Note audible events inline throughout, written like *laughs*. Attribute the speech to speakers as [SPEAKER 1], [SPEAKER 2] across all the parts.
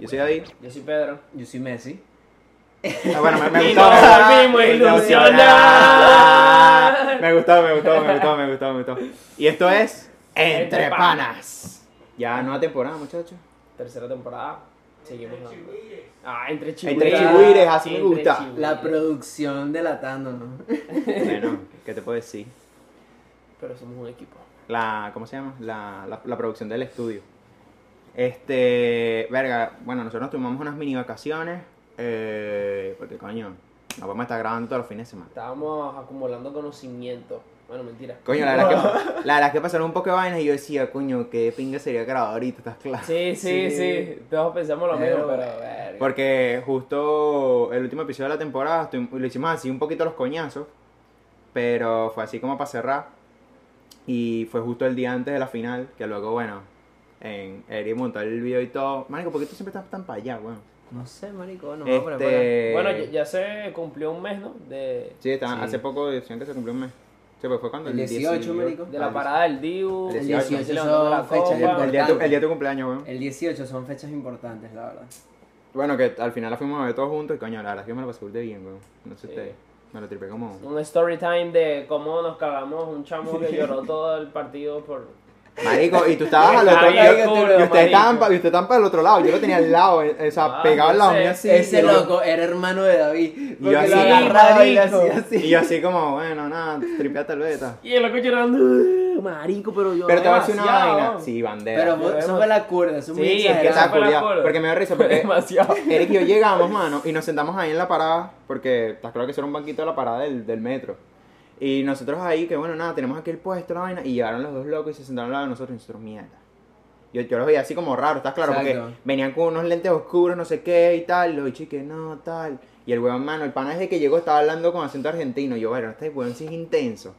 [SPEAKER 1] Yo soy David.
[SPEAKER 2] Yo soy Pedro.
[SPEAKER 3] Yo soy Messi.
[SPEAKER 1] Ah, bueno, me, me
[SPEAKER 2] Y
[SPEAKER 1] gustó.
[SPEAKER 2] nos volvimos a
[SPEAKER 1] Me gustó.
[SPEAKER 2] ilusionar.
[SPEAKER 1] Me gustó, me gustó, me gustó, me gustó, me gustó. Y esto es Entre
[SPEAKER 2] Entre
[SPEAKER 1] Panas. Ya nueva temporada, muchachos.
[SPEAKER 2] Tercera temporada. Seguimos dando. Ah, entre chihuires.
[SPEAKER 1] Entre chihuires, así me gusta.
[SPEAKER 3] La producción delatándonos.
[SPEAKER 1] Bueno, ¿qué te puedo decir?
[SPEAKER 2] Pero somos un equipo.
[SPEAKER 1] La, ¿cómo se llama? La, la, la producción del estudio. Este, verga, bueno, nosotros tomamos unas mini vacaciones. Eh, porque coño, no vamos a estar grabando todos los fines de semana.
[SPEAKER 2] Estábamos acumulando conocimiento. Bueno, mentira.
[SPEAKER 1] Coño, la verdad,
[SPEAKER 2] *laughs*
[SPEAKER 1] es que, la verdad es que pasaron un poco de vainas y yo decía, coño, qué pinga sería grabar ahorita estas clases.
[SPEAKER 2] Sí, sí, sí,
[SPEAKER 3] Sí.
[SPEAKER 2] Todos pensamos lo mismo,
[SPEAKER 3] Pero-
[SPEAKER 2] pero. verga.
[SPEAKER 1] Porque justo el último episodio de la temporada estu- lo hicimos así un poquito a los coñazos, pero fue así como para cerrar. Y fue justo el día antes de la final, que luego, bueno, en Eri montó el video y todo. Marico, ¿por qué tú siempre estás tan para allá, weón?
[SPEAKER 3] No sé, marico, no me voy a poner para acá.
[SPEAKER 1] Este...
[SPEAKER 2] Bueno, ya, ya se cumplió un mes, ¿no? De,
[SPEAKER 1] Sí, estaban-
[SPEAKER 3] Sí.
[SPEAKER 1] hace poco decían que se cumplió un mes. Sí, pues fue cuando
[SPEAKER 3] El 18, marico.
[SPEAKER 2] de la parada del Diu.
[SPEAKER 1] El
[SPEAKER 2] se
[SPEAKER 1] 18
[SPEAKER 2] levantó
[SPEAKER 3] son
[SPEAKER 2] la
[SPEAKER 3] fechas
[SPEAKER 2] copa.
[SPEAKER 1] El día, de tu,
[SPEAKER 3] Importante.
[SPEAKER 1] el día de tu cumpleaños, weón.
[SPEAKER 3] El 18 son fechas importantes, la verdad.
[SPEAKER 1] Bueno, que al final la fuimos a ver todos juntos y coño, la verdad es que me lo pasé burda de bien, weón. No sé
[SPEAKER 2] Sí.
[SPEAKER 1] ustedes. Me lo tripé como.
[SPEAKER 2] Un story time de cómo nos cagamos un chamo
[SPEAKER 1] *laughs*
[SPEAKER 2] que lloró todo el partido por.
[SPEAKER 1] Marico, y tú estabas al otro
[SPEAKER 2] *laughs* Está bien
[SPEAKER 1] lado.
[SPEAKER 2] duro,
[SPEAKER 1] Y ustedes estaban
[SPEAKER 2] marico.
[SPEAKER 1] pa- y ustedes estaban para el otro lado. Yo lo tenía al lado, eh, o sea,
[SPEAKER 2] Ah,
[SPEAKER 1] pegado al lado
[SPEAKER 2] no sé.
[SPEAKER 1] mío así.
[SPEAKER 3] Ese
[SPEAKER 1] y yo-
[SPEAKER 3] loco era hermano de David. Porque
[SPEAKER 1] así,
[SPEAKER 3] lo agarraba y le
[SPEAKER 2] marico.
[SPEAKER 3] hacía así.
[SPEAKER 1] Y yo así como, bueno, nada, tripeate el beta.
[SPEAKER 2] Y el loco llorando. "Ugh, Marico, pero yo.
[SPEAKER 1] Pero te voy a decir una vaina.
[SPEAKER 2] Sí,
[SPEAKER 1] Sí, bandera.
[SPEAKER 3] Pero vos-
[SPEAKER 2] Pero
[SPEAKER 3] eso
[SPEAKER 2] vemos-
[SPEAKER 3] fue la curva, eso es muy
[SPEAKER 2] Sí, es que
[SPEAKER 1] que
[SPEAKER 2] Era
[SPEAKER 1] estaba
[SPEAKER 3] exagerado.
[SPEAKER 2] por la
[SPEAKER 1] culiado.
[SPEAKER 2] cola.
[SPEAKER 1] Porque me dio risa. Porque *laughs*
[SPEAKER 2] demasiado.
[SPEAKER 1] Eric y yo llegamos, mano, y nos sentamos ahí en la parada, porque está claro que eso era un banquito de la parada del, del metro. Y nosotros ahí, que bueno, nada, tenemos aquí el puesto, la vaina, y llegaron los dos locos y se sentaron al lado de nosotros, y nosotros, mierda. Yo, yo los veía así como raro, está claro, porque
[SPEAKER 3] Exacto.
[SPEAKER 1] venían con unos lentes oscuros, no sé qué, y tal, los bichos, y que no, tal. Y el huevón, mano, el pana desde que llegó estaba hablando con acento argentino, y yo, bueno, este huevón sí es intenso.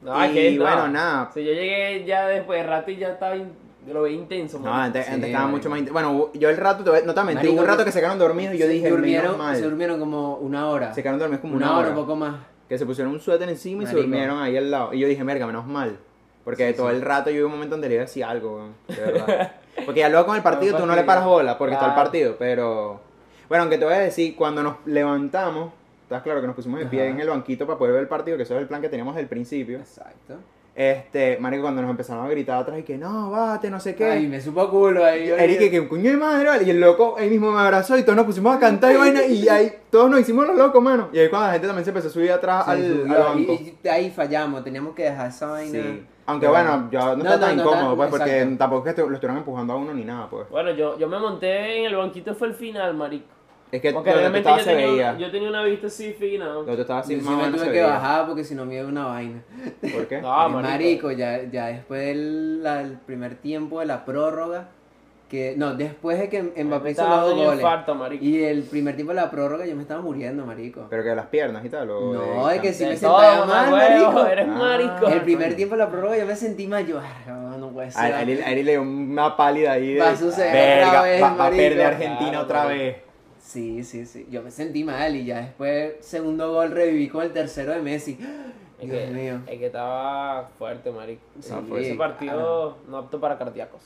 [SPEAKER 2] No, es
[SPEAKER 1] Y
[SPEAKER 2] que no.
[SPEAKER 1] bueno, nada.
[SPEAKER 2] Si yo llegué ya después de rato y ya estaba. in- yo lo veía intenso,
[SPEAKER 1] No,
[SPEAKER 2] man.
[SPEAKER 1] antes,
[SPEAKER 3] Sí,
[SPEAKER 1] antes estaba
[SPEAKER 3] marico.
[SPEAKER 1] mucho más intenso. Bueno, yo el rato, te voy- no te voy a mentir, hubo un
[SPEAKER 3] Marico,
[SPEAKER 1] rato que se quedaron dormidos y yo
[SPEAKER 3] Se
[SPEAKER 1] dije, menos
[SPEAKER 3] durmieron,
[SPEAKER 1] mal.
[SPEAKER 3] se durmieron como una hora.
[SPEAKER 1] Se quedaron dormidos como
[SPEAKER 3] una, hora, un poco más.
[SPEAKER 1] que se pusieron un suéter encima y se
[SPEAKER 3] Marico.
[SPEAKER 1] durmieron ahí al lado. Y yo dije, merga, menos mal. Porque
[SPEAKER 3] Sí,
[SPEAKER 1] todo
[SPEAKER 3] sí.
[SPEAKER 1] el rato yo vi un momento donde le iba a decir algo, weón, De verdad.
[SPEAKER 3] *laughs*
[SPEAKER 1] porque ya luego con el partido tú no le paras bola porque está el
[SPEAKER 2] Claro.
[SPEAKER 1] partido, pero. Bueno, aunque te voy a decir, cuando nos levantamos, estás claro que nos pusimos de pie
[SPEAKER 3] Ajá.
[SPEAKER 1] en el banquito para poder ver el partido, que eso es el plan que teníamos del principio.
[SPEAKER 3] Exacto.
[SPEAKER 1] Este, marico, cuando nos empezaron a gritar atrás y que no, bate, no sé qué.
[SPEAKER 3] Ay, me supo a culo ahí. yo-
[SPEAKER 1] Eric, que- que coño de madre, vale. Y el loco ahí mismo me abrazó y todos nos pusimos a cantar y vaina. Y ahí todos nos hicimos los locos, mano. Y ahí cuando la gente también se empezó a subir atrás
[SPEAKER 3] Se
[SPEAKER 1] al,
[SPEAKER 3] subió,
[SPEAKER 1] al banco.
[SPEAKER 3] y- y ahí fallamos, teníamos que dejar esa vaina.
[SPEAKER 1] Sí. Aunque
[SPEAKER 3] Pero-
[SPEAKER 1] bueno, yo no,
[SPEAKER 3] No,
[SPEAKER 1] estaba tan
[SPEAKER 3] no, no,
[SPEAKER 1] incómodo,
[SPEAKER 3] tan-
[SPEAKER 1] pues, porque
[SPEAKER 3] exacto.
[SPEAKER 1] tampoco es que estu- lo estuvieran empujando a uno ni nada, pues.
[SPEAKER 2] Bueno, yo, yo me monté en el banquito, fue el final, marico.
[SPEAKER 1] Es que
[SPEAKER 2] Porque
[SPEAKER 1] donde tú
[SPEAKER 2] realmente
[SPEAKER 1] estabas
[SPEAKER 2] yo
[SPEAKER 1] se
[SPEAKER 2] tenía,
[SPEAKER 1] veía.
[SPEAKER 2] yo tenía una vista así fina.
[SPEAKER 1] Donde tú estabas así,
[SPEAKER 3] Yo sí
[SPEAKER 1] más o
[SPEAKER 3] me
[SPEAKER 1] menos
[SPEAKER 3] tuve
[SPEAKER 1] se
[SPEAKER 3] que
[SPEAKER 1] veía.
[SPEAKER 3] bajar porque si no me iba una vaina.
[SPEAKER 1] ¿Por qué?
[SPEAKER 2] No,
[SPEAKER 3] Y
[SPEAKER 2] Ah, marico.
[SPEAKER 3] marico, ya, ya después del la- el primer tiempo de la prórroga, que no, después de que Mbappé hizo
[SPEAKER 2] estaba
[SPEAKER 3] los dos
[SPEAKER 2] dando un
[SPEAKER 3] goles.
[SPEAKER 2] infarto, marico.
[SPEAKER 3] Y el primer tiempo de la prórroga yo me estaba muriendo, marico.
[SPEAKER 1] Pero que de las piernas y tal. o
[SPEAKER 3] No, es que sí
[SPEAKER 2] De
[SPEAKER 3] me
[SPEAKER 2] todo,
[SPEAKER 3] sentaba
[SPEAKER 2] mamá,
[SPEAKER 3] mal,
[SPEAKER 2] huevo,
[SPEAKER 3] marico.
[SPEAKER 2] Eres
[SPEAKER 1] Ah.
[SPEAKER 2] marico.
[SPEAKER 3] El
[SPEAKER 1] coño.
[SPEAKER 3] primer tiempo de la prórroga yo me sentí mayor. No, no puede ser.
[SPEAKER 1] A, a Eric- a Eric le dio una pálida ahí. de-
[SPEAKER 3] Va a suceder
[SPEAKER 1] Verga,
[SPEAKER 3] otra vez,
[SPEAKER 1] va, va a
[SPEAKER 3] marico.
[SPEAKER 1] perder Argentina
[SPEAKER 2] Claro,
[SPEAKER 1] otra
[SPEAKER 2] marico.
[SPEAKER 1] vez.
[SPEAKER 3] Sí, sí, sí. Yo me sentí mal y ya después, segundo gol, reviví con el tercero de Messi.
[SPEAKER 2] Es
[SPEAKER 3] Dios
[SPEAKER 2] que,
[SPEAKER 3] mío.
[SPEAKER 2] es que estaba fuerte, marico.
[SPEAKER 3] Sí,
[SPEAKER 2] No, fue ese
[SPEAKER 3] claro.
[SPEAKER 2] partido no apto para cardíacos.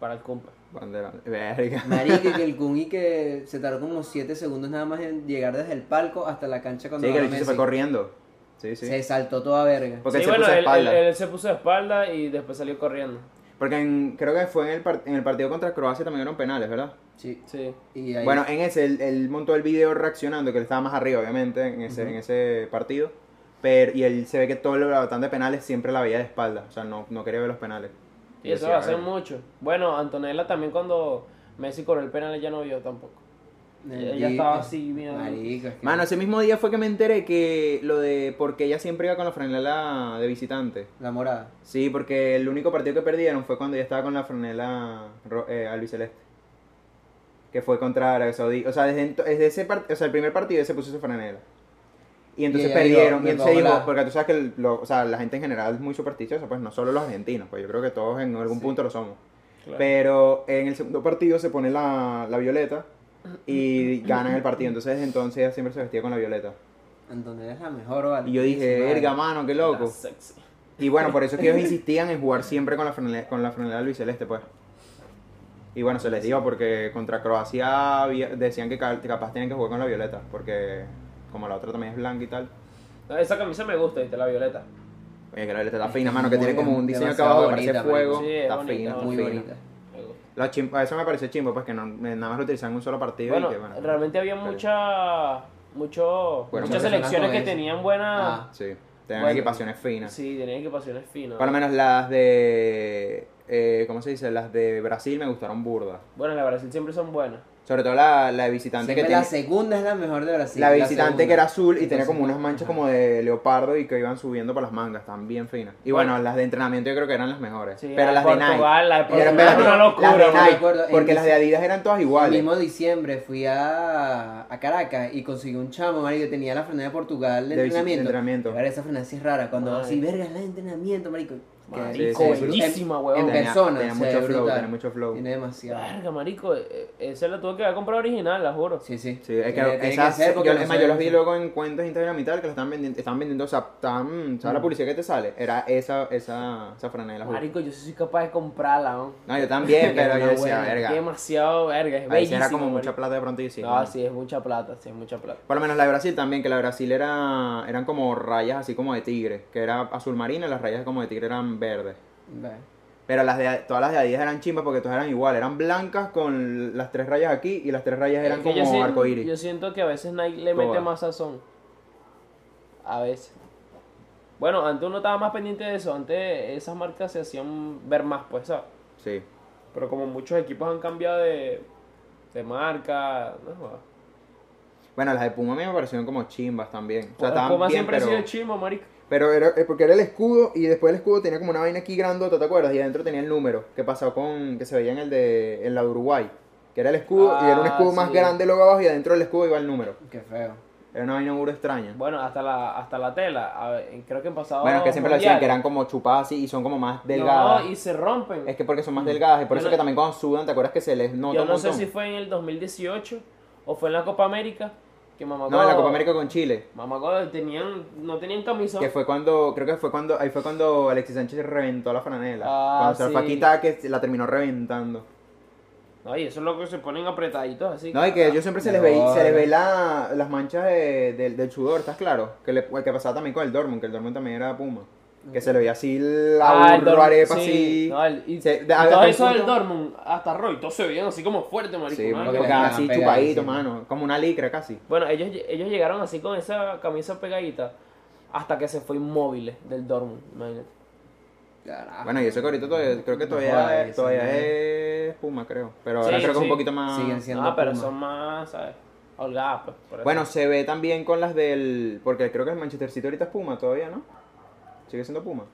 [SPEAKER 2] Para el cumpa.
[SPEAKER 1] Bandera. Verga.
[SPEAKER 3] Marico, que el Kun y que se tardó como 7 segundos nada más en llegar desde el palco hasta la cancha cuando
[SPEAKER 1] Sí, que
[SPEAKER 3] ganó
[SPEAKER 1] el bicho se
[SPEAKER 3] Messi.
[SPEAKER 1] fue corriendo. Sí, sí.
[SPEAKER 3] Se saltó toda verga.
[SPEAKER 1] Porque
[SPEAKER 2] sí,
[SPEAKER 1] él se
[SPEAKER 2] bueno,
[SPEAKER 1] puso de
[SPEAKER 2] él, él-
[SPEAKER 1] espalda.
[SPEAKER 2] él se puso de espalda y después salió corriendo.
[SPEAKER 1] Porque en- creo que fue en el, par- en el partido contra Croacia también eran penales, ¿verdad?
[SPEAKER 3] Sí.
[SPEAKER 2] Sí.
[SPEAKER 3] Y ahí,
[SPEAKER 1] Bueno, en ese, él, él montó el video reaccionando, que él estaba más arriba, obviamente, en ese, en ese partido. Pero, y él se ve que todo lo bastante de penales siempre la veía de espalda. O sea, no, no quería ver los penales.
[SPEAKER 2] Y eso
[SPEAKER 1] decía,
[SPEAKER 2] va a ser
[SPEAKER 1] "Verga".
[SPEAKER 2] mucho. Bueno, Antonella también cuando Messi cobró el penal ella no vio tampoco.
[SPEAKER 3] eh,
[SPEAKER 2] ella
[SPEAKER 3] y-
[SPEAKER 2] estaba así, mira.
[SPEAKER 3] Marico, es que-
[SPEAKER 1] Mano, ese mismo día fue que me enteré que lo de. Porque ella siempre iba con la franela de visitante.
[SPEAKER 3] La morada.
[SPEAKER 1] Sí, porque el único partido que perdieron fue cuando ella estaba con la franela ro- eh, albiceleste. Que fue contra Arabia Saudí. O sea, desde, ento- desde ese part- o sea, el primer partido ella se puso su franela. Y entonces
[SPEAKER 3] ella
[SPEAKER 1] perdieron.
[SPEAKER 3] dijo,
[SPEAKER 1] y
[SPEAKER 3] "Me
[SPEAKER 1] entonces
[SPEAKER 3] puedo
[SPEAKER 1] dijo,
[SPEAKER 3] volar".
[SPEAKER 1] porque tú sabes que el- lo- o sea, la gente en general es muy supersticiosa, pues no solo los argentinos, pues yo creo que todos en algún
[SPEAKER 3] Sí.
[SPEAKER 1] punto lo somos.
[SPEAKER 2] Claro.
[SPEAKER 1] Pero en el segundo partido se pone la, la violeta
[SPEAKER 3] *laughs*
[SPEAKER 1] y ganan el partido. Entonces desde entonces ella siempre se vestía con la violeta.
[SPEAKER 3] Antonella es la mejor, ¿vale?
[SPEAKER 1] Y yo dije,
[SPEAKER 3] Madre.
[SPEAKER 1] verga, mano, qué
[SPEAKER 2] Está
[SPEAKER 1] loco.
[SPEAKER 2] sexy.
[SPEAKER 1] Y bueno, por eso es que ellos insistían en jugar siempre con la franela, con la franela albiceleste, pues. Y bueno, se les dio porque contra Croacia había- decían que ca- capaz tienen que jugar con la violeta, porque como la otra también es blanca y tal.
[SPEAKER 2] No, Esa camisa me gusta, viste, la violeta.
[SPEAKER 1] Oye, que la violeta está fina,
[SPEAKER 3] es
[SPEAKER 1] mano, que
[SPEAKER 3] muy-
[SPEAKER 1] tiene como un
[SPEAKER 3] es
[SPEAKER 1] diseño acá
[SPEAKER 3] demasiado
[SPEAKER 1] abajo que parece
[SPEAKER 3] bonita, marico.
[SPEAKER 1] fuego.
[SPEAKER 2] Sí, es
[SPEAKER 1] está
[SPEAKER 2] bonita,
[SPEAKER 1] fina, está
[SPEAKER 3] Muy
[SPEAKER 1] fina.
[SPEAKER 3] bonita.
[SPEAKER 2] Me gusta.
[SPEAKER 1] La chim- eso me pareció chimbo, pues que no, nada más lo utilizan en un solo partido.
[SPEAKER 2] Bueno,
[SPEAKER 1] y que, bueno,
[SPEAKER 2] realmente había
[SPEAKER 1] Pero-
[SPEAKER 2] mucha, mucho,
[SPEAKER 1] Bueno,
[SPEAKER 2] muchas
[SPEAKER 1] bueno,
[SPEAKER 2] selecciones
[SPEAKER 3] personas
[SPEAKER 2] que
[SPEAKER 3] con eso.
[SPEAKER 2] tenían buenas...
[SPEAKER 3] Ah,
[SPEAKER 1] Sí, tienen
[SPEAKER 2] Bueno.
[SPEAKER 1] equipaciones finas.
[SPEAKER 2] sí, tenían equipaciones finas.
[SPEAKER 1] Por lo menos las de. eh, ¿Cómo se dice? Las de Brasil me gustaron burda.
[SPEAKER 2] Bueno, la Brasil siempre son buenas.
[SPEAKER 1] Sobre todo la, la de visitante
[SPEAKER 3] Siempre
[SPEAKER 1] que
[SPEAKER 3] la
[SPEAKER 1] tiene-
[SPEAKER 3] segunda es la mejor de Brasil.
[SPEAKER 1] la visitante
[SPEAKER 3] segunda.
[SPEAKER 1] que era azul y tenía
[SPEAKER 3] Entonces,
[SPEAKER 1] como unas manchas como de leopardo y que iban subiendo por las mangas, estaban bien finas. Y bueno, las de entrenamiento yo creo que eran las mejores.
[SPEAKER 2] Sí,
[SPEAKER 3] ah,
[SPEAKER 1] pero
[SPEAKER 2] la
[SPEAKER 1] las
[SPEAKER 2] de
[SPEAKER 1] de Nike.
[SPEAKER 2] Portugal, la de
[SPEAKER 1] Pero
[SPEAKER 2] Portugal
[SPEAKER 1] espérate,
[SPEAKER 2] era una locura,
[SPEAKER 1] las de
[SPEAKER 3] no me
[SPEAKER 1] Nike,
[SPEAKER 3] acuerdo. En
[SPEAKER 1] porque las de
[SPEAKER 3] dic-
[SPEAKER 1] Adidas eran todas
[SPEAKER 3] El
[SPEAKER 1] iguales.
[SPEAKER 3] mismo diciembre fui a, a Caracas y conseguí un chamo, marico, que tenía la franela de Portugal
[SPEAKER 1] De
[SPEAKER 3] de,
[SPEAKER 1] bici- de
[SPEAKER 3] entrenamiento.
[SPEAKER 1] entrenamiento.
[SPEAKER 3] Ahora esa franela sí es rara, cuando
[SPEAKER 2] Madre.
[SPEAKER 3] así, verga, es la de entrenamiento, marico.
[SPEAKER 2] Marico,
[SPEAKER 3] Que-
[SPEAKER 1] sí, sí.
[SPEAKER 2] bellísima, huevón.
[SPEAKER 3] En
[SPEAKER 1] Tenía-
[SPEAKER 3] persona,
[SPEAKER 1] tenía
[SPEAKER 3] o sea,
[SPEAKER 1] mucho flow,
[SPEAKER 3] brutal.
[SPEAKER 1] tenía mucho flow.
[SPEAKER 3] Tiene demasiado.
[SPEAKER 2] Verga, marico, eh, eh, esa la tuve que haber comprado original, la juro.
[SPEAKER 3] Sí, sí.
[SPEAKER 1] Sí, es que
[SPEAKER 3] Tiene- tiene
[SPEAKER 1] esas-
[SPEAKER 3] ser porque
[SPEAKER 1] yo,
[SPEAKER 3] no
[SPEAKER 1] es más,
[SPEAKER 3] se
[SPEAKER 1] yo
[SPEAKER 3] ve
[SPEAKER 1] las vi
[SPEAKER 3] mucho.
[SPEAKER 1] luego en cuentas de Instagram y tal que las están vendiendo, están vendiendo, o sea, están- ¿sabes
[SPEAKER 3] Mm.
[SPEAKER 1] la publicidad que te sale? Era esa, esa, esa franela. justo.
[SPEAKER 2] Marico, yo sí soy capaz de comprarla, ¿no?
[SPEAKER 1] No, yo
[SPEAKER 3] *laughs*
[SPEAKER 1] también, pero
[SPEAKER 3] Una
[SPEAKER 1] yo decía,
[SPEAKER 3] buena,
[SPEAKER 1] verga.
[SPEAKER 2] Demasiado verga, es
[SPEAKER 1] Ahí sí
[SPEAKER 2] bellísima.
[SPEAKER 1] era como
[SPEAKER 2] marico.
[SPEAKER 1] mucha plata de pronto y sí.
[SPEAKER 2] No,
[SPEAKER 1] coño.
[SPEAKER 2] sí, es mucha plata, sí, es mucha plata.
[SPEAKER 1] Por lo menos la de Brasil también, que la de Brasil era, eran como rayas así como de tigre, que era azul marina y las rayas como de tigre eran verdes.
[SPEAKER 3] Ve.
[SPEAKER 1] Pero las de, todas las de Adidas eran chimbas porque todas eran iguales, eran blancas con las tres rayas aquí y las tres rayas eran
[SPEAKER 2] Es que
[SPEAKER 1] como
[SPEAKER 2] yo, sien-
[SPEAKER 1] arcoíris.
[SPEAKER 2] yo siento que a veces Nike le
[SPEAKER 1] Todas.
[SPEAKER 2] mete más sazón. A veces. Bueno, antes uno estaba más pendiente de eso. Antes esas marcas se hacían ver más, pues, ¿sabes?
[SPEAKER 1] Sí.
[SPEAKER 2] Pero como muchos equipos han cambiado de, de marca, no jodas.
[SPEAKER 1] Bueno, las de Puma a mí me parecieron como chimbas también. O sea,
[SPEAKER 2] Pues,
[SPEAKER 1] estaban
[SPEAKER 2] Puma
[SPEAKER 1] bien,
[SPEAKER 2] siempre
[SPEAKER 1] pero...
[SPEAKER 2] ha sido chimo, marico.
[SPEAKER 1] Pero era eh, porque era el escudo y después el escudo tenía como una vaina aquí grandota, ¿te acuerdas? Y adentro tenía el número que pasó con que se veía en el de en la de Uruguay, que era el escudo y era un
[SPEAKER 2] Ah,
[SPEAKER 1] escudo más
[SPEAKER 2] sí.
[SPEAKER 1] grande luego abajo y adentro del escudo iba el número.
[SPEAKER 3] Qué feo.
[SPEAKER 1] Era una vaina duro extraña. Bueno,
[SPEAKER 2] Bueno, hasta la, hasta la tela. A ver, creo que en pasado.
[SPEAKER 1] es que siempre lo decían que eran como chupadas así y son como más delgadas.
[SPEAKER 2] No, y se rompen.
[SPEAKER 1] Es que porque son más delgadas y por
[SPEAKER 2] Yo
[SPEAKER 1] eso
[SPEAKER 2] no-
[SPEAKER 1] que también cuando sudan, ¿te acuerdas que se les nota
[SPEAKER 2] Yo
[SPEAKER 1] un
[SPEAKER 2] no sé
[SPEAKER 1] montón?
[SPEAKER 2] si fue en el 2018 o fue en la Copa América. Que mamá
[SPEAKER 1] No, en la Copa América con Chile.
[SPEAKER 2] Mamá tenían, no tenían camisón.
[SPEAKER 1] Que fue cuando, creo que fue cuando, ahí fue cuando Alexis Sánchez reventó la franela.
[SPEAKER 2] Ah,
[SPEAKER 1] cuando se la fue a
[SPEAKER 2] sí.
[SPEAKER 1] quitar, que la terminó reventando.
[SPEAKER 2] No, y eso es lo que se ponen apretaditos así.
[SPEAKER 1] No, y que yo siempre se les
[SPEAKER 3] Me
[SPEAKER 1] ve,
[SPEAKER 3] jodas.
[SPEAKER 1] se les ve la- las manchas de- del- del sudor, ¿estás claro? Que, le, que pasaba también con el Dortmund, que el Dortmund también era Puma. Que se le veía así la
[SPEAKER 2] Ah, el
[SPEAKER 1] burro
[SPEAKER 2] Dortmund,
[SPEAKER 1] arepa
[SPEAKER 2] sí.
[SPEAKER 1] así.
[SPEAKER 2] No, el- y,
[SPEAKER 1] Se-
[SPEAKER 2] y
[SPEAKER 1] de- a-
[SPEAKER 2] todo
[SPEAKER 1] hasta un
[SPEAKER 2] eso del
[SPEAKER 1] punto-
[SPEAKER 2] Dortmund, hasta Roy, todos se veían así como fuerte, marico.
[SPEAKER 1] Sí,
[SPEAKER 2] ¿no?
[SPEAKER 1] porque
[SPEAKER 3] le
[SPEAKER 1] quedaban
[SPEAKER 3] pegaban
[SPEAKER 1] así
[SPEAKER 3] pegadísimo.
[SPEAKER 1] chupaditos, mano. Como una licra casi.
[SPEAKER 2] Bueno, ellos, ellos llegaron así con esa camisa pegadita hasta que se fue inmóvil del Dortmund, imagínate.
[SPEAKER 3] Carajo.
[SPEAKER 1] Ah. Bueno, y eso que ahorita todavía, creo que
[SPEAKER 3] No
[SPEAKER 1] todavía,
[SPEAKER 3] jodas,
[SPEAKER 1] es-
[SPEAKER 3] eso
[SPEAKER 1] todavía
[SPEAKER 3] no
[SPEAKER 1] es Puma, creo. Pero
[SPEAKER 2] Sí,
[SPEAKER 1] ahora creo que es un
[SPEAKER 2] sí.
[SPEAKER 1] poquito más...
[SPEAKER 3] Siguen siendo
[SPEAKER 2] No, Ah, pero
[SPEAKER 3] Puma.
[SPEAKER 2] son más, ¿sabes? Holgadas, pues. por eso.
[SPEAKER 1] Bueno, se ve también con las del... Porque creo que el Manchester City ahorita es Puma todavía, ¿no? Sigue siendo Puma.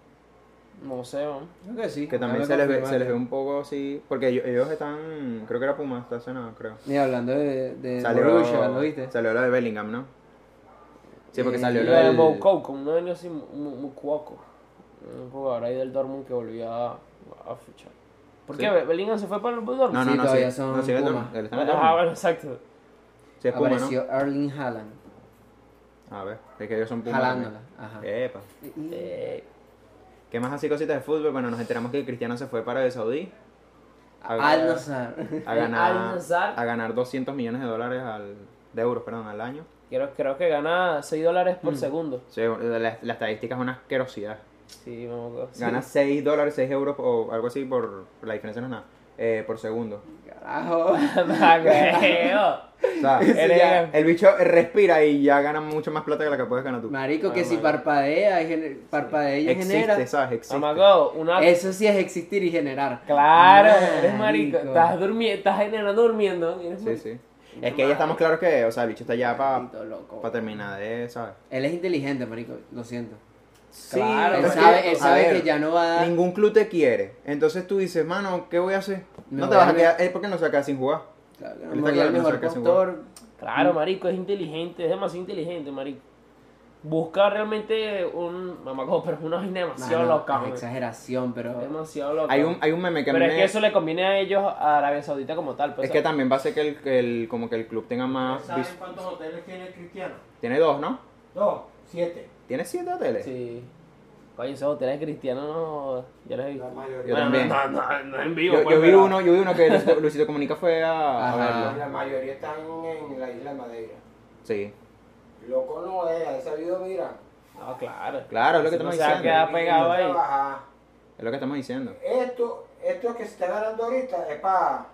[SPEAKER 2] No sé, ¿no?
[SPEAKER 3] Creo que sí.
[SPEAKER 1] Que también
[SPEAKER 3] Ya
[SPEAKER 1] se
[SPEAKER 3] me
[SPEAKER 1] les, ve,
[SPEAKER 3] confirmaste.
[SPEAKER 1] se les ve un poco así. Porque ellos, ellos están. Creo que era Puma, está cenado, creo.
[SPEAKER 3] Mira, hablando de, de Borussia, ¿lo viste?
[SPEAKER 1] salió lo de Bellingham, ¿no? Sí, porque
[SPEAKER 3] Eh,
[SPEAKER 1] salió
[SPEAKER 2] Y
[SPEAKER 1] lo
[SPEAKER 2] lo de
[SPEAKER 1] del.
[SPEAKER 2] Moukoko, uno de ellos sí, Mu- Mu- Moukoko. Un jugador ahí del Dortmund que volvió a, a fichar. ¿Por
[SPEAKER 1] Sí.
[SPEAKER 2] qué? ¿Bellingham se fue para el Dortmund?
[SPEAKER 1] No, no,
[SPEAKER 3] Sí,
[SPEAKER 1] no,
[SPEAKER 3] todavía
[SPEAKER 1] sí,
[SPEAKER 3] son
[SPEAKER 1] no, sí, es
[SPEAKER 3] Puma.
[SPEAKER 1] Dortmund, él está en el
[SPEAKER 2] Ah,
[SPEAKER 1] Dortmund.
[SPEAKER 2] bueno, exacto.
[SPEAKER 1] Sí, es Puma,
[SPEAKER 3] Apareció Erling Haaland,
[SPEAKER 1] ¿no? A ver, es que ellos son Puma.
[SPEAKER 3] jalándola.
[SPEAKER 1] también.
[SPEAKER 3] Ajá.
[SPEAKER 1] Epa.
[SPEAKER 2] Eh,
[SPEAKER 1] ¿Qué más así cositas de fútbol? Bueno, nos enteramos que Cristiano se fue para el Saudí a-
[SPEAKER 3] Al Nazar.
[SPEAKER 1] a
[SPEAKER 2] El
[SPEAKER 1] ganar,
[SPEAKER 2] Al-Nassr.
[SPEAKER 1] a ganar 200 millones de dólares al, de euros, perdón, al año.
[SPEAKER 2] creo, creo que gana 6 dólares
[SPEAKER 1] Mm.
[SPEAKER 2] por segundo.
[SPEAKER 1] Sí, la, la estadística es una asquerosidad.
[SPEAKER 2] Sí, me acuerdo. Sí.
[SPEAKER 1] Gana 6 dólares, 6 euros o algo así por, por la diferencia no es nada. eh, por segundo.
[SPEAKER 3] *laughs* Carajo.
[SPEAKER 2] *laughs* Magueo.
[SPEAKER 1] O
[SPEAKER 3] *laughs*
[SPEAKER 1] sea,
[SPEAKER 2] Eso
[SPEAKER 1] ya-
[SPEAKER 2] ya.
[SPEAKER 1] el bicho respira y ya gana mucho más plata que la que puedes ganar tú.
[SPEAKER 3] Marico, que
[SPEAKER 2] Ah,
[SPEAKER 3] si
[SPEAKER 2] marico.
[SPEAKER 3] parpadea y gener- parpadea y
[SPEAKER 1] existe,
[SPEAKER 3] genera.
[SPEAKER 1] ¿sabes? Existe.
[SPEAKER 2] Amago, una.
[SPEAKER 3] Eso sí es existir y generar. Ah,
[SPEAKER 2] Claro, eres marico.
[SPEAKER 3] Marico.
[SPEAKER 2] Estás durmiendo, estás generando durmiendo. eres
[SPEAKER 1] Sí,
[SPEAKER 2] marico.
[SPEAKER 1] sí. Es que ya estamos claros que, o sea, el bicho está ya para
[SPEAKER 3] Maldito loco.
[SPEAKER 1] terminar de, ¿sabes?
[SPEAKER 3] Él es inteligente, marico, lo siento.
[SPEAKER 1] Sí,
[SPEAKER 2] Claro,
[SPEAKER 1] pero
[SPEAKER 3] él
[SPEAKER 1] es
[SPEAKER 3] sabe,
[SPEAKER 1] que,
[SPEAKER 3] él
[SPEAKER 1] a
[SPEAKER 3] sabe
[SPEAKER 1] ver,
[SPEAKER 3] que ya no va a dar.
[SPEAKER 1] Ningún club te quiere. Entonces tú dices, mano, ¿qué voy a hacer?
[SPEAKER 3] Me
[SPEAKER 1] no
[SPEAKER 3] voy
[SPEAKER 1] te vas
[SPEAKER 3] a
[SPEAKER 1] a quedar. eh, ¿Por qué no se va a quedar sin jugar?
[SPEAKER 3] Claro,
[SPEAKER 1] él
[SPEAKER 3] no,
[SPEAKER 1] está
[SPEAKER 3] me voy
[SPEAKER 1] claro
[SPEAKER 3] al
[SPEAKER 1] que no
[SPEAKER 3] mejor
[SPEAKER 1] sabe qué hace un
[SPEAKER 3] postor.
[SPEAKER 1] Mm.
[SPEAKER 2] Claro, marico, es inteligente, es demasiado inteligente, marico. Busca realmente un. Mamago, pero es una vaina demasiado
[SPEAKER 3] Mano,
[SPEAKER 2] loca,
[SPEAKER 3] es
[SPEAKER 2] man.
[SPEAKER 3] exageración, pero.
[SPEAKER 2] Demasiado loca.
[SPEAKER 1] Hay un, hay un meme que a
[SPEAKER 2] pero
[SPEAKER 1] mí
[SPEAKER 2] es que
[SPEAKER 1] me-
[SPEAKER 2] eso le conviene a ellos, a Arabia Saudita como tal. Pues,
[SPEAKER 1] es que también va a ser que el, que el- como que el club tenga más...
[SPEAKER 4] ¿Saben
[SPEAKER 1] vis-
[SPEAKER 4] cuántos hoteles tiene Cristiano?
[SPEAKER 1] Tiene dos, ¿no?
[SPEAKER 4] Dos, siete.
[SPEAKER 1] Tiene siete hoteles.
[SPEAKER 2] Sí. Coño, esos hoteles cristianos, no, yo los he visto.
[SPEAKER 4] La mayoría.
[SPEAKER 1] Yo
[SPEAKER 2] Bueno,
[SPEAKER 1] también.
[SPEAKER 2] No, Ah, no, no en vivo.
[SPEAKER 1] Yo,
[SPEAKER 2] pues,
[SPEAKER 1] yo vi
[SPEAKER 2] pero-
[SPEAKER 1] uno, yo vi uno
[SPEAKER 2] *laughs*
[SPEAKER 1] que Luisito, Luisito Comunica fue a, a
[SPEAKER 3] Ajá.
[SPEAKER 1] verlo.
[SPEAKER 4] La mayoría están en la isla de Madeira.
[SPEAKER 1] Sí.
[SPEAKER 4] Loco no es, ha sabido, mira.
[SPEAKER 2] No, Ah, claro.
[SPEAKER 1] Claro, es lo que
[SPEAKER 2] Eso no
[SPEAKER 1] estamos
[SPEAKER 2] se va
[SPEAKER 1] diciendo.
[SPEAKER 2] a quedar pegado ahí.
[SPEAKER 4] Trabajar.
[SPEAKER 1] Es lo que estamos diciendo.
[SPEAKER 4] Esto, esto que se está ganando ahorita es para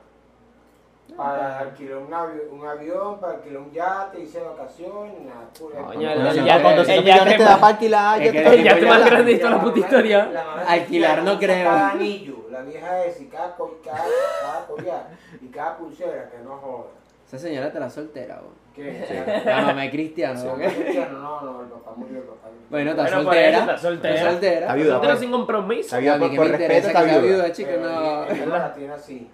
[SPEAKER 4] para alquilar un avión, un avión, para alquilar un yate, irse de vacaciones, nada, pura.
[SPEAKER 2] Coño,
[SPEAKER 1] Con
[SPEAKER 2] el- el
[SPEAKER 1] 200
[SPEAKER 2] yate-
[SPEAKER 1] con 200
[SPEAKER 2] el yate
[SPEAKER 1] millones te
[SPEAKER 2] más-
[SPEAKER 1] da para
[SPEAKER 2] *laughs*
[SPEAKER 1] alquilar.
[SPEAKER 3] Es
[SPEAKER 1] ya
[SPEAKER 3] que
[SPEAKER 1] te-
[SPEAKER 3] el yate
[SPEAKER 1] ya te-
[SPEAKER 2] más
[SPEAKER 1] ya-
[SPEAKER 2] grande de toda la puta historia.
[SPEAKER 3] Alquilar no creo.
[SPEAKER 4] Cada anillo, la vieja es y cada, co- cada, cada collar y cada pulsera, que no joda.
[SPEAKER 3] Esa señora está la
[SPEAKER 2] *laughs*
[SPEAKER 3] soltera, bro.
[SPEAKER 4] ¿Qué?
[SPEAKER 3] La mamá es cristiano, ¿ok?
[SPEAKER 4] No, no, no, el papá murió, el papá murió.
[SPEAKER 3] Bueno, está
[SPEAKER 2] Bueno, por
[SPEAKER 3] soltera.
[SPEAKER 2] eso está soltera.
[SPEAKER 3] Está soltera.
[SPEAKER 1] Está
[SPEAKER 2] Soltero
[SPEAKER 1] viuda, pues.
[SPEAKER 2] sin compromiso.
[SPEAKER 1] Está viuda,
[SPEAKER 3] a mí
[SPEAKER 1] por
[SPEAKER 3] que
[SPEAKER 1] por
[SPEAKER 3] me
[SPEAKER 1] respeto
[SPEAKER 3] interesa
[SPEAKER 1] está
[SPEAKER 3] que sea
[SPEAKER 1] viuda.
[SPEAKER 3] viuda, chico,
[SPEAKER 4] Pero
[SPEAKER 3] no.
[SPEAKER 2] *laughs*
[SPEAKER 4] él- él no la tiene así.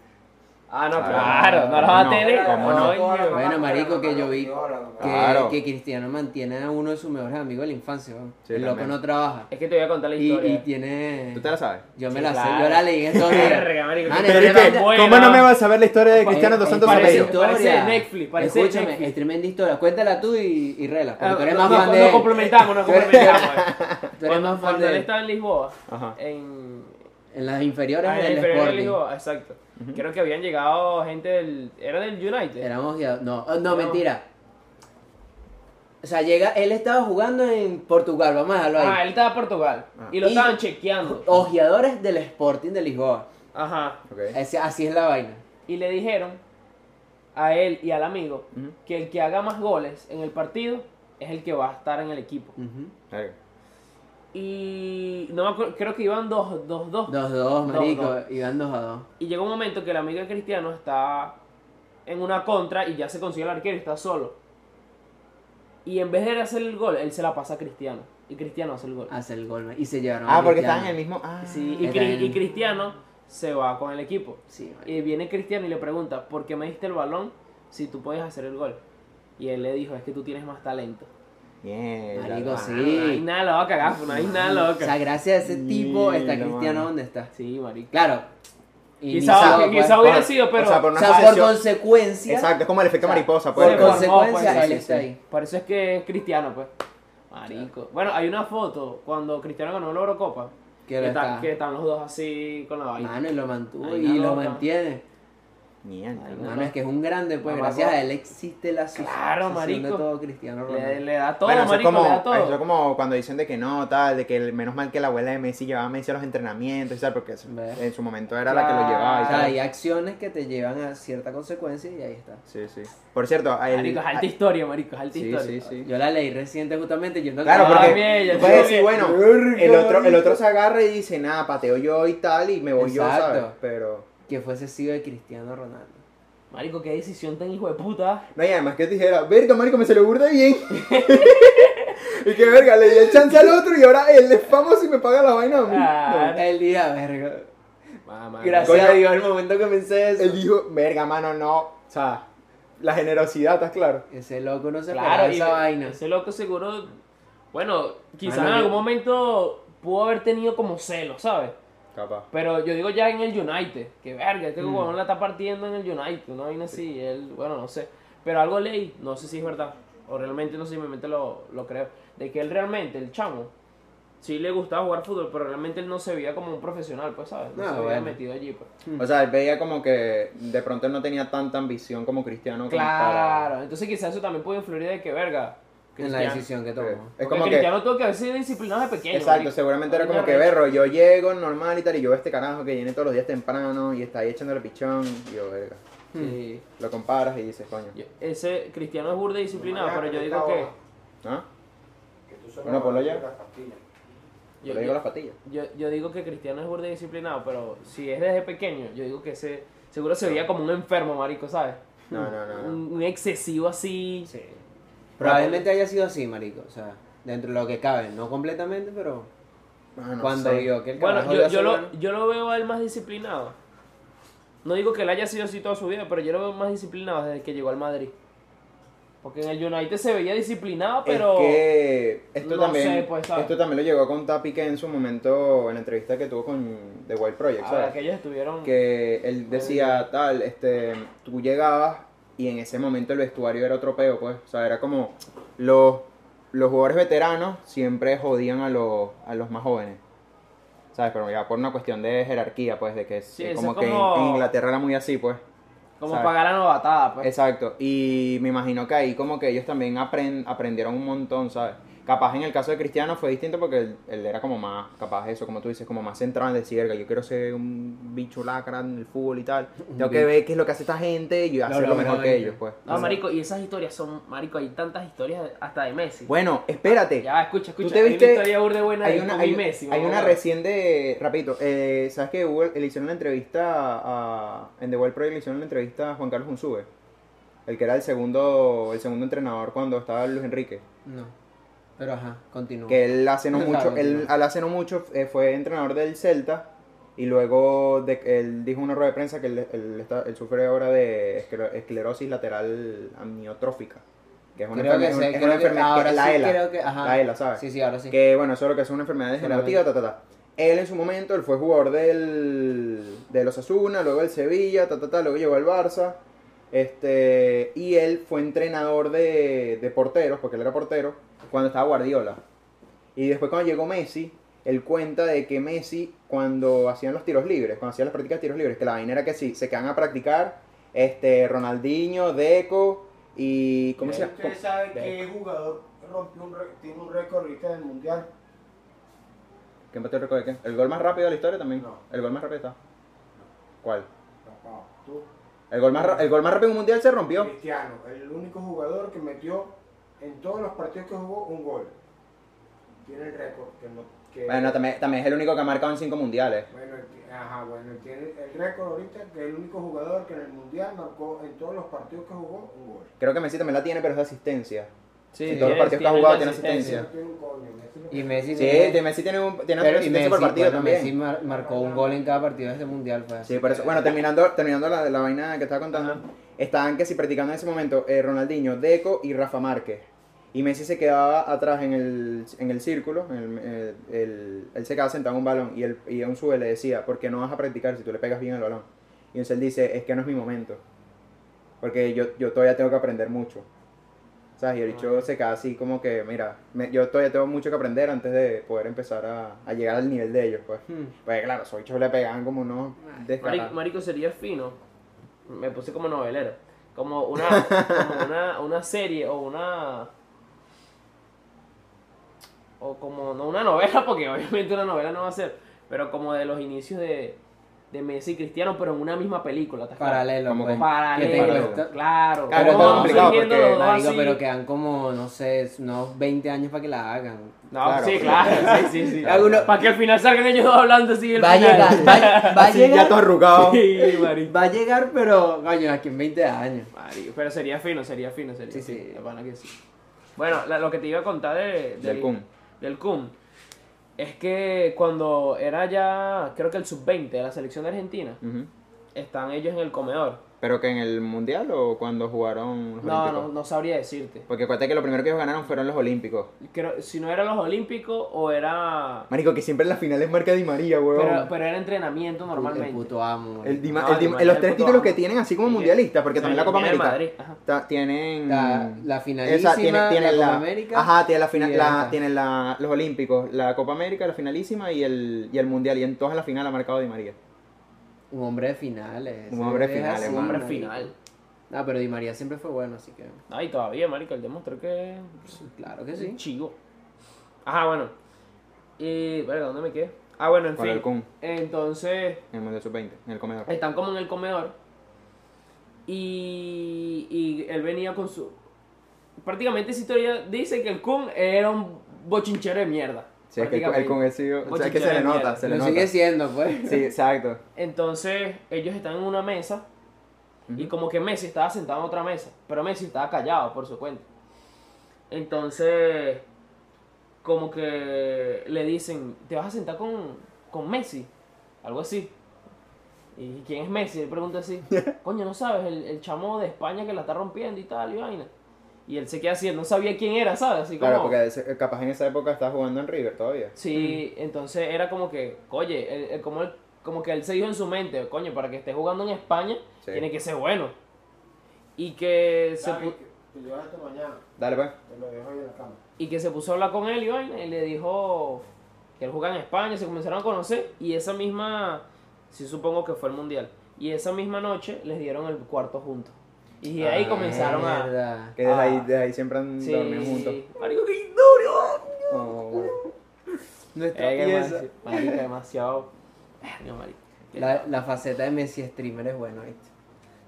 [SPEAKER 2] Ah, no,
[SPEAKER 1] Claro,
[SPEAKER 2] claro, no los va a
[SPEAKER 1] no,
[SPEAKER 2] tener.
[SPEAKER 1] cómo no.
[SPEAKER 2] Coño.
[SPEAKER 3] Bueno, marico, que yo vi que,
[SPEAKER 1] Claro.
[SPEAKER 3] que Cristiano mantiene a uno de sus mejores amigos de la infancia, bro.
[SPEAKER 1] Sí,
[SPEAKER 3] El loco
[SPEAKER 1] también.
[SPEAKER 3] no trabaja.
[SPEAKER 2] Es que te voy a contar la
[SPEAKER 3] Y,
[SPEAKER 2] historia.
[SPEAKER 3] y tiene...
[SPEAKER 1] ¿Tú te la sabes?
[SPEAKER 3] Yo me
[SPEAKER 2] Sí,
[SPEAKER 3] la sé,
[SPEAKER 2] claro.
[SPEAKER 3] yo la leí en estos días.
[SPEAKER 2] *laughs* *laughs* Verga, marico,
[SPEAKER 3] Mano,
[SPEAKER 2] qué
[SPEAKER 3] es
[SPEAKER 1] Pero es que,
[SPEAKER 2] tremenda-
[SPEAKER 3] tremenda-
[SPEAKER 2] buena.
[SPEAKER 1] ¿cómo no me vas a saber la historia de Cristiano
[SPEAKER 3] es-
[SPEAKER 1] dos
[SPEAKER 3] es
[SPEAKER 1] Santos
[SPEAKER 3] parece-
[SPEAKER 1] Apellido?
[SPEAKER 2] parece
[SPEAKER 3] historia.
[SPEAKER 2] Netflix, parece
[SPEAKER 3] Escúchame,
[SPEAKER 2] Netflix.
[SPEAKER 3] es tremenda historia. Cuéntala tú y, y rela, porque
[SPEAKER 2] Ah,
[SPEAKER 3] tú eres
[SPEAKER 2] no,
[SPEAKER 3] más
[SPEAKER 2] no,
[SPEAKER 3] fan
[SPEAKER 2] no
[SPEAKER 3] de él.
[SPEAKER 2] complementamos, no
[SPEAKER 3] Tú eres-
[SPEAKER 2] complementamos. eh.
[SPEAKER 3] *laughs* Tú eres más fan
[SPEAKER 2] Cuando él
[SPEAKER 3] de él.
[SPEAKER 2] estaba en Lisboa,
[SPEAKER 1] Ajá.
[SPEAKER 2] en.
[SPEAKER 3] En las inferiores
[SPEAKER 2] ah, en el
[SPEAKER 3] del
[SPEAKER 2] inferior de
[SPEAKER 3] Sporting.
[SPEAKER 2] Lisboa, exacto. Creo que habían llegado gente del. Era del United.
[SPEAKER 3] Éramos ya- No, oh, no,
[SPEAKER 2] No.
[SPEAKER 3] mentira. O sea, llega, él estaba jugando en Portugal, vamos a dejarlo ahí.
[SPEAKER 2] Ah, él estaba en Portugal.
[SPEAKER 1] Ah.
[SPEAKER 2] Y lo
[SPEAKER 3] Y- Oh.
[SPEAKER 2] estaban chequeando.
[SPEAKER 3] Ojeadores del Sporting de Lisboa.
[SPEAKER 2] Ajá.
[SPEAKER 1] Ok.
[SPEAKER 3] Ese- así es la vaina.
[SPEAKER 2] Y le dijeron a él y al amigo
[SPEAKER 1] Ujú.
[SPEAKER 2] que el que haga más goles en el partido es el que va a estar en el equipo.
[SPEAKER 3] Ujú.
[SPEAKER 1] Verga.
[SPEAKER 2] Y no me acuerdo, creo que iban dos, dos, dos.
[SPEAKER 3] Dos, dos,
[SPEAKER 2] Dos,
[SPEAKER 3] marico.
[SPEAKER 2] dos.
[SPEAKER 3] Iban dos a dos.
[SPEAKER 2] Y llega un momento que el amigo de Cristiano está en una contra y ya se consigue el arquero y está solo. Y en vez de él hacer el gol, él se la pasa a Cristiano. Y Cristiano hace el gol.
[SPEAKER 3] Hace el gol. Y se llevaron
[SPEAKER 1] Ah,
[SPEAKER 3] a
[SPEAKER 1] porque
[SPEAKER 3] Cristiano.
[SPEAKER 1] estaban en el mismo. Ah,
[SPEAKER 2] Sí, y,
[SPEAKER 3] Ah, Era
[SPEAKER 2] Cri-
[SPEAKER 3] él.
[SPEAKER 2] y Cristiano se va con el equipo.
[SPEAKER 3] Sí, marico.
[SPEAKER 2] Y viene Cristiano y le pregunta, ¿por qué me diste el balón si tú puedes hacer el gol? Y él le dijo, es que tú tienes más talento.
[SPEAKER 1] Mierda.
[SPEAKER 3] Marico,
[SPEAKER 1] mano.
[SPEAKER 3] sí.
[SPEAKER 2] No hay nada loca, gafo, no hay nada
[SPEAKER 3] O sea,
[SPEAKER 2] loca.
[SPEAKER 3] gracias a ese tipo está
[SPEAKER 1] Mierda,
[SPEAKER 3] Cristiano
[SPEAKER 1] mano.
[SPEAKER 3] donde está.
[SPEAKER 2] Sí, marico.
[SPEAKER 3] Claro.
[SPEAKER 2] Quizá,
[SPEAKER 3] iniciado, pues.
[SPEAKER 2] quizá hubiera
[SPEAKER 1] Por-
[SPEAKER 2] sido, pero...
[SPEAKER 1] o sea, por
[SPEAKER 3] O
[SPEAKER 1] una
[SPEAKER 3] sea, por
[SPEAKER 1] asociación-
[SPEAKER 3] consecuencia.
[SPEAKER 1] Exacto, es como el efecto
[SPEAKER 3] O sea,
[SPEAKER 1] mariposa.
[SPEAKER 3] Por
[SPEAKER 1] Pues.
[SPEAKER 2] se formó,
[SPEAKER 3] consecuencia,
[SPEAKER 2] pues,
[SPEAKER 3] él
[SPEAKER 2] sí,
[SPEAKER 3] está
[SPEAKER 2] sí.
[SPEAKER 3] ahí.
[SPEAKER 2] Por eso es que es cristiano, pues. Marico. Bueno, hay una foto cuando Cristiano ganó la Eurocopa.
[SPEAKER 3] Que
[SPEAKER 2] Que,
[SPEAKER 3] lo
[SPEAKER 2] está-
[SPEAKER 3] está.
[SPEAKER 2] que están los dos así con la vaina.
[SPEAKER 3] Mano, y lo mantuvo
[SPEAKER 2] Ahí
[SPEAKER 3] y
[SPEAKER 2] está
[SPEAKER 3] lo
[SPEAKER 2] loca.
[SPEAKER 3] mantiene.
[SPEAKER 1] Mierda.
[SPEAKER 2] Ay,
[SPEAKER 1] mano.
[SPEAKER 3] Mano, es que es un grande, pues
[SPEAKER 2] Mamá,
[SPEAKER 3] gracias
[SPEAKER 2] no.
[SPEAKER 3] a él existe la aso-
[SPEAKER 2] Claro,
[SPEAKER 3] asociación de
[SPEAKER 2] marico.
[SPEAKER 3] todo Cristiano
[SPEAKER 2] Le,
[SPEAKER 3] Ronaldo.
[SPEAKER 2] le da todo,
[SPEAKER 1] Bueno, eso es
[SPEAKER 2] marico,
[SPEAKER 1] como,
[SPEAKER 2] le da
[SPEAKER 1] eso es
[SPEAKER 2] todo.
[SPEAKER 1] como cuando dicen de que no, tal, de que el- menos mal que la abuela de Messi llevaba a Messi a los entrenamientos y tal, porque eso-
[SPEAKER 3] Ve.
[SPEAKER 1] en su momento era la que lo llevaba y
[SPEAKER 3] O sea,
[SPEAKER 1] tal.
[SPEAKER 3] hay acciones que te llevan a cierta consecuencia y ahí está.
[SPEAKER 1] Sí, sí. Por cierto, el-
[SPEAKER 2] Marico, es alta historia, marico, es alta
[SPEAKER 1] Sí, sí,
[SPEAKER 2] historia.
[SPEAKER 1] sí.
[SPEAKER 3] Yo la leí reciente justamente yendo al
[SPEAKER 1] Claro,
[SPEAKER 3] trabajo.
[SPEAKER 1] porque
[SPEAKER 2] Ah, bien, ya
[SPEAKER 1] tú puedes
[SPEAKER 2] estuvo
[SPEAKER 1] decir,
[SPEAKER 2] bien.
[SPEAKER 1] bueno, el otro, el otro se agarra y dice, nada, pateo yo y tal, y me voy yo,
[SPEAKER 3] Exacto.
[SPEAKER 1] ¿sabes? Pero...
[SPEAKER 3] que fuese sido de Cristiano Ronaldo.
[SPEAKER 2] Marico, qué decisión tan hijo de puta.
[SPEAKER 1] No, y además que te dijera, verga, marico, me se lo burda bien. *laughs* y que, verga, le di el chance al otro y ahora él es famoso y me paga la vaina a mí.
[SPEAKER 2] Ah,
[SPEAKER 3] El día, verga.
[SPEAKER 2] Mamá.
[SPEAKER 3] Gracias
[SPEAKER 1] Coño.
[SPEAKER 3] a Dios el momento que pensé
[SPEAKER 1] Él
[SPEAKER 3] eso.
[SPEAKER 1] dijo, verga, mano, no. O sea, la generosidad, ¿estás claro?
[SPEAKER 3] Ese loco no se
[SPEAKER 2] Claro,
[SPEAKER 3] esperaba
[SPEAKER 2] y
[SPEAKER 3] esa vaina.
[SPEAKER 2] ese loco seguro, bueno, quizás
[SPEAKER 3] Mano,
[SPEAKER 2] en
[SPEAKER 3] yo-
[SPEAKER 2] algún momento pudo haber tenido como celo, ¿sabes?
[SPEAKER 1] Capaz.
[SPEAKER 2] Pero yo digo ya en el United, que verga,
[SPEAKER 3] Mm.
[SPEAKER 2] este huevón la está partiendo en el United, una vaina así, él, bueno, no sé. Pero algo leí, no sé si es verdad, o realmente no sé, simplemente lo, lo creo, de que él realmente, el chamo, sí le gustaba jugar fútbol, pero realmente él no se veía como un profesional, pues, ¿sabes? No,
[SPEAKER 3] Ah,
[SPEAKER 2] se veía
[SPEAKER 3] bueno.
[SPEAKER 2] metido allí, pues.
[SPEAKER 1] O sea, él veía como que de pronto él no tenía tanta ambición como Cristiano. como para-
[SPEAKER 2] Claro, entonces quizás eso también puede influir de que verga.
[SPEAKER 3] En la
[SPEAKER 2] Cristiano-
[SPEAKER 3] decisión que tomó.
[SPEAKER 1] Es
[SPEAKER 2] Porque
[SPEAKER 1] como que...
[SPEAKER 2] Cristiano tuvo que haber sido disciplinado de pequeño.
[SPEAKER 1] Exacto,
[SPEAKER 2] marico.
[SPEAKER 1] seguramente era
[SPEAKER 2] Una
[SPEAKER 1] como que,
[SPEAKER 2] recha.
[SPEAKER 1] verro, yo llego normal y tal, y yo veo este carajo que viene todos los días temprano y está ahí echándole pichón, y yo, verga.
[SPEAKER 2] Sí.
[SPEAKER 1] Lo comparas y dices, coño.
[SPEAKER 2] Yo- Ese Cristiano es burda y disciplinado, pero yo digo que.
[SPEAKER 1] ¿Ah? Bueno,
[SPEAKER 4] Bueno,
[SPEAKER 1] pues
[SPEAKER 4] por
[SPEAKER 1] lo
[SPEAKER 4] lo
[SPEAKER 1] llevo. Yo
[SPEAKER 2] Yo,
[SPEAKER 1] le digo las patillas.
[SPEAKER 2] yo- yo digo que Cristiano es burda y disciplinado, pero si es desde pequeño, yo digo que ese. Seguro se veía como un enfermo, marico, ¿sabes?
[SPEAKER 1] No, no, no. no.
[SPEAKER 2] Un, un excesivo así.
[SPEAKER 3] Probablemente haya sido así, marico. O sea, dentro de lo que cabe. No completamente, pero
[SPEAKER 1] Ah, no
[SPEAKER 3] cuando
[SPEAKER 1] sé.
[SPEAKER 3] vio que el
[SPEAKER 2] Bueno,
[SPEAKER 3] carajo
[SPEAKER 2] yo,
[SPEAKER 3] iba
[SPEAKER 2] yo
[SPEAKER 3] solo,
[SPEAKER 2] lo, yo lo veo a él más disciplinado. No digo que él haya sido así toda su vida, pero yo lo veo más disciplinado desde que llegó al Madrid. Porque en el United se veía disciplinado, pero.
[SPEAKER 1] Es que esto,
[SPEAKER 2] no
[SPEAKER 1] también,
[SPEAKER 2] sé, pues, ¿sabes?
[SPEAKER 1] esto también lo llegó a contar Piqué en su momento en la entrevista que tuvo con The Wild Project,
[SPEAKER 2] Ahora
[SPEAKER 1] ¿sabes?
[SPEAKER 2] que ellos estuvieron.
[SPEAKER 1] Que él decía tal, este, tú llegabas y en ese momento el vestuario era otro peo, pues. O sea, era como los los jugadores veteranos siempre jodían a los, a los más jóvenes. ¿Sabes? Pero ya por una cuestión de jerarquía, pues, de que
[SPEAKER 2] Sí,
[SPEAKER 1] eh,
[SPEAKER 2] eso
[SPEAKER 1] como
[SPEAKER 2] es
[SPEAKER 1] que en-
[SPEAKER 2] como-
[SPEAKER 1] en Inglaterra era muy así, pues.
[SPEAKER 2] Como
[SPEAKER 1] ¿sabes?
[SPEAKER 2] pagar la novatada, pues.
[SPEAKER 1] Exacto, y me imagino que ahí como que ellos también apren- aprendieron un montón, ¿sabes? Capaz en el caso de Cristiano fue distinto porque él, él era como más, capaz eso, como tú dices, como más central, decir, "Verga, yo quiero ser un bicho lacra en el fútbol y
[SPEAKER 3] *laughs*
[SPEAKER 1] tal, tengo que ver qué es lo que hace esta gente y yo
[SPEAKER 3] No,
[SPEAKER 1] hacer
[SPEAKER 3] no,
[SPEAKER 1] lo mejor
[SPEAKER 3] no,
[SPEAKER 1] que
[SPEAKER 3] no.
[SPEAKER 1] ellos, pues.
[SPEAKER 2] No, marico, y esas historias son, marico, hay tantas historias hasta de Messi.
[SPEAKER 1] Bueno, espérate,
[SPEAKER 2] ya, escucha, escucha.
[SPEAKER 1] ¿tú te
[SPEAKER 2] hay
[SPEAKER 1] viste?
[SPEAKER 2] una historia burda buena
[SPEAKER 1] hay
[SPEAKER 2] de
[SPEAKER 1] una,
[SPEAKER 2] Kobe
[SPEAKER 1] hay,
[SPEAKER 2] y Messi.
[SPEAKER 1] hay
[SPEAKER 2] mamá.
[SPEAKER 1] una recién de, rapidito, eh, ¿sabes que Google le hicieron una entrevista a, en The World Project le hicieron una entrevista a Juan Carlos Unzube? El que era el segundo, el segundo entrenador cuando estaba Luis Enrique.
[SPEAKER 3] No. Pero ajá, continúa.
[SPEAKER 1] que él hace no
[SPEAKER 3] Claro,
[SPEAKER 1] mucho, él,
[SPEAKER 3] claro.
[SPEAKER 1] al hace no mucho eh, fue entrenador del Celta y luego de, él dijo en una rueda de prensa que él, él está- él sufre ahora de esclero- esclerosis lateral amniotrófica, que es una
[SPEAKER 3] Creo que
[SPEAKER 1] enfermedad,
[SPEAKER 3] sé,
[SPEAKER 1] es
[SPEAKER 3] creo
[SPEAKER 1] una
[SPEAKER 3] que
[SPEAKER 1] enfermedad que
[SPEAKER 3] ahora
[SPEAKER 1] es la
[SPEAKER 3] sí
[SPEAKER 1] ELA,
[SPEAKER 3] creo que- ajá.
[SPEAKER 1] la ELA, ¿sabes?
[SPEAKER 3] Sí, sí, ahora sí.
[SPEAKER 1] Que bueno, eso es lo que es una enfermedad degenerativa, ta, ta, ta. Él en su momento, él fue jugador del, de los Asuna, luego del Sevilla, ta, ta, ta, luego llegó al Barça. Este, y él fue entrenador de, de porteros, porque él era portero, cuando estaba Guardiola. Y después cuando llegó Messi, él cuenta de que Messi, cuando hacían los tiros libres, cuando hacían las prácticas de tiros libres, que la vaina era que sí, se quedan a practicar este, Ronaldinho, Deco y... ¿Cómo se llama?
[SPEAKER 4] Ustedes saben que jugador rompió un re- tiene un récord ahorita del mundial.
[SPEAKER 1] ¿Qué empató el récord de qué? ¿El gol más rápido de la historia también?
[SPEAKER 4] No.
[SPEAKER 1] ¿El gol más rápido está? ¿Cuál?
[SPEAKER 4] Papá, tú.
[SPEAKER 1] ¿El gol más, ra- el gol más rápido en un mundial se rompió?
[SPEAKER 4] Cristiano, el único jugador que metió en todos los partidos que jugó un gol. Tiene el récord. Que no, que-
[SPEAKER 1] Bueno, también, también es el único que ha marcado en cinco mundiales.
[SPEAKER 4] Bueno, él ti- ajá, bueno, él tiene el récord ahorita que el único jugador que en el mundial marcó en todos los partidos que jugó un gol.
[SPEAKER 1] Creo que Messi también la tiene, pero es de asistencia.
[SPEAKER 2] Sí,
[SPEAKER 1] en
[SPEAKER 2] tiene-
[SPEAKER 1] todos los partidos que ha
[SPEAKER 2] tiene
[SPEAKER 1] jugado
[SPEAKER 2] la
[SPEAKER 1] tiene asistencia.
[SPEAKER 4] No tiene un coño, Messi no-
[SPEAKER 3] Y Messi.
[SPEAKER 1] Sí,
[SPEAKER 3] tiene-
[SPEAKER 1] de Messi tiene, un, tiene
[SPEAKER 3] pero- y
[SPEAKER 1] asistencia
[SPEAKER 3] Messi,
[SPEAKER 1] por partido
[SPEAKER 3] bueno,
[SPEAKER 1] también.
[SPEAKER 3] Messi mar- marcó un gol en cada partido de este mundial. Pues,
[SPEAKER 1] Sí, por eso. Bueno, terminando, terminando la, la vaina que estaba contando, estaban que si practicando en ese momento eh, Ronaldinho, Deco y Rafa Márquez. Y Messi se quedaba atrás en el, en el círculo, en el- eh, el- él se quedaba sentado en un balón y, él, y a un sube le decía, ¿por qué no vas a practicar si tú le pegas bien al balón? Y entonces él dice, es que no es mi momento, porque yo, yo todavía tengo que aprender mucho. ¿Sabes? Y el dicho se queda así como que, mira, me- yo todavía tengo mucho que aprender antes de poder empezar a, a llegar al nivel de ellos, pues.
[SPEAKER 3] Hmm.
[SPEAKER 1] Pues claro, esos bichos le pegaban como unos
[SPEAKER 2] Marico,
[SPEAKER 1] descarados.
[SPEAKER 2] marico, sería fino. Me puse como novelero. Como
[SPEAKER 1] *laughs*
[SPEAKER 2] una, como una, una serie o una. O como, no una novela, *laughs* porque obviamente una novela no va a ser. Pero como de los inicios de, de Messi y Cristiano, pero en una misma película. ¿estás claro?
[SPEAKER 3] Paralelo.
[SPEAKER 1] Como
[SPEAKER 3] pues.
[SPEAKER 1] con-
[SPEAKER 2] Paralelo.
[SPEAKER 3] Que te-
[SPEAKER 1] Paralelo.
[SPEAKER 2] Claro.
[SPEAKER 1] Claro,
[SPEAKER 2] Como
[SPEAKER 3] está
[SPEAKER 2] van
[SPEAKER 1] complicado
[SPEAKER 2] surgiendo
[SPEAKER 1] porque,
[SPEAKER 2] los dos
[SPEAKER 3] Marico,
[SPEAKER 2] así.
[SPEAKER 3] pero quedan como, no sé, unos 20 años para que la hagan.
[SPEAKER 2] No,
[SPEAKER 1] Claro.
[SPEAKER 2] sí, claro. Sí, sí, sí.
[SPEAKER 3] Alguno-
[SPEAKER 2] Para que al final salgan ellos dos hablando así. el
[SPEAKER 3] Va a
[SPEAKER 2] final.
[SPEAKER 3] llegar, va, va a
[SPEAKER 1] Así, ya
[SPEAKER 3] llegar.
[SPEAKER 1] todo arrugado.
[SPEAKER 2] *laughs* Sí, marico.
[SPEAKER 3] Va a llegar, pero, coño, aquí en 20 años.
[SPEAKER 2] Marico, pero sería fino, sería fino, sería
[SPEAKER 3] Sí,
[SPEAKER 2] fino,
[SPEAKER 3] sí.
[SPEAKER 2] de pana que sí. Bueno, la- lo que te iba a contar de-
[SPEAKER 1] Del Kun.
[SPEAKER 2] del Kun es que cuando era ya, creo que el sub-20 de la selección de Argentina,
[SPEAKER 1] Ujú.
[SPEAKER 2] están ellos en el comedor.
[SPEAKER 1] ¿Pero que en el mundial o cuando jugaron los
[SPEAKER 2] No,
[SPEAKER 1] olímpicos?
[SPEAKER 2] no, no sabría decirte.
[SPEAKER 1] Porque acuérdate que lo primero que ellos ganaron fueron los olímpicos.
[SPEAKER 2] Creo, si no eran los olímpicos o era...
[SPEAKER 1] Marico, que siempre en las finales marca Di María, weón.
[SPEAKER 2] Pero, pero era entrenamiento normalmente.
[SPEAKER 3] El puto amo.
[SPEAKER 1] el Di Ma-
[SPEAKER 2] No,
[SPEAKER 1] el Di-
[SPEAKER 2] Di María
[SPEAKER 1] los
[SPEAKER 2] es
[SPEAKER 1] tres
[SPEAKER 2] puto
[SPEAKER 1] títulos
[SPEAKER 2] amo.
[SPEAKER 1] que tienen, así como
[SPEAKER 2] Sí,
[SPEAKER 1] mundialistas, porque
[SPEAKER 2] sí,
[SPEAKER 1] también la Copa
[SPEAKER 2] viene el
[SPEAKER 1] América.
[SPEAKER 2] Madrid, ajá.
[SPEAKER 1] Ta- tienen
[SPEAKER 3] La- la finalísima,
[SPEAKER 1] Esa, tiene- tiene
[SPEAKER 3] la Copa América
[SPEAKER 1] Ajá, tiene la final,
[SPEAKER 3] y
[SPEAKER 1] la-
[SPEAKER 3] esta.
[SPEAKER 1] tiene la- los olímpicos, la Copa América, la finalísima y el, y el mundial. Y en todas las finales ha marcado Di María.
[SPEAKER 3] Un hombre de finales.
[SPEAKER 1] Un hombre de
[SPEAKER 3] Es
[SPEAKER 1] finales,
[SPEAKER 3] así,
[SPEAKER 1] mano.
[SPEAKER 2] Hombre
[SPEAKER 3] marico.
[SPEAKER 2] final.
[SPEAKER 3] No, Ah, pero Di María siempre fue bueno, así que.
[SPEAKER 2] No, y todavía, marico, él demostró que
[SPEAKER 3] Claro que sí.
[SPEAKER 2] Chivo. Ajá, bueno. Y, verga, ¿dónde me quedé? Ah, bueno, en
[SPEAKER 1] Con el
[SPEAKER 2] fin.
[SPEAKER 1] Kun.
[SPEAKER 2] Entonces,
[SPEAKER 1] En el Mundial Sub-20, en el comedor.
[SPEAKER 2] están como en el comedor. Y, y él venía con su... Prácticamente esa historia dice que el Kun era un bochinchero de mierda.
[SPEAKER 1] Sí, es que el, Kun- el Kun es, o sea, es que se le
[SPEAKER 2] Bochinchero de
[SPEAKER 1] nota, se le
[SPEAKER 3] Lo
[SPEAKER 1] nota.
[SPEAKER 3] sigue siendo, pues.
[SPEAKER 1] Sí, exacto.
[SPEAKER 2] Entonces, ellos están en una mesa y como que Messi estaba sentado en otra mesa, pero Messi estaba callado por su cuenta. Entonces, como que le dicen, ¿te vas a sentar con, con Messi? Algo así. ¿Y quién es Messi? Él
[SPEAKER 1] *laughs*
[SPEAKER 2] pregunta así. Coño, no sabes, el, el chamo de España que la está rompiendo y tal, y vaina. Y él se queda así, él no sabía quién era, ¿sabes? Así como,
[SPEAKER 1] Claro, porque ese- capaz en esa época estaba jugando en River todavía.
[SPEAKER 2] Sí, entonces era como que, oye, él- él- como, él- como que él se dijo en su mente, coño, para que esté jugando en España,
[SPEAKER 1] Sí.
[SPEAKER 2] tiene que ser bueno. Y que se
[SPEAKER 4] ¿Saben
[SPEAKER 2] pu-
[SPEAKER 4] que- te llevas esto mañana.
[SPEAKER 1] Dale, pues.
[SPEAKER 4] Te lo dejo ahí en la cama.
[SPEAKER 2] y que se puso a hablar con él y vaina, y le dijo que él jugaba en España, se comenzaron a conocer y esa misma, sí supongo que fue el mundial, y esa misma noche les dieron el cuarto juntos. Y de ahí comenzaron a...
[SPEAKER 3] Ah, Mierda.
[SPEAKER 1] Que desde,
[SPEAKER 2] Ah.
[SPEAKER 1] ahí, desde ahí siempre han
[SPEAKER 2] Sí,
[SPEAKER 1] dormido juntos.
[SPEAKER 2] Marico, qué duro.
[SPEAKER 1] Oh, bueno.
[SPEAKER 3] Nuestra
[SPEAKER 2] Eh, que
[SPEAKER 3] pieza.
[SPEAKER 2] demasi- marico, demasiado... Verga, marico.
[SPEAKER 3] La, la faceta de Messi streamer es buena, ¿viste?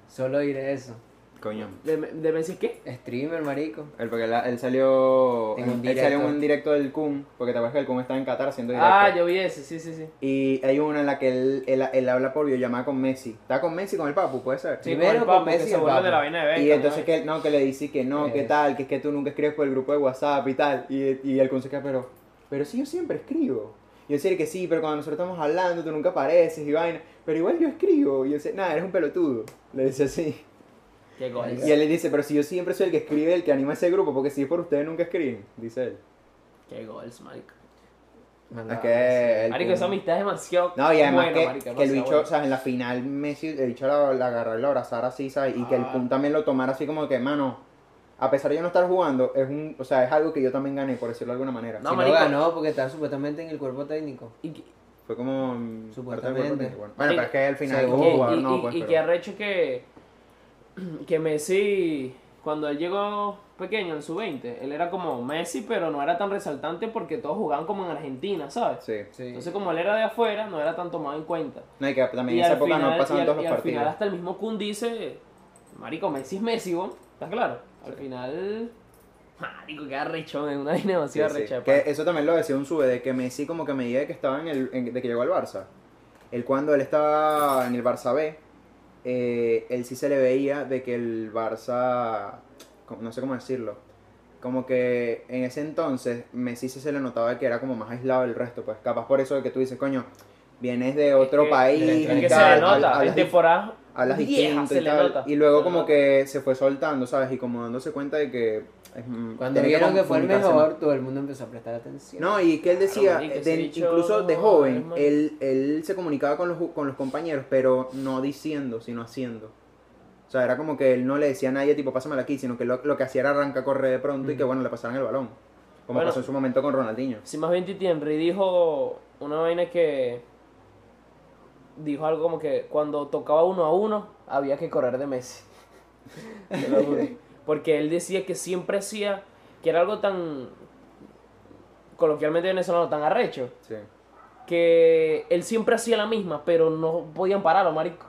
[SPEAKER 3] Solo diré eso.
[SPEAKER 1] Coño.
[SPEAKER 2] ¿De, de Messi qué?
[SPEAKER 3] Streamer, marico.
[SPEAKER 1] Él, porque él, él salió.
[SPEAKER 3] En un
[SPEAKER 1] él salió en
[SPEAKER 3] directo.
[SPEAKER 1] un directo del Kun. Porque te acuerdas que el Kun está en Qatar haciendo directo.
[SPEAKER 2] Ah, yo vi ese, sí, sí, sí.
[SPEAKER 1] Y hay una en la que él, él, él habla por videollamada con Messi. Está con Messi, con el Papu, puede ser.
[SPEAKER 2] Sí,
[SPEAKER 3] Primero
[SPEAKER 2] con el
[SPEAKER 3] con
[SPEAKER 2] Papu, que
[SPEAKER 3] Messi y
[SPEAKER 2] se
[SPEAKER 3] el
[SPEAKER 2] vuelve
[SPEAKER 3] Papu.
[SPEAKER 2] de la vaina de Beckham.
[SPEAKER 1] Y entonces
[SPEAKER 2] ¿no?
[SPEAKER 1] que no, que le dice que no, que
[SPEAKER 3] Eh.
[SPEAKER 1] tal, que es que tú nunca escribes por el grupo de WhatsApp y tal. Y, y el Kun se queda, pero, pero sí, yo siempre escribo. Y él dice que sí, pero cuando nosotros estamos hablando tú nunca apareces y vaina. Pero igual yo escribo. Y él dice, nada, eres un pelotudo. Le dice así.
[SPEAKER 2] Qué coño.
[SPEAKER 1] Y él le dice, pero si yo siempre soy el que escribe, el que anima ese grupo, porque si es por ustedes nunca escriben, dice él.
[SPEAKER 2] Qué goals, marico.
[SPEAKER 1] Es
[SPEAKER 3] Mandaba
[SPEAKER 1] que el
[SPEAKER 2] Marico,
[SPEAKER 1] Kun-
[SPEAKER 2] esa amistad es demasiado
[SPEAKER 1] No, y además
[SPEAKER 2] buena,
[SPEAKER 1] que,
[SPEAKER 2] marico,
[SPEAKER 1] que el
[SPEAKER 2] demasiado
[SPEAKER 1] bicho,
[SPEAKER 2] buena.
[SPEAKER 1] o sea, en la final Messi, el bicho la, la agarró y la abrazara así, ¿sabes? Y que el
[SPEAKER 2] Ah.
[SPEAKER 1] Kun también lo tomara así como que, mano, a pesar de yo no estar jugando, es un, o sea, es algo que yo también gané, por decirlo de alguna manera.
[SPEAKER 2] No,
[SPEAKER 3] Si
[SPEAKER 2] marico.
[SPEAKER 3] lo ganó porque está supuestamente en el cuerpo técnico.
[SPEAKER 2] Y que-
[SPEAKER 1] Fue como... mm, parte del
[SPEAKER 3] Supuestamente.
[SPEAKER 1] cuerpo técnico, Bueno, Bueno, pero es que al final
[SPEAKER 3] Sí,
[SPEAKER 1] como
[SPEAKER 2] Que-
[SPEAKER 1] jugador
[SPEAKER 2] y,
[SPEAKER 1] no,
[SPEAKER 2] y-
[SPEAKER 1] pues,
[SPEAKER 2] y que
[SPEAKER 1] pero-
[SPEAKER 2] arrecho que, *clears throat* que Messi, cuando él llegó pequeño, en su 20, él era como Messi, pero no era tan resaltante porque todos jugaban como en Argentina, ¿sabes?
[SPEAKER 1] Sí.
[SPEAKER 3] Sí.
[SPEAKER 2] Entonces, como él era de afuera, no era tan tomado en cuenta.
[SPEAKER 1] No, y que también
[SPEAKER 2] y
[SPEAKER 1] en esa
[SPEAKER 2] al
[SPEAKER 1] época
[SPEAKER 2] final,
[SPEAKER 1] no
[SPEAKER 2] y
[SPEAKER 1] pasaban
[SPEAKER 2] al-
[SPEAKER 1] todos los
[SPEAKER 2] y al final
[SPEAKER 1] partidos.
[SPEAKER 2] hasta el mismo Kun dice, marico, Messi es Messi, ¿vos? ¿Estás claro? Al final, marico, qué arrechón, es una vaina
[SPEAKER 1] Sí,
[SPEAKER 2] demasiado
[SPEAKER 1] sí.
[SPEAKER 2] arrecha. de
[SPEAKER 1] Que
[SPEAKER 2] pana.
[SPEAKER 1] eso también lo decía un sube, de que Messi como que a medida de que estaba en el, en- de que llegó al Barça, él cuando él estaba en el Barça B, eh, él sí se le veía de que el Barça, como- no sé cómo decirlo, como que en ese entonces Messi sí se le notaba que era como más aislado del resto, pues capaz por eso de que tú dices, coño, vienes de otro
[SPEAKER 2] Es que-
[SPEAKER 1] país,
[SPEAKER 2] Es
[SPEAKER 1] y
[SPEAKER 2] que se
[SPEAKER 1] tal,
[SPEAKER 2] le nota,
[SPEAKER 1] hablas
[SPEAKER 2] en temporada
[SPEAKER 1] hablas
[SPEAKER 2] vieja
[SPEAKER 1] distinto
[SPEAKER 2] se
[SPEAKER 1] y
[SPEAKER 2] le
[SPEAKER 1] tal.
[SPEAKER 2] nota.
[SPEAKER 1] Y luego
[SPEAKER 2] se le
[SPEAKER 1] como
[SPEAKER 2] nota.
[SPEAKER 1] que se fue soltando, ¿sabes? Y como dándose cuenta de que... es, mm,
[SPEAKER 3] Cuando
[SPEAKER 1] tiene
[SPEAKER 3] vieron que fue el
[SPEAKER 1] comunicarse más.
[SPEAKER 3] mejor, todo el mundo empezó a prestar atención.
[SPEAKER 1] No, y que él decía, eh,
[SPEAKER 2] marico, ese
[SPEAKER 1] de-
[SPEAKER 2] bicho
[SPEAKER 1] incluso de
[SPEAKER 2] no,
[SPEAKER 1] joven,
[SPEAKER 2] es mal-
[SPEAKER 1] él, él se comunicaba con los, ju- con los compañeros, pero no diciendo, sino haciendo. O sea, era como que él no le decía a nadie, tipo, pásamela aquí, sino que lo, lo que hacía era arrancar, correr de pronto y que, bueno, le pasaran el balón. Como
[SPEAKER 2] Bueno.
[SPEAKER 1] pasó en su momento con Ronaldinho.
[SPEAKER 2] Si más bien Titi Henry dijo una vaina que dijo algo como que cuando tocaba uno a uno había que correr de Messi. *laughs* Te lo juro. Porque él decía que siempre hacía que era algo tan coloquialmente venezolano tan arrecho
[SPEAKER 1] Sí.
[SPEAKER 2] que él siempre hacía la misma, pero no podían pararlo, marico.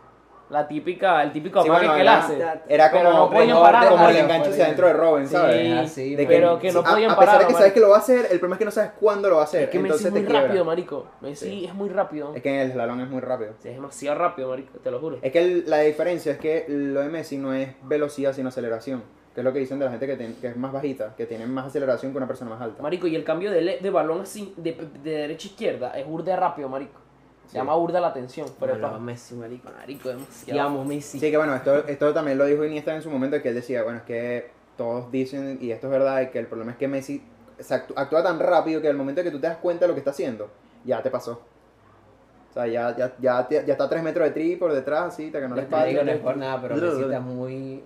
[SPEAKER 2] La típica, el típico
[SPEAKER 1] Sí,
[SPEAKER 2] amague
[SPEAKER 1] bueno,
[SPEAKER 2] que él
[SPEAKER 1] era-
[SPEAKER 2] hace.
[SPEAKER 1] Era como,
[SPEAKER 2] Pero no podían
[SPEAKER 1] como-
[SPEAKER 2] parar,
[SPEAKER 1] como el
[SPEAKER 2] marico.
[SPEAKER 1] enganche hacia adentro de Robin,
[SPEAKER 2] Sí,
[SPEAKER 1] ¿sabes?
[SPEAKER 3] Ah, sí,
[SPEAKER 1] De
[SPEAKER 2] pero que, no
[SPEAKER 1] a-
[SPEAKER 2] podían
[SPEAKER 1] a, pesar
[SPEAKER 2] parar.
[SPEAKER 1] de que sabes que lo va a hacer, el problema es que no sabes cuándo lo va a hacer.
[SPEAKER 2] es que Messi
[SPEAKER 1] entonces
[SPEAKER 2] es muy
[SPEAKER 1] te quiebra.
[SPEAKER 2] rápido, marico. Messi
[SPEAKER 1] Sí.
[SPEAKER 2] es muy rápido.
[SPEAKER 1] Es que el slalom es muy rápido.
[SPEAKER 2] Sí, Es demasiado rápido, marico, te lo juro.
[SPEAKER 1] Es que el- la diferencia es que lo de Messi no es velocidad sino aceleración, que es lo que dicen de la gente que, tiene- que es más bajita, que tienen más aceleración que una persona más alta.
[SPEAKER 2] Marico, y el cambio de, le- de balón así, de, de derecha a izquierda, es burda de rápido, marico. Se
[SPEAKER 1] Sí.
[SPEAKER 2] llama burda la atención, pero
[SPEAKER 3] Pero
[SPEAKER 2] está-
[SPEAKER 3] Messi, marico.
[SPEAKER 2] Marico,
[SPEAKER 3] Te
[SPEAKER 2] demasiado.
[SPEAKER 3] amo, Messi.
[SPEAKER 1] Sí, que bueno, esto, esto también lo dijo Iniesta en su momento, que él decía, bueno, es que todos dicen, y esto es verdad, de que el problema es que Messi se actú- actúa tan rápido que al momento que tú te das cuenta de lo que está haciendo, ya te pasó. O sea, ya, ya, ya, te- ya está a tres metros de tri por detrás, así, te ganó la
[SPEAKER 3] Marico, no
[SPEAKER 1] espalda.
[SPEAKER 3] es por nada, pero
[SPEAKER 1] Blah,
[SPEAKER 3] Messi
[SPEAKER 1] blah.
[SPEAKER 3] está muy...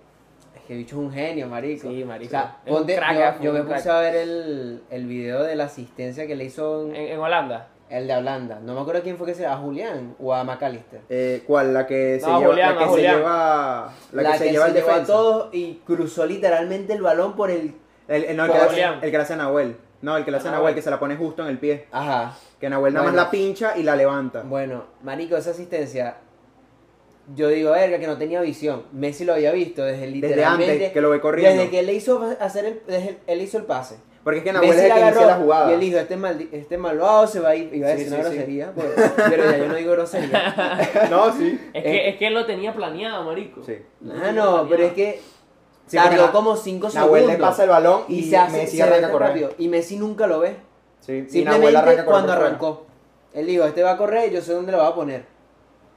[SPEAKER 3] Es que bicho es un genio, marico.
[SPEAKER 2] Sí, marico.
[SPEAKER 3] O sea,
[SPEAKER 2] Es un
[SPEAKER 3] ponte-
[SPEAKER 2] crack,
[SPEAKER 3] yo-
[SPEAKER 2] ah,
[SPEAKER 3] yo,
[SPEAKER 2] un
[SPEAKER 3] me
[SPEAKER 2] crack.
[SPEAKER 3] puse a ver el, el video de la asistencia que le hizo
[SPEAKER 2] En, en Holanda.
[SPEAKER 3] el de Holanda. No me acuerdo quién fue que se a Julián o a McAllister.
[SPEAKER 1] Eh, ¿Cuál? La que se
[SPEAKER 2] No,
[SPEAKER 1] lleva,
[SPEAKER 2] Julián,
[SPEAKER 1] la que
[SPEAKER 2] no,
[SPEAKER 1] se
[SPEAKER 2] Julián.
[SPEAKER 1] lleva, la que se lleva el
[SPEAKER 3] a
[SPEAKER 1] defensa.
[SPEAKER 3] todos y cruzó literalmente el balón por el...
[SPEAKER 1] El, el- no, el que,
[SPEAKER 2] Como
[SPEAKER 1] le hace,
[SPEAKER 2] León.
[SPEAKER 1] el que le hace a Nahuel. No, el que le hace a
[SPEAKER 2] Nahuel.
[SPEAKER 1] Nahuel, que se la pone justo en el pie.
[SPEAKER 3] Ajá.
[SPEAKER 1] Que Nahuel nada
[SPEAKER 3] Ah, Bueno.
[SPEAKER 1] más la pincha y la levanta.
[SPEAKER 3] Bueno, marico, esa asistencia... Yo digo, verga, que no tenía visión. Messi lo había visto desde literalmente...
[SPEAKER 1] antes, que lo ve corriendo.
[SPEAKER 3] Desde que él le hizo hacer el... desde- él hizo el pase.
[SPEAKER 1] Porque es que Nahuel
[SPEAKER 3] Messi
[SPEAKER 1] es el que
[SPEAKER 3] agarró
[SPEAKER 1] inicia la jugada.
[SPEAKER 3] Y él dijo, este, maldi- este malvado se va a ir, iba a
[SPEAKER 1] Sí,
[SPEAKER 3] decir
[SPEAKER 1] sí,
[SPEAKER 3] una
[SPEAKER 1] sí.
[SPEAKER 3] grosería, pues, pero ya yo no digo
[SPEAKER 1] *laughs*
[SPEAKER 3] grosería.
[SPEAKER 1] No, sí.
[SPEAKER 2] Es,
[SPEAKER 3] Eh.
[SPEAKER 2] que, es que él lo tenía planeado, marico.
[SPEAKER 1] Sí.
[SPEAKER 3] Ah, no, pero es que
[SPEAKER 1] Sí, porque
[SPEAKER 3] tardó
[SPEAKER 1] Na-
[SPEAKER 3] como 5
[SPEAKER 1] Nahuel
[SPEAKER 3] segundos.
[SPEAKER 1] le pasa el balón y,
[SPEAKER 3] se hace,
[SPEAKER 1] Messi
[SPEAKER 3] se
[SPEAKER 1] arranca
[SPEAKER 3] mete
[SPEAKER 1] a correr.
[SPEAKER 3] rápido, y Messi nunca lo ve.
[SPEAKER 1] Sí, y
[SPEAKER 3] Simplemente
[SPEAKER 1] Nahuel arranca a correr
[SPEAKER 3] cuando
[SPEAKER 1] por fuera.
[SPEAKER 3] arrancó. Él dijo, este va a correr, yo sé dónde lo va a poner.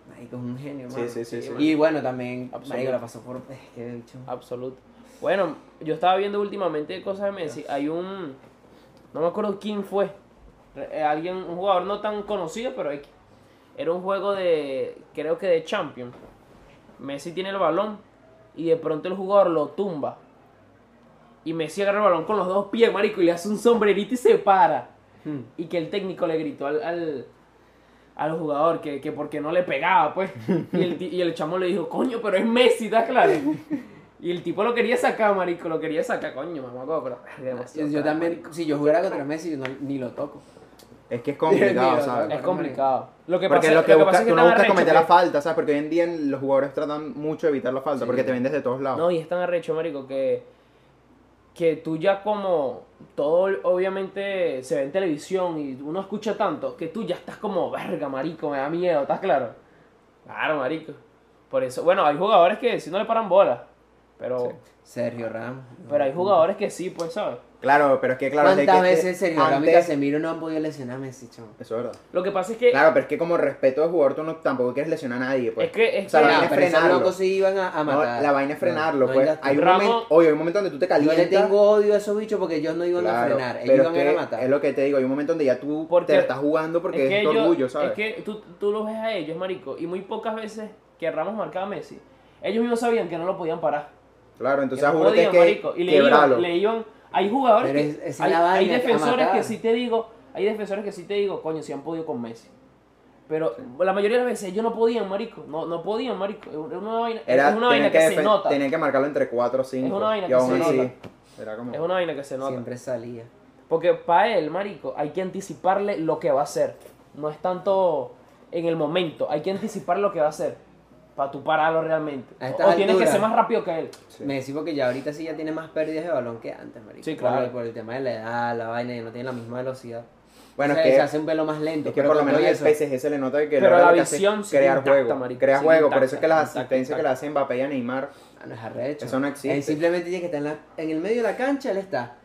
[SPEAKER 3] Marico, es un genio,
[SPEAKER 1] Sí,
[SPEAKER 3] mano.
[SPEAKER 1] sí, sí, Ah, sí.
[SPEAKER 3] Y bueno, también
[SPEAKER 2] Absoluto.
[SPEAKER 3] Marico la pasó por... Es que bicho.
[SPEAKER 2] Absoluto. Bueno, yo estaba viendo últimamente cosas de Messi. Hay un. No me acuerdo quién fue. Eh, Alguien, un jugador no tan conocido, pero X. Era un juego de. Creo que de Champions. Messi tiene el balón. Y de pronto el jugador lo tumba. Y Messi agarra el balón con los dos pies, marico, y le hace un sombrerito y se para.
[SPEAKER 3] Hmm.
[SPEAKER 2] Y que el técnico le gritó al, al, al jugador que, que porque no le
[SPEAKER 1] *laughs*
[SPEAKER 2] pegaba, pues. Y el, ti- y el chamo le dijo, coño, pero es Messi, ¿estás
[SPEAKER 1] *laughs*
[SPEAKER 2] claro? Y el tipo lo quería sacar, marico, lo quería sacar, coño, mamá, pero es
[SPEAKER 3] Yo,
[SPEAKER 2] demasiado
[SPEAKER 3] yo
[SPEAKER 2] caro,
[SPEAKER 3] también,
[SPEAKER 2] marico.
[SPEAKER 3] si yo jugara contra Messi, yo no- ni lo toco.
[SPEAKER 1] Es que es complicado,
[SPEAKER 3] *laughs* Dios,
[SPEAKER 1] ¿sabes?
[SPEAKER 2] Es complicado. Lo que
[SPEAKER 1] Porque
[SPEAKER 2] pasa,
[SPEAKER 1] lo que,
[SPEAKER 2] lo que
[SPEAKER 1] buscas,
[SPEAKER 2] pasa es que
[SPEAKER 1] tú no
[SPEAKER 2] tan
[SPEAKER 1] buscas
[SPEAKER 2] arrecho
[SPEAKER 1] cometer la
[SPEAKER 2] que-
[SPEAKER 1] falta, ¿sabes? Porque hoy en día los jugadores tratan mucho de evitar la falta,
[SPEAKER 3] Sí.
[SPEAKER 1] porque te vendes de todos lados.
[SPEAKER 2] No, y es tan arrecho, marico, que, que tú ya como todo obviamente se ve en televisión y uno escucha tanto, que tú ya estás como, verga, marico, me da miedo, ¿estás claro? Claro, marico. Por eso, bueno, hay jugadores que si no le paran bola, pero,
[SPEAKER 3] Sergio Ramos.
[SPEAKER 2] pero hay jugadores que sí, pues, ¿sabes?
[SPEAKER 1] Claro, pero es que claro...
[SPEAKER 3] ¿Cuántas
[SPEAKER 1] desde que-
[SPEAKER 3] veces Sergio Ramos y
[SPEAKER 1] antes-
[SPEAKER 3] Casemiro no han podido lesionar a Messi, chamo?
[SPEAKER 1] Eso es verdad.
[SPEAKER 2] Lo que pasa es que...
[SPEAKER 1] Claro, pero es que como respeto de jugador tú no, tampoco quieres lesionar a nadie, pues.
[SPEAKER 2] Es que- es
[SPEAKER 1] o sea,
[SPEAKER 2] que-
[SPEAKER 1] la
[SPEAKER 3] No,
[SPEAKER 1] vaina es
[SPEAKER 3] pero esos
[SPEAKER 1] frenarlo.
[SPEAKER 3] locos sí iban a, a
[SPEAKER 1] No,
[SPEAKER 3] matar.
[SPEAKER 1] la vaina es
[SPEAKER 3] No,
[SPEAKER 1] frenarlo,
[SPEAKER 3] no
[SPEAKER 1] pues.
[SPEAKER 3] vengas tú.
[SPEAKER 1] hay un
[SPEAKER 2] Ramos-
[SPEAKER 1] momento, oye, hay un momento donde tú te
[SPEAKER 3] Yo
[SPEAKER 1] calientas.
[SPEAKER 3] le tengo odio a esos bichos porque ellos no iban a
[SPEAKER 1] Claro,
[SPEAKER 3] frenar. Ellos
[SPEAKER 1] pero
[SPEAKER 3] iban
[SPEAKER 1] es
[SPEAKER 3] a
[SPEAKER 1] que
[SPEAKER 3] matar.
[SPEAKER 1] es lo que te digo, hay un momento donde ya tú
[SPEAKER 2] Porque-
[SPEAKER 1] te la estás jugando porque es, tu
[SPEAKER 2] ellos-
[SPEAKER 1] orgullo, ¿sabes?
[SPEAKER 2] Es que tú, tú los ves a ellos, marico, y muy pocas veces que Ramos marcaba a Messi, ellos mismos sabían que no lo podían parar.
[SPEAKER 1] Claro, entonces
[SPEAKER 2] que no
[SPEAKER 1] juro que es
[SPEAKER 2] podían,
[SPEAKER 1] que
[SPEAKER 2] marico, y le
[SPEAKER 1] quebrarlo.
[SPEAKER 2] iban, le iban- hay jugadores
[SPEAKER 3] Pero
[SPEAKER 2] que,
[SPEAKER 3] es- esa es
[SPEAKER 2] hay,
[SPEAKER 3] la
[SPEAKER 2] hay
[SPEAKER 3] vaina, a
[SPEAKER 2] defensores
[SPEAKER 3] matar.
[SPEAKER 2] que sí te digo, hay defensores que sí te digo, coño, si han podido con Messi. Pero la mayoría de las veces ellos no podían, marico, no, no podían, marico, es una vaina,
[SPEAKER 1] Era,
[SPEAKER 2] es una vaina que,
[SPEAKER 1] tenían
[SPEAKER 2] se
[SPEAKER 1] defen-
[SPEAKER 2] nota.
[SPEAKER 1] tenían que marcarlo entre 4 o 5.
[SPEAKER 2] Es una vaina
[SPEAKER 1] y
[SPEAKER 2] que
[SPEAKER 1] aún
[SPEAKER 2] se
[SPEAKER 1] así,
[SPEAKER 2] nota.
[SPEAKER 1] Era como...
[SPEAKER 2] Es una vaina que se nota.
[SPEAKER 3] Siempre salía.
[SPEAKER 2] Porque para él, marico, hay que anticiparle lo que va a hacer. No es tanto en el momento, hay que anticipar lo que va a hacer. Para tú pararlo realmente.
[SPEAKER 3] A
[SPEAKER 2] O-
[SPEAKER 3] estas
[SPEAKER 2] O tienes que
[SPEAKER 3] alturas.
[SPEAKER 2] ser más rápido que él.
[SPEAKER 1] Sí.
[SPEAKER 3] Messi porque ya ahorita sí ya tiene más pérdidas de balón que antes, marico.
[SPEAKER 2] Sí,
[SPEAKER 3] Por lo-
[SPEAKER 2] claro.
[SPEAKER 3] Por, el tema de la edad, la vaina, ya no tiene la misma velocidad.
[SPEAKER 1] Bueno,
[SPEAKER 3] O sea,
[SPEAKER 1] es que-
[SPEAKER 3] se hace un pelo más lento.
[SPEAKER 1] Es que
[SPEAKER 3] pero
[SPEAKER 1] por lo
[SPEAKER 3] con
[SPEAKER 1] menos
[SPEAKER 3] todo
[SPEAKER 1] el
[SPEAKER 3] eso-
[SPEAKER 1] PSG se le nota que
[SPEAKER 2] Pero
[SPEAKER 1] logra
[SPEAKER 2] la
[SPEAKER 1] lo que hace
[SPEAKER 2] visión sigue
[SPEAKER 1] crear
[SPEAKER 2] intacta,
[SPEAKER 1] juego,
[SPEAKER 2] marico,
[SPEAKER 1] crea
[SPEAKER 2] sigue
[SPEAKER 1] juego, por
[SPEAKER 2] intacta,
[SPEAKER 1] eso es que las
[SPEAKER 2] intacta,
[SPEAKER 1] asistencias que le
[SPEAKER 2] intacta.
[SPEAKER 1] hacen Mbappé y a Neymar,
[SPEAKER 3] Ah, no es arrecho.
[SPEAKER 1] Eso no existe.
[SPEAKER 3] Él simplemente tiene que estar en, la- en el medio de la cancha, él está.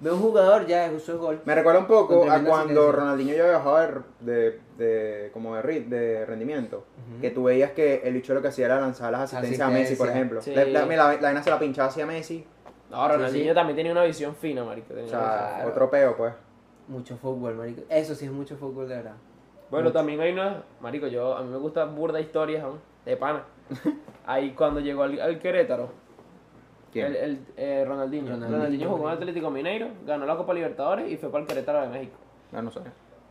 [SPEAKER 3] Ve un jugador, ya eso es gol.
[SPEAKER 1] me recuerda un
[SPEAKER 3] Con
[SPEAKER 1] poco a
[SPEAKER 3] tremenda
[SPEAKER 1] cuando
[SPEAKER 3] asistencia.
[SPEAKER 1] Ronaldinho ya había bajado de, de, de- como de, rit- de rendimiento, que tú veías que el bicho lo que hacía era lanzar las asistencias a Messi, por
[SPEAKER 3] Asistencia.
[SPEAKER 1] ejemplo.
[SPEAKER 2] Sí.
[SPEAKER 1] La, la, la- la vaina se la pinchaba hacia Messi,
[SPEAKER 2] No, Ronaldinho
[SPEAKER 3] sí.
[SPEAKER 2] también tenía una visión fina, marico. tenía
[SPEAKER 1] o
[SPEAKER 2] una visión
[SPEAKER 1] sea,
[SPEAKER 3] Claro.
[SPEAKER 1] otro peo, pues.
[SPEAKER 3] Mucho fútbol, marico. Eso sí es mucho fútbol de verdad.
[SPEAKER 2] Bueno, también hay una, marico, yo, a mí me gusta burda historias, ¿no? de pana. Ahí cuando llegó al, al Querétaro, el,
[SPEAKER 1] ¿Quién?
[SPEAKER 2] el, eh, Ronaldinho.
[SPEAKER 3] Ronaldinho.
[SPEAKER 2] Ronaldinho, jugó en Atlético Mineiro, ganó la Copa Libertadores y fue para el Querétaro de México.
[SPEAKER 1] Ah, no sé.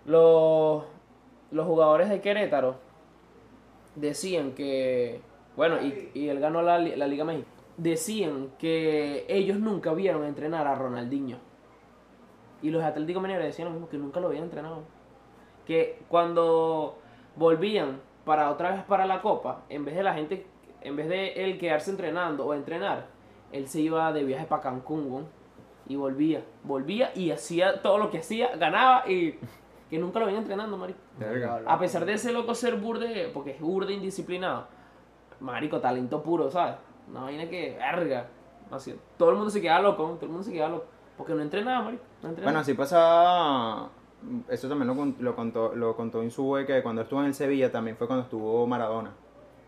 [SPEAKER 2] Los, los jugadores de Querétaro decían que, bueno, y, y él ganó la, li- la Liga México, decían que ellos nunca vieron entrenar a Ronaldinho. Y los Atlético Mineiro decían lo mismo, que nunca lo habían entrenado. Que cuando volvían para otra vez para la Copa, en vez de la gente, en vez de él quedarse entrenando o entrenar, él se iba de viaje para Cancún, weón, y volvía, volvía y hacía todo lo que hacía, ganaba y que nunca lo habían entrenando, marico.
[SPEAKER 1] Verga.
[SPEAKER 2] A pesar de ese loco ser burde, porque es burde indisciplinado, marico, talento puro, ¿sabes? Una vaina que, verga, así, todo el mundo se queda loco, todo el mundo se queda loco, porque no entrenaba, marico, no entrenaba.
[SPEAKER 1] Bueno, así pasa. Eso también lo, con- lo contó, lo contó Insúe, que cuando estuvo en el Sevilla también fue cuando estuvo Maradona.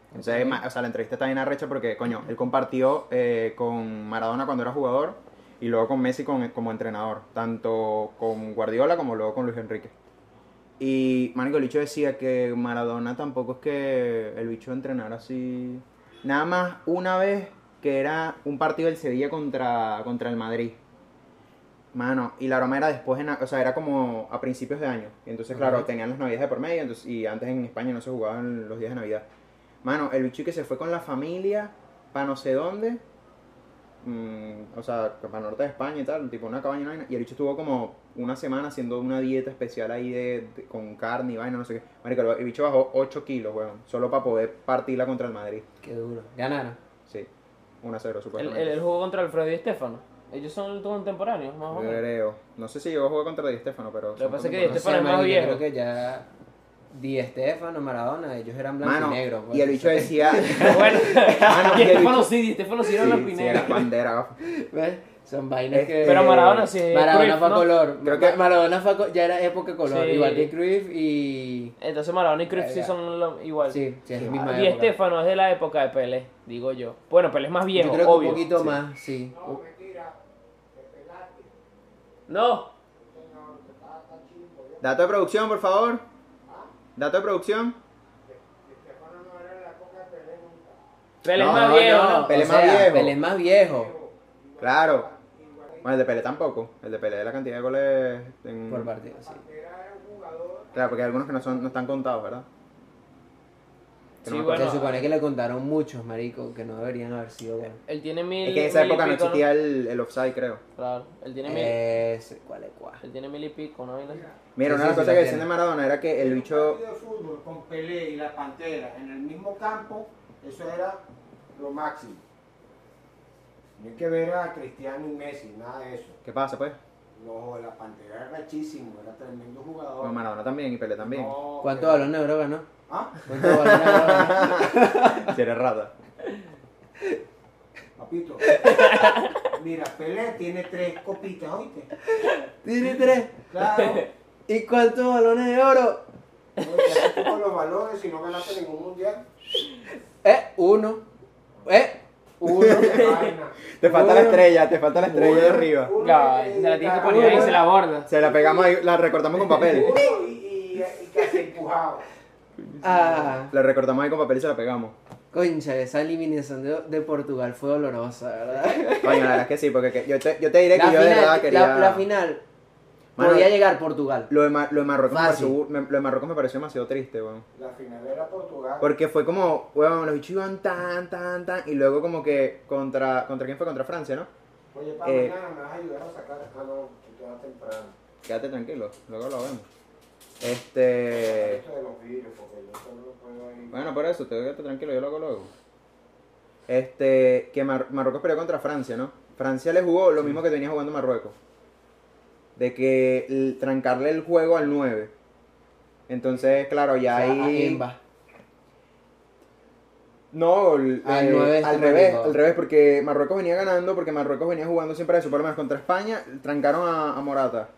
[SPEAKER 1] Entonces, ma- o sea, la entrevista está bien arrecha porque, coño, él compartió eh, con Maradona cuando era jugador y luego con Messi con- como entrenador, tanto con Guardiola como luego con Luis Enrique. Y Manico el bicho decía que Maradona tampoco es que el bicho entrenara así. Nada más una vez que era un partido del Sevilla contra, contra el Madrid. Mano, y la broma era después, en, o sea, era como a principios de año. Y entonces, claro,
[SPEAKER 3] Ajá.
[SPEAKER 1] tenían las navidades de por medio, entonces, y antes en España no se jugaban los días de Navidad. Mano, el bicho que se fue con la familia para no sé dónde, mm, o sea, para norte de España y tal, tipo una cabaña y una vaina, y el bicho estuvo como una semana haciendo una dieta especial ahí de, de- con carne y vaina, no sé qué. Marico, el bicho bajó 8 kilos, weón, solo para poder partirla contra el Madrid.
[SPEAKER 3] Qué duro. Ganaron.
[SPEAKER 1] Sí, 1-0,
[SPEAKER 2] el,
[SPEAKER 1] supuestamente.
[SPEAKER 2] el, el juego contra Alfredo y Estefano, ellos son contemporáneos, más o menos.
[SPEAKER 1] Creo. No sé si llegó a jugar contra Di Stefano, pero...
[SPEAKER 2] que pasa es que Di
[SPEAKER 1] son
[SPEAKER 2] Este Stefano es más
[SPEAKER 3] marico,
[SPEAKER 2] viejo.
[SPEAKER 3] Creo que ya Di Estefano, Maradona, ellos eran blancos
[SPEAKER 1] Mano,
[SPEAKER 3] y negros. pues.
[SPEAKER 1] y el bicho
[SPEAKER 2] *laughs*
[SPEAKER 1] decía...
[SPEAKER 2] Pero
[SPEAKER 3] *laughs*
[SPEAKER 2] bueno,
[SPEAKER 3] Ah,
[SPEAKER 1] Mano,
[SPEAKER 2] y
[SPEAKER 1] y el
[SPEAKER 2] Estefano
[SPEAKER 1] bicho-
[SPEAKER 2] sí, y Estefano sí
[SPEAKER 1] Sí,
[SPEAKER 2] era la
[SPEAKER 1] sí, era bandera.
[SPEAKER 3] ¿Ves? Son vainas
[SPEAKER 1] Eh,
[SPEAKER 3] que...
[SPEAKER 2] Pero Maradona sí es
[SPEAKER 3] Maradona
[SPEAKER 2] Cruyff,
[SPEAKER 3] fue a
[SPEAKER 2] ¿no?
[SPEAKER 3] color.
[SPEAKER 1] Creo que-
[SPEAKER 3] Ma- Maradona fue a co- ya era época color.
[SPEAKER 2] Sí.
[SPEAKER 3] Igual que Cruyff y...
[SPEAKER 2] Entonces Maradona y Cruyff sí
[SPEAKER 3] Verga.
[SPEAKER 2] son lo- igual.
[SPEAKER 3] Sí, sí, es la misma
[SPEAKER 2] y
[SPEAKER 3] época.
[SPEAKER 2] Estefano Pues, es de la época de Pelé, digo yo. Bueno, Pelé es más viejo,
[SPEAKER 3] Yo creo que
[SPEAKER 2] obvio.
[SPEAKER 3] un poquito más, sí.
[SPEAKER 4] No, mentira. Te pelaste.
[SPEAKER 2] No,
[SPEAKER 4] Señor, te estaba tan chimbo. ya.
[SPEAKER 1] Dato de producción, por favor. Dato de producción.
[SPEAKER 4] Estefano no era la coca de Pelé nunca.
[SPEAKER 2] Pelé
[SPEAKER 3] No,
[SPEAKER 2] es más viejo,
[SPEAKER 3] no,
[SPEAKER 2] ¿no?
[SPEAKER 1] Pelé
[SPEAKER 3] o
[SPEAKER 1] más
[SPEAKER 3] sea,
[SPEAKER 1] viejo.
[SPEAKER 3] Pelé es más viejo.
[SPEAKER 1] Claro.
[SPEAKER 4] Igual
[SPEAKER 1] Bueno, el de Pelé tampoco. El de Pelé la cantidad de goles
[SPEAKER 2] Mm.
[SPEAKER 1] en...
[SPEAKER 3] por partido, sí.
[SPEAKER 1] Claro, porque hay algunos que no, son, no están contados, ¿verdad? Que no
[SPEAKER 2] Sí,
[SPEAKER 1] me
[SPEAKER 2] bueno.
[SPEAKER 1] acuerdo.
[SPEAKER 3] Se supone que le contaron muchos, marico, que no deberían haber sido bueno.
[SPEAKER 2] Él tiene mil.
[SPEAKER 1] Es que en esa
[SPEAKER 2] mil y
[SPEAKER 1] época no
[SPEAKER 2] pico,
[SPEAKER 1] existía el, el offside, creo.
[SPEAKER 2] Claro, él tiene mil.
[SPEAKER 3] Eh. Ese, ¿cuál es cuál?
[SPEAKER 2] Él tiene mil y pico, ¿no? vaina así.
[SPEAKER 1] Mira, una
[SPEAKER 3] Sí, sí,
[SPEAKER 1] de las
[SPEAKER 3] sí,
[SPEAKER 1] cosas
[SPEAKER 3] la
[SPEAKER 1] que decían
[SPEAKER 3] tiene.
[SPEAKER 1] de Maradona era que el
[SPEAKER 4] Un
[SPEAKER 1] bicho...
[SPEAKER 4] partido de fútbol con Pelé y la Pantera en el mismo campo, eso era lo máximo. No hay que ver a Cristiano y Messi, nada de eso.
[SPEAKER 1] ¿Qué pasa, pues?
[SPEAKER 4] No, la Pantera era rachísimo, era tremendo jugador.
[SPEAKER 1] Bueno, Maradona también y Pelé también.
[SPEAKER 4] No,
[SPEAKER 3] ¿Cuántos
[SPEAKER 4] pero-
[SPEAKER 3] balones de oro ganó?
[SPEAKER 4] ¿Ah?
[SPEAKER 3] ¿Cuántos balones de oro ganó?
[SPEAKER 1] Si eres rata.
[SPEAKER 2] *laughs*
[SPEAKER 4] Papito. Mira, Pelé tiene tres copitas, ¿oíste?
[SPEAKER 3] *laughs* Tiene tres.
[SPEAKER 4] Claro.
[SPEAKER 3] ¿Y cuántos balones de oro?
[SPEAKER 4] No, te haces tú con los valores si no ganaste ningún mundial.
[SPEAKER 3] Eh, uno. Eh, uno. *laughs*
[SPEAKER 4] Qué vaina.
[SPEAKER 1] Te falta la
[SPEAKER 3] Bueno.
[SPEAKER 1] estrella, te falta la estrella de
[SPEAKER 3] Bueno.
[SPEAKER 1] arriba.
[SPEAKER 4] Uno
[SPEAKER 2] Ya,
[SPEAKER 4] y-
[SPEAKER 2] se la tienes que
[SPEAKER 4] y-
[SPEAKER 2] poner ahí,
[SPEAKER 4] uno-
[SPEAKER 2] se la borda.
[SPEAKER 1] Se la pegamos ahí, la recortamos con papel.
[SPEAKER 4] uno y, y, y casi empujado.
[SPEAKER 3] Ah,
[SPEAKER 1] La recortamos ahí con papel y se la pegamos.
[SPEAKER 3] concha, esa eliminación de, de Portugal fue dolorosa, ¿verdad?
[SPEAKER 1] Coño, la verdad es que sí, porque que- yo, te, yo te diré que
[SPEAKER 3] La
[SPEAKER 1] yo de verdad
[SPEAKER 3] final,
[SPEAKER 1] quería...
[SPEAKER 3] la, la final.
[SPEAKER 1] Mano,
[SPEAKER 3] podía llegar Portugal.
[SPEAKER 1] Lo de, Ma- lo de Marruecos me
[SPEAKER 3] Fácil.
[SPEAKER 1] pareció- me- lo de Marruecos me pareció demasiado triste, weón.
[SPEAKER 4] La final era Portugal.
[SPEAKER 1] Porque fue como, weón, los bichos iban tan, tan, tan. Y luego, como que, contra. ¿Contra quién fue? Contra Francia, ¿no?
[SPEAKER 4] Oye, para
[SPEAKER 1] Eh.
[SPEAKER 4] mañana me vas a ayudar a sacar acá no, que te va temprano.
[SPEAKER 1] Quédate tranquilo, luego lo vemos. Este.
[SPEAKER 4] Esto de los vidrios, porque yo solo no puedo ir.
[SPEAKER 1] Bueno, por eso, te quédate tranquilo, yo lo hago luego. Este. Que Mar- Marruecos peleó contra Francia, ¿no? Francia le jugó lo mismo que tenía jugando Marruecos. De que el- trancarle el juego al 9. Entonces, claro, ya
[SPEAKER 3] O sea, a
[SPEAKER 1] ahí.
[SPEAKER 3] Emba.
[SPEAKER 1] No, el-
[SPEAKER 3] Al
[SPEAKER 1] eh,
[SPEAKER 3] nueve
[SPEAKER 1] al
[SPEAKER 3] este
[SPEAKER 1] revés,
[SPEAKER 3] marico.
[SPEAKER 1] al revés, porque Marruecos venía ganando, porque Marruecos venía jugando siempre eso, por lo menos contra España trancaron a, a Morata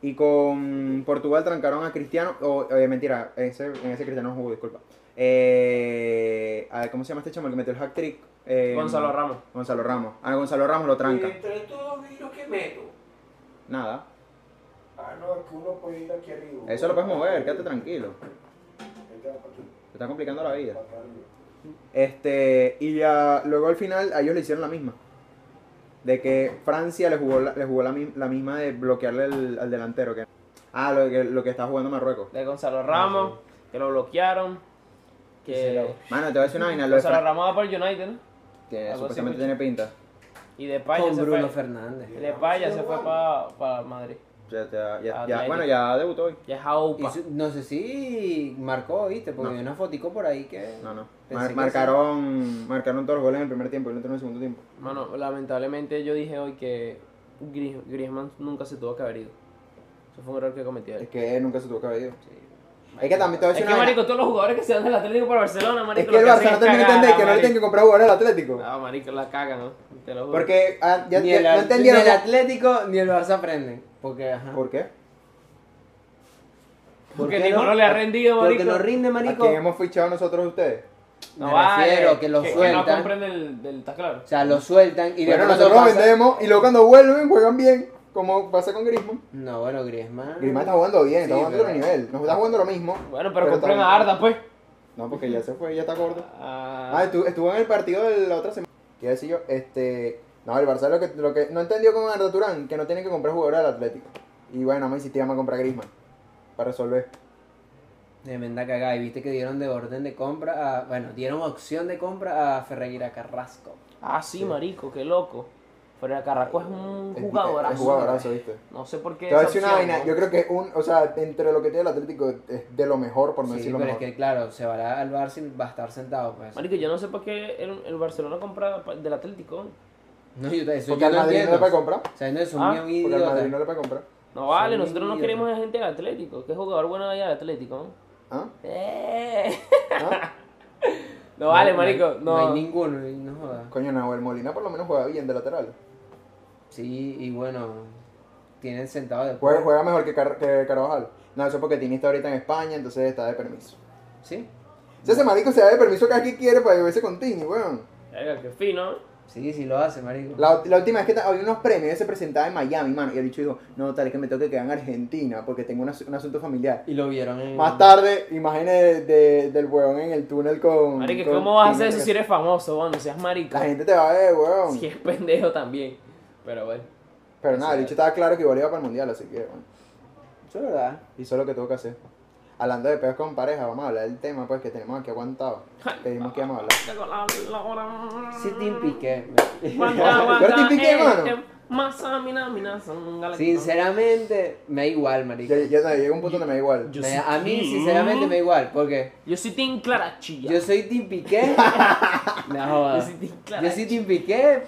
[SPEAKER 1] y con Portugal trancaron a Cristiano, o eh, mentira, ese, en ese Cristiano no jugó, disculpa. Eh, a ver, ¿Cómo se llama este chamo el que metió el hat trick? Eh,
[SPEAKER 2] Gonzalo Ramos.
[SPEAKER 1] Gonzalo Ramos. A Gonzalo Ramos lo
[SPEAKER 4] Y
[SPEAKER 1] tranca.
[SPEAKER 4] entre estos dos vidrios que meto.
[SPEAKER 1] Nada,
[SPEAKER 4] Ah, no, es que uno puede ir aquí arriba.
[SPEAKER 1] eso lo puedes mover, quédate tranquilo.
[SPEAKER 4] Vente para aquí,
[SPEAKER 1] Te está complicando la vida.
[SPEAKER 4] para acá arriba.
[SPEAKER 1] Este, y ya, luego al final a ellos le hicieron la misma. De que Francia le jugó la, le jugó la, mi- la misma de bloquearle el- al delantero. Que, ah, lo que, lo que está jugando Marruecos.
[SPEAKER 2] De Gonzalo Ramos, que lo bloquearon.
[SPEAKER 3] se
[SPEAKER 2] Que.
[SPEAKER 3] lo-
[SPEAKER 1] Mano, te voy a decir una vaina. Lo de
[SPEAKER 2] Gonzalo
[SPEAKER 1] Fran-
[SPEAKER 2] Ramos va por United, ¿no?
[SPEAKER 1] que
[SPEAKER 2] algo
[SPEAKER 1] supuestamente
[SPEAKER 2] así,
[SPEAKER 1] tiene pinta.
[SPEAKER 2] Y de Paya
[SPEAKER 3] Con
[SPEAKER 2] se
[SPEAKER 3] Bruno
[SPEAKER 2] fue.
[SPEAKER 3] Fernández.
[SPEAKER 2] De Paya se fue para Madrid.
[SPEAKER 1] Ya- ya- ya-
[SPEAKER 2] Ah,
[SPEAKER 1] ya-
[SPEAKER 2] ya-
[SPEAKER 1] bueno, ya debutó hoy.
[SPEAKER 2] Ya es
[SPEAKER 3] Y
[SPEAKER 2] Aupa.
[SPEAKER 3] su- no sé si marcó, viste, porque
[SPEAKER 1] No.
[SPEAKER 3] vi una fotico por ahí que.
[SPEAKER 1] No, no.
[SPEAKER 3] Pensé
[SPEAKER 1] Mar-
[SPEAKER 3] que
[SPEAKER 1] marcaron, marcaron todos los goles en el primer tiempo y no entró en el segundo tiempo.
[SPEAKER 2] Mano, lamentablemente yo dije hoy que Gris- Griezmann nunca se tuvo que haber ido. Eso fue un error que cometió él.
[SPEAKER 1] Es que nunca se tuvo que haber ido. Es que también te voy a
[SPEAKER 2] Es
[SPEAKER 1] decir
[SPEAKER 2] que,
[SPEAKER 1] una vaina.
[SPEAKER 2] marico, todos los jugadores que se van del Atlético para Barcelona,
[SPEAKER 1] Es
[SPEAKER 2] marico,
[SPEAKER 1] que el
[SPEAKER 2] lo hacen
[SPEAKER 1] Barça no termina de
[SPEAKER 2] cagarla,
[SPEAKER 1] entender que no le
[SPEAKER 2] marico. Ah,
[SPEAKER 1] tienen que comprar jugadores al Atlético.
[SPEAKER 2] No, marico, la cagan, ¿no? Te lo juro.
[SPEAKER 1] Porque ah, ya,
[SPEAKER 3] ni,
[SPEAKER 1] ya-
[SPEAKER 3] el,
[SPEAKER 1] no
[SPEAKER 3] At-
[SPEAKER 1] entendieron.
[SPEAKER 3] ni el Atlético ni el Barça aprenden. Porque, ajá.
[SPEAKER 1] ¿Por qué?
[SPEAKER 2] Porque
[SPEAKER 3] ¿Por qué
[SPEAKER 2] ninguno le ha rendido,
[SPEAKER 3] Porque
[SPEAKER 2] marico.
[SPEAKER 3] no rinde,
[SPEAKER 1] ¿A
[SPEAKER 3] marico.
[SPEAKER 1] quién hemos fichado nosotros ustedes?
[SPEAKER 2] No
[SPEAKER 3] Me
[SPEAKER 2] vale,
[SPEAKER 3] refiero que lo
[SPEAKER 2] no
[SPEAKER 3] sueltan.
[SPEAKER 2] compren el, del, ¿estás claro?
[SPEAKER 3] O sea, lo sueltan y de
[SPEAKER 1] bueno,
[SPEAKER 3] pronto
[SPEAKER 1] nosotros lo
[SPEAKER 3] pasa-
[SPEAKER 1] vendemos y luego cuando vuelven juegan bien, como pasa con Griezmann.
[SPEAKER 3] No, bueno, Griezmann.
[SPEAKER 1] Griezmann está jugando bien, está
[SPEAKER 3] Sí,
[SPEAKER 1] jugando
[SPEAKER 3] pero-
[SPEAKER 1] otro nivel. Nos está jugando lo mismo.
[SPEAKER 2] Bueno, pero,
[SPEAKER 1] está
[SPEAKER 2] compren
[SPEAKER 1] bien.
[SPEAKER 2] a Arda, pues.
[SPEAKER 1] No, porque ya se fue, ya está gordo. Ah,
[SPEAKER 2] Ah,
[SPEAKER 1] estuvo, estuvo en el partido de la otra semana. Quiero decir yo, este... No, el Barça lo que, lo que no entendió con Arda Turán, que no tienen que comprar jugadores al Atlético. Y bueno, vamos a insistir, vamos a comprar a Griezmann. Para resolver.
[SPEAKER 3] Tremenda cagada. Y viste que dieron de orden de compra a. Bueno, dieron opción de compra a Ferreira Carrasco.
[SPEAKER 2] ah, sí, marico, qué loco. Pero el Carrasco es un
[SPEAKER 1] Es-
[SPEAKER 2] jugadorazo.
[SPEAKER 1] Es jugadorazo, viste.
[SPEAKER 2] No sé por qué.
[SPEAKER 1] Te voy a
[SPEAKER 2] esa
[SPEAKER 1] decir una
[SPEAKER 2] opción,
[SPEAKER 1] vaina,
[SPEAKER 2] ¿no?
[SPEAKER 1] yo creo que un... O sea, entre lo que tiene el Atlético es de lo mejor, por no
[SPEAKER 3] sí,
[SPEAKER 1] decir
[SPEAKER 3] pero
[SPEAKER 1] lo
[SPEAKER 3] es
[SPEAKER 1] mejor.
[SPEAKER 3] que, claro, se va al Barça y va a estar sentado, pues.
[SPEAKER 2] Marico, yo no sé por qué el, el Barcelona compra pa- del Atlético.
[SPEAKER 3] No, yo te eso
[SPEAKER 1] Porque
[SPEAKER 3] yo
[SPEAKER 1] al
[SPEAKER 3] no
[SPEAKER 1] Madrid no le
[SPEAKER 3] entiendo.
[SPEAKER 1] puede comprar.
[SPEAKER 3] O sea, no, son
[SPEAKER 2] Ah,
[SPEAKER 1] Porque al Madrid
[SPEAKER 3] bien
[SPEAKER 1] no
[SPEAKER 3] idiotas.
[SPEAKER 1] le puede comprar.
[SPEAKER 2] No vale,
[SPEAKER 3] Son
[SPEAKER 2] nosotros no
[SPEAKER 3] idiotas.
[SPEAKER 2] queremos a gente del Atlético. ¿Qué jugador bueno hay del Atlético? ¿no?
[SPEAKER 1] ¿Ah?
[SPEAKER 2] Eh.
[SPEAKER 1] ¿Ah?
[SPEAKER 2] *laughs* No vale,
[SPEAKER 3] No,
[SPEAKER 2] marico.
[SPEAKER 3] No hay,
[SPEAKER 2] No.
[SPEAKER 3] ninguno, y no jodas.
[SPEAKER 1] Coño, Nahuel Molina por lo menos juega bien de lateral.
[SPEAKER 3] Sí, y bueno, tienen sentado después.
[SPEAKER 2] Pues-
[SPEAKER 1] Juega, juega mejor que, Car- que Carvajal. No, eso porque Tini está ahorita en España, entonces está de permiso.
[SPEAKER 3] Sí,
[SPEAKER 1] O sea, ese marico se da de permiso que aquí quiere para beberse con Tini, weón.
[SPEAKER 2] Verga, qué fino. ¿eh?
[SPEAKER 3] sí, sí lo hace, marico.
[SPEAKER 1] La, la última vez que ta- había unos premios, él se presentaba en Miami, mano, y el bicho dijo, no, tal es que me tengo que quedar en Argentina porque tengo un, as- un asunto familiar.
[SPEAKER 3] Y lo vieron
[SPEAKER 2] Mm.
[SPEAKER 3] en...
[SPEAKER 1] Más tarde, imágenes de- de- del weón en el túnel con...
[SPEAKER 2] Marico,
[SPEAKER 1] con
[SPEAKER 2] ¿cómo vas a
[SPEAKER 1] Tini.
[SPEAKER 2] hacer eso si eres famoso, bueno? Seas marico. *laughs*
[SPEAKER 1] La gente te va a ver, weón.
[SPEAKER 2] Si es pendejo también. Pero bueno.
[SPEAKER 1] Pero nada, el bicho estaba claro que igual iba para el mundial, así que bueno.
[SPEAKER 3] Eso es verdad.
[SPEAKER 1] Hizo lo que tuvo que hacer. Hablando de peos con pareja, vamos a hablar del tema pues que tenemos aquí aguantado. Que dijimos que íbamos a hablar.
[SPEAKER 2] Llegó la- la hora.
[SPEAKER 3] Sí,
[SPEAKER 1] *laughs*
[SPEAKER 3] Tim Piqué.
[SPEAKER 2] Aguanta, aguanta,
[SPEAKER 1] Pero Tim Piqué,
[SPEAKER 2] eh,
[SPEAKER 1] mano.
[SPEAKER 2] eh, masa, mina, mina, son galactos.
[SPEAKER 3] Sinceramente, me da igual, marico.
[SPEAKER 1] Yo, yo, yo llegué a un punto donde me da igual.
[SPEAKER 2] Yo
[SPEAKER 3] Me-
[SPEAKER 2] soy
[SPEAKER 3] Eh, a mí,
[SPEAKER 2] Tim.
[SPEAKER 3] sinceramente, me da igual, porque
[SPEAKER 2] Yo soy Tim Clarachilla.
[SPEAKER 3] yo soy
[SPEAKER 1] *laughs*
[SPEAKER 3] Tim Piqué. No, joda.
[SPEAKER 2] Yo soy Team Clara.
[SPEAKER 3] Yo soy Tim Piqué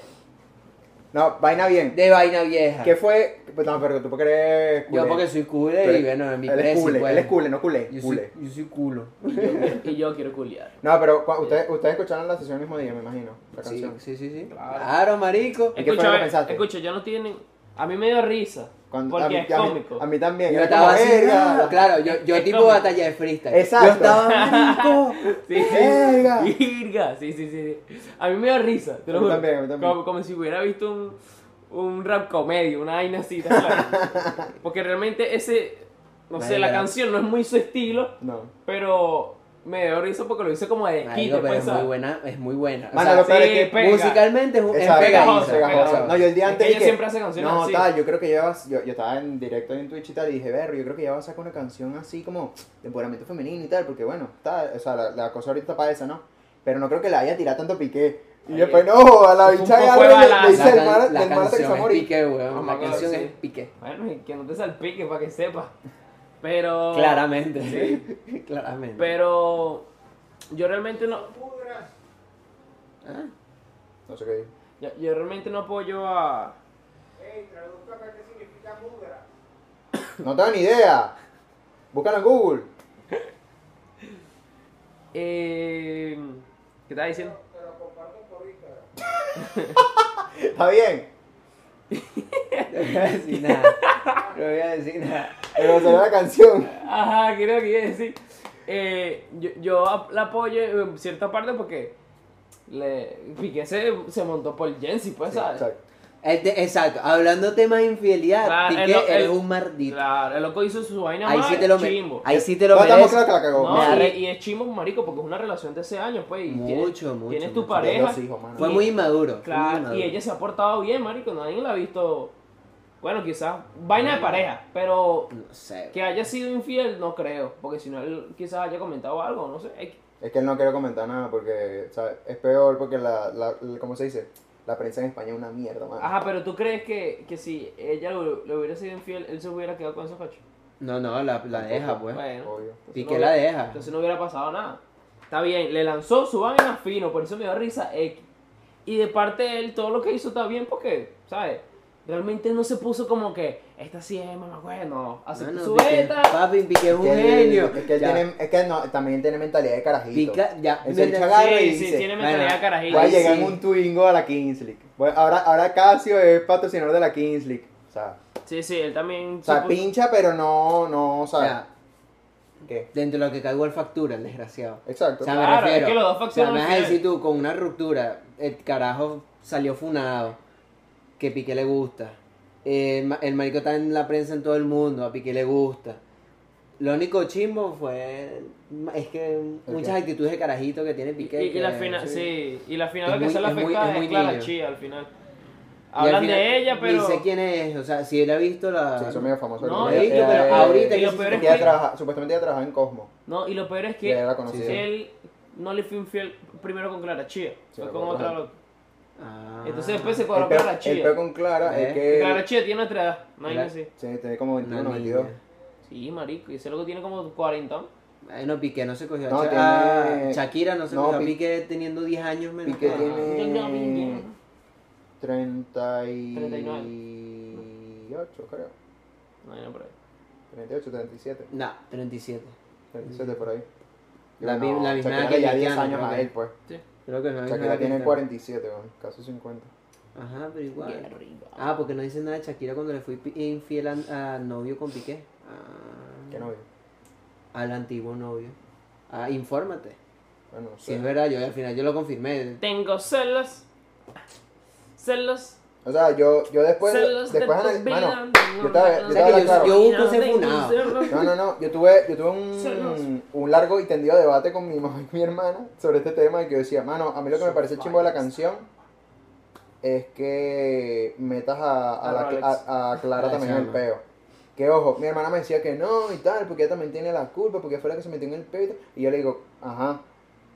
[SPEAKER 1] No, vaina bien.
[SPEAKER 3] de vaina vieja.
[SPEAKER 1] ¿Qué fue? Pues, no, pero tú porque eres culé.
[SPEAKER 3] Yo porque soy cool
[SPEAKER 1] Tú eres-
[SPEAKER 3] y bueno, en mi
[SPEAKER 1] él es
[SPEAKER 3] precio,
[SPEAKER 1] culé,
[SPEAKER 3] pues.
[SPEAKER 1] él es culé, no culé,
[SPEAKER 3] Yo soy,
[SPEAKER 1] culé.
[SPEAKER 3] yo soy culo.
[SPEAKER 1] *laughs*
[SPEAKER 2] Y yo quiero culiar.
[SPEAKER 1] No, pero cua- ustedes, ustedes escucharon la sesión el mismo día, me imagino, la
[SPEAKER 3] Sí,
[SPEAKER 1] canción.
[SPEAKER 3] sí, sí, sí.
[SPEAKER 2] Claro.
[SPEAKER 3] Claro, marico.
[SPEAKER 1] qué fue lo que
[SPEAKER 2] Escucha, eh,
[SPEAKER 1] pensaste?
[SPEAKER 2] escucha, yo no tienen. A mí me dio risa.
[SPEAKER 1] Cuando-
[SPEAKER 2] porque
[SPEAKER 1] a, mí,
[SPEAKER 2] es
[SPEAKER 1] a mí-
[SPEAKER 2] cómico.
[SPEAKER 1] a mí también.
[SPEAKER 3] Yo
[SPEAKER 1] era
[SPEAKER 3] estaba
[SPEAKER 1] como,
[SPEAKER 3] así,
[SPEAKER 1] "Verga".
[SPEAKER 3] ah, *laughs* claro, yo, yo
[SPEAKER 2] Es
[SPEAKER 3] tipo
[SPEAKER 2] cómico.
[SPEAKER 3] batalla de freestyle. Yo
[SPEAKER 1] Exacto.
[SPEAKER 3] estaba
[SPEAKER 1] *laughs*
[SPEAKER 3] marico.
[SPEAKER 2] Sí, sí.
[SPEAKER 1] Verga.
[SPEAKER 2] Virga, sí, sí, sí. A mí me da risa, te
[SPEAKER 1] A
[SPEAKER 2] lo
[SPEAKER 1] mí
[SPEAKER 2] juro.
[SPEAKER 1] también, a mí también.
[SPEAKER 2] Como, como si hubiera visto un, un rap comedia, una vaina así, ¿te acuerdas?
[SPEAKER 1] *laughs*
[SPEAKER 2] Porque realmente ese, no sé, la
[SPEAKER 3] Verga.
[SPEAKER 2] canción no es muy su estilo,
[SPEAKER 1] *laughs* No.
[SPEAKER 2] pero me dio risa porque lo hizo como de
[SPEAKER 3] Marico,
[SPEAKER 2] esquite,
[SPEAKER 3] pero es
[SPEAKER 2] pues,
[SPEAKER 3] muy
[SPEAKER 2] ¿sabes?
[SPEAKER 3] buena, es muy buena. O
[SPEAKER 1] Mano,
[SPEAKER 3] sea,
[SPEAKER 1] lo peor es que
[SPEAKER 2] pega.
[SPEAKER 3] musicalmente es, un- es
[SPEAKER 1] Exacto,
[SPEAKER 3] pegadiza.
[SPEAKER 2] pegajosa,
[SPEAKER 1] pegajosa. No, yo el día
[SPEAKER 2] Es
[SPEAKER 1] antes
[SPEAKER 2] que
[SPEAKER 1] dije,
[SPEAKER 2] ella siempre hace canciones
[SPEAKER 1] No,
[SPEAKER 2] así.
[SPEAKER 1] tal, yo creo que ya vas- yo, yo estaba en directo en Twitch y tal, y dije, Berro, yo creo que ya va a sacar una canción así como de empoderamiento femenino y tal, porque bueno, está, o sea, la, la cosa ahorita está para esa, ¿no? Pero no creo que la haya tirado tanto piqué. Y
[SPEAKER 2] Ahí
[SPEAKER 1] después,
[SPEAKER 2] es.
[SPEAKER 1] no, a la
[SPEAKER 2] Un
[SPEAKER 1] bicha
[SPEAKER 2] poco de
[SPEAKER 1] agarra y le- le,
[SPEAKER 2] balanza.
[SPEAKER 1] dice el
[SPEAKER 3] can-
[SPEAKER 1] mar,
[SPEAKER 3] la
[SPEAKER 1] del mar de que se va a
[SPEAKER 3] canción es
[SPEAKER 1] morir.
[SPEAKER 3] pique, weón.
[SPEAKER 2] Vamos,
[SPEAKER 3] La canción
[SPEAKER 2] sí.
[SPEAKER 3] es pique.
[SPEAKER 2] Bueno, y que no te salpique para que sepas. Pero.
[SPEAKER 3] Claramente. *laughs* Claramente.
[SPEAKER 2] Pero. Yo realmente no.
[SPEAKER 4] Pudras.
[SPEAKER 3] Ah,
[SPEAKER 1] No sé qué dije.
[SPEAKER 2] Yo, yo realmente no apoyo a.
[SPEAKER 4] Ey, traduzca acá qué significa mudra.
[SPEAKER 1] No tengo ni idea. Búscalo en Google.
[SPEAKER 2] eh, ¿Qué estás diciendo?
[SPEAKER 4] Te lo comparto por Instagram.
[SPEAKER 1] Está bien.
[SPEAKER 3] no voy a decir nada. No voy a decir nada.
[SPEAKER 1] Pero salió la
[SPEAKER 2] *laughs*
[SPEAKER 1] canción.
[SPEAKER 2] Ajá, creo que iba a decir. Eh, yo, yo ap- la apoyo en cierta parte porque le, Piqué se, se montó por Jensi, pues, ¿sabes?
[SPEAKER 1] Exacto.
[SPEAKER 3] Este, exacto. Hablando temas de infidelidad,
[SPEAKER 2] Claro,
[SPEAKER 3] pique,
[SPEAKER 2] el lo-
[SPEAKER 3] eres
[SPEAKER 2] el-
[SPEAKER 3] un mardito.
[SPEAKER 2] Claro, el loco hizo su vaina
[SPEAKER 3] Ahí
[SPEAKER 2] mal,
[SPEAKER 3] sí te lo me-
[SPEAKER 2] chimbo.
[SPEAKER 3] Ahí sí te lo
[SPEAKER 1] No, estamos
[SPEAKER 3] mereces.
[SPEAKER 1] claro que la cagó.
[SPEAKER 2] No,
[SPEAKER 3] me
[SPEAKER 2] y,
[SPEAKER 3] arre-
[SPEAKER 2] y es chimbo, marico, porque es una relación de ese año, pues. Y
[SPEAKER 3] Mucho,
[SPEAKER 2] tienes,
[SPEAKER 3] mucho,
[SPEAKER 2] Tienes tu
[SPEAKER 3] mucho.
[SPEAKER 1] De
[SPEAKER 2] pareja.
[SPEAKER 1] los hijos, mano.
[SPEAKER 3] Fue
[SPEAKER 2] y-
[SPEAKER 3] muy inmaduro. fue muy
[SPEAKER 2] Claro,
[SPEAKER 3] inmaduro.
[SPEAKER 2] y ella se ha portado bien, marico. Nadie la ha visto. Bueno, quizás vaina de pareja, pero
[SPEAKER 3] No sé.
[SPEAKER 2] que haya sido infiel, no creo. Porque si no, él quizás haya comentado algo, no sé.
[SPEAKER 1] Es que él no quiere comentar nada porque o sea, es peor porque la, la, la- ¿cómo se dice? La prensa en España es una mierda, mano.
[SPEAKER 2] Ajá, pero ¿tú crees que, que si ella lo- le hubiera sido infiel, él se hubiera quedado con esos cachos?
[SPEAKER 3] No, no, la, la deja, pues.
[SPEAKER 2] Bueno,
[SPEAKER 1] Obvio.
[SPEAKER 2] entonces
[SPEAKER 3] Piqué
[SPEAKER 2] no
[SPEAKER 3] la
[SPEAKER 2] hubiera-
[SPEAKER 3] deja.
[SPEAKER 2] Entonces no hubiera pasado nada. Está bien, le lanzó su vaina fino, por eso me da risa X. Y de parte de él, todo lo que hizo está bien porque, ¿sabes? Realmente no se puso como que, esta sí es mamá, bueno, aceptó
[SPEAKER 3] Mano,
[SPEAKER 2] su
[SPEAKER 3] Piqué-
[SPEAKER 2] beta.
[SPEAKER 3] Papi, Piqué es un
[SPEAKER 1] Que él-
[SPEAKER 3] genio.
[SPEAKER 1] Es que, él
[SPEAKER 3] Ya.
[SPEAKER 1] tiene, es que no, también tiene mentalidad de carajito.
[SPEAKER 3] Pica- ya.
[SPEAKER 1] Ese bicho
[SPEAKER 3] Sí,
[SPEAKER 1] agarra y
[SPEAKER 2] Sí, sí,
[SPEAKER 1] dice,
[SPEAKER 2] tiene
[SPEAKER 3] bueno,
[SPEAKER 2] mentalidad carajito.
[SPEAKER 1] voy a
[SPEAKER 3] Ay,
[SPEAKER 1] llegar en
[SPEAKER 3] sí.
[SPEAKER 1] un Twingo a la Kings League. Voy- ahora, ahora Casio es patrocinador de la Kings League. O sea,
[SPEAKER 2] Sí, sí, él también.
[SPEAKER 1] o sea,
[SPEAKER 3] pues.
[SPEAKER 2] supo-
[SPEAKER 1] pincha, pero no, no, o sea,
[SPEAKER 3] O sea,
[SPEAKER 1] ¿qué?
[SPEAKER 3] dentro de lo que cagó el factura, el desgraciado.
[SPEAKER 1] Exacto.
[SPEAKER 3] O sea, me
[SPEAKER 2] Claro,
[SPEAKER 3] refiero.
[SPEAKER 2] es que los dos
[SPEAKER 3] o sea,
[SPEAKER 2] faccionan
[SPEAKER 3] me
[SPEAKER 2] al
[SPEAKER 3] vas a
[SPEAKER 2] final.
[SPEAKER 3] decir tú, con una ruptura, el carajo salió funado, que Piqué le gusta. Eh, ma- el marico está en la prensa en todo el mundo, a Piqué le gusta. Lo único chimbo fue. Es que muchas actitudes de carajito que tiene
[SPEAKER 2] Y,
[SPEAKER 3] Piqué.
[SPEAKER 2] y la
[SPEAKER 3] que-
[SPEAKER 2] final, sí. y la final
[SPEAKER 3] Es
[SPEAKER 2] lo que
[SPEAKER 3] muy-
[SPEAKER 2] se le
[SPEAKER 3] es muy-
[SPEAKER 2] afecta
[SPEAKER 3] es
[SPEAKER 2] es,
[SPEAKER 3] muy
[SPEAKER 2] Clara
[SPEAKER 3] niño.
[SPEAKER 2] Chía al final.
[SPEAKER 3] Y al
[SPEAKER 2] Hablan
[SPEAKER 3] final
[SPEAKER 2] de ella, pero.
[SPEAKER 3] Ni sé quién es, o sea, si él ha visto la.
[SPEAKER 1] Sí, son medio famosos.
[SPEAKER 2] No,
[SPEAKER 1] Ella-
[SPEAKER 2] he visto,
[SPEAKER 1] ella-
[SPEAKER 2] pero
[SPEAKER 1] ella-
[SPEAKER 3] ahorita
[SPEAKER 1] ella
[SPEAKER 3] que
[SPEAKER 2] lo peor es
[SPEAKER 1] ella
[SPEAKER 2] que-
[SPEAKER 1] trabaja- supuestamente ella trabajaba en Cosmo.
[SPEAKER 2] No, y lo peor es que
[SPEAKER 1] Ya era conocida.
[SPEAKER 2] él no le fue infiel primero con Clara Chía, fue
[SPEAKER 1] era
[SPEAKER 2] con
[SPEAKER 1] con otra
[SPEAKER 2] otra
[SPEAKER 1] gente.
[SPEAKER 2] loca.
[SPEAKER 3] Ah.
[SPEAKER 2] Entonces pues, después se
[SPEAKER 1] El
[SPEAKER 2] cuadró
[SPEAKER 1] peor, el
[SPEAKER 2] Clara
[SPEAKER 1] peor
[SPEAKER 2] Chía.
[SPEAKER 1] con Clara es
[SPEAKER 3] Eh.
[SPEAKER 1] que...
[SPEAKER 2] Clara Chía tiene otra edad, no hay
[SPEAKER 3] Clara-
[SPEAKER 2] así.
[SPEAKER 1] Sí, tiene como
[SPEAKER 3] Una
[SPEAKER 1] 21, 22.
[SPEAKER 3] niña.
[SPEAKER 2] Sí, marico, y ese loco tiene como 40. ¿no?
[SPEAKER 3] Ay, no, Piqué no se cogió a
[SPEAKER 1] No,
[SPEAKER 3] Cha-
[SPEAKER 1] tiene-
[SPEAKER 3] a Shakira, no se
[SPEAKER 1] No,
[SPEAKER 3] cogió a
[SPEAKER 1] Pi-
[SPEAKER 3] Piqué teniendo 10 años menos.
[SPEAKER 1] Piqué
[SPEAKER 3] que-
[SPEAKER 1] tiene-
[SPEAKER 2] Tiene-
[SPEAKER 1] 38, creo.
[SPEAKER 2] No, no, por ahí.
[SPEAKER 1] 38, 37.
[SPEAKER 3] No, 37.
[SPEAKER 1] 37 por ahí.
[SPEAKER 3] La
[SPEAKER 1] Bueno,
[SPEAKER 3] mi- la misma
[SPEAKER 1] Shakira
[SPEAKER 3] edad que
[SPEAKER 1] ya 10
[SPEAKER 3] Cristiano,
[SPEAKER 1] años
[SPEAKER 3] creo
[SPEAKER 1] a
[SPEAKER 3] que.
[SPEAKER 1] él, pues.
[SPEAKER 2] Sí.
[SPEAKER 3] Creo que no
[SPEAKER 1] Shakira tiene 47, weón, casi 50.
[SPEAKER 3] Ajá, pero
[SPEAKER 2] Qué
[SPEAKER 3] igual.
[SPEAKER 2] rico.
[SPEAKER 3] Ah, porque no dice nada de Shakira cuando le fui pi- infiel a- al novio con Piqué. Ah,
[SPEAKER 1] ¿Qué novio?
[SPEAKER 3] Al antiguo novio. Ah, infórmate.
[SPEAKER 1] Bueno, no
[SPEAKER 3] Si
[SPEAKER 1] sé.
[SPEAKER 3] es verdad, yo al final yo lo confirmé.
[SPEAKER 2] Tengo celos. Celos.
[SPEAKER 1] O sea, yo, yo después,
[SPEAKER 2] celos
[SPEAKER 1] después
[SPEAKER 2] de
[SPEAKER 1] anal-
[SPEAKER 2] tu vida.
[SPEAKER 1] mano, yo
[SPEAKER 2] no
[SPEAKER 1] estaba,
[SPEAKER 2] me
[SPEAKER 1] yo
[SPEAKER 2] das
[SPEAKER 3] O sea,
[SPEAKER 1] estaba
[SPEAKER 3] que
[SPEAKER 1] la claro.
[SPEAKER 3] yo busco ese
[SPEAKER 2] Tengo
[SPEAKER 3] funado.
[SPEAKER 2] celos.
[SPEAKER 1] No, no, no, yo tuve, yo tuve
[SPEAKER 2] Celos.
[SPEAKER 1] un, un largo y tendido debate *laughs* con mi mamá y mi hermana sobre este tema y que yo decía, mano, a mí lo que me parece chimbo de la canción es que metas a, a,
[SPEAKER 2] A
[SPEAKER 1] la-
[SPEAKER 2] Rolex.
[SPEAKER 1] a- a Clara
[SPEAKER 3] Ah,
[SPEAKER 1] también
[SPEAKER 3] sí,
[SPEAKER 1] en el
[SPEAKER 3] no.
[SPEAKER 1] peo. Que ojo, mi hermana me decía que no y tal, porque ella también tiene la culpa, porque fue la que se metió en el peo. y tal. Y yo le digo, ajá,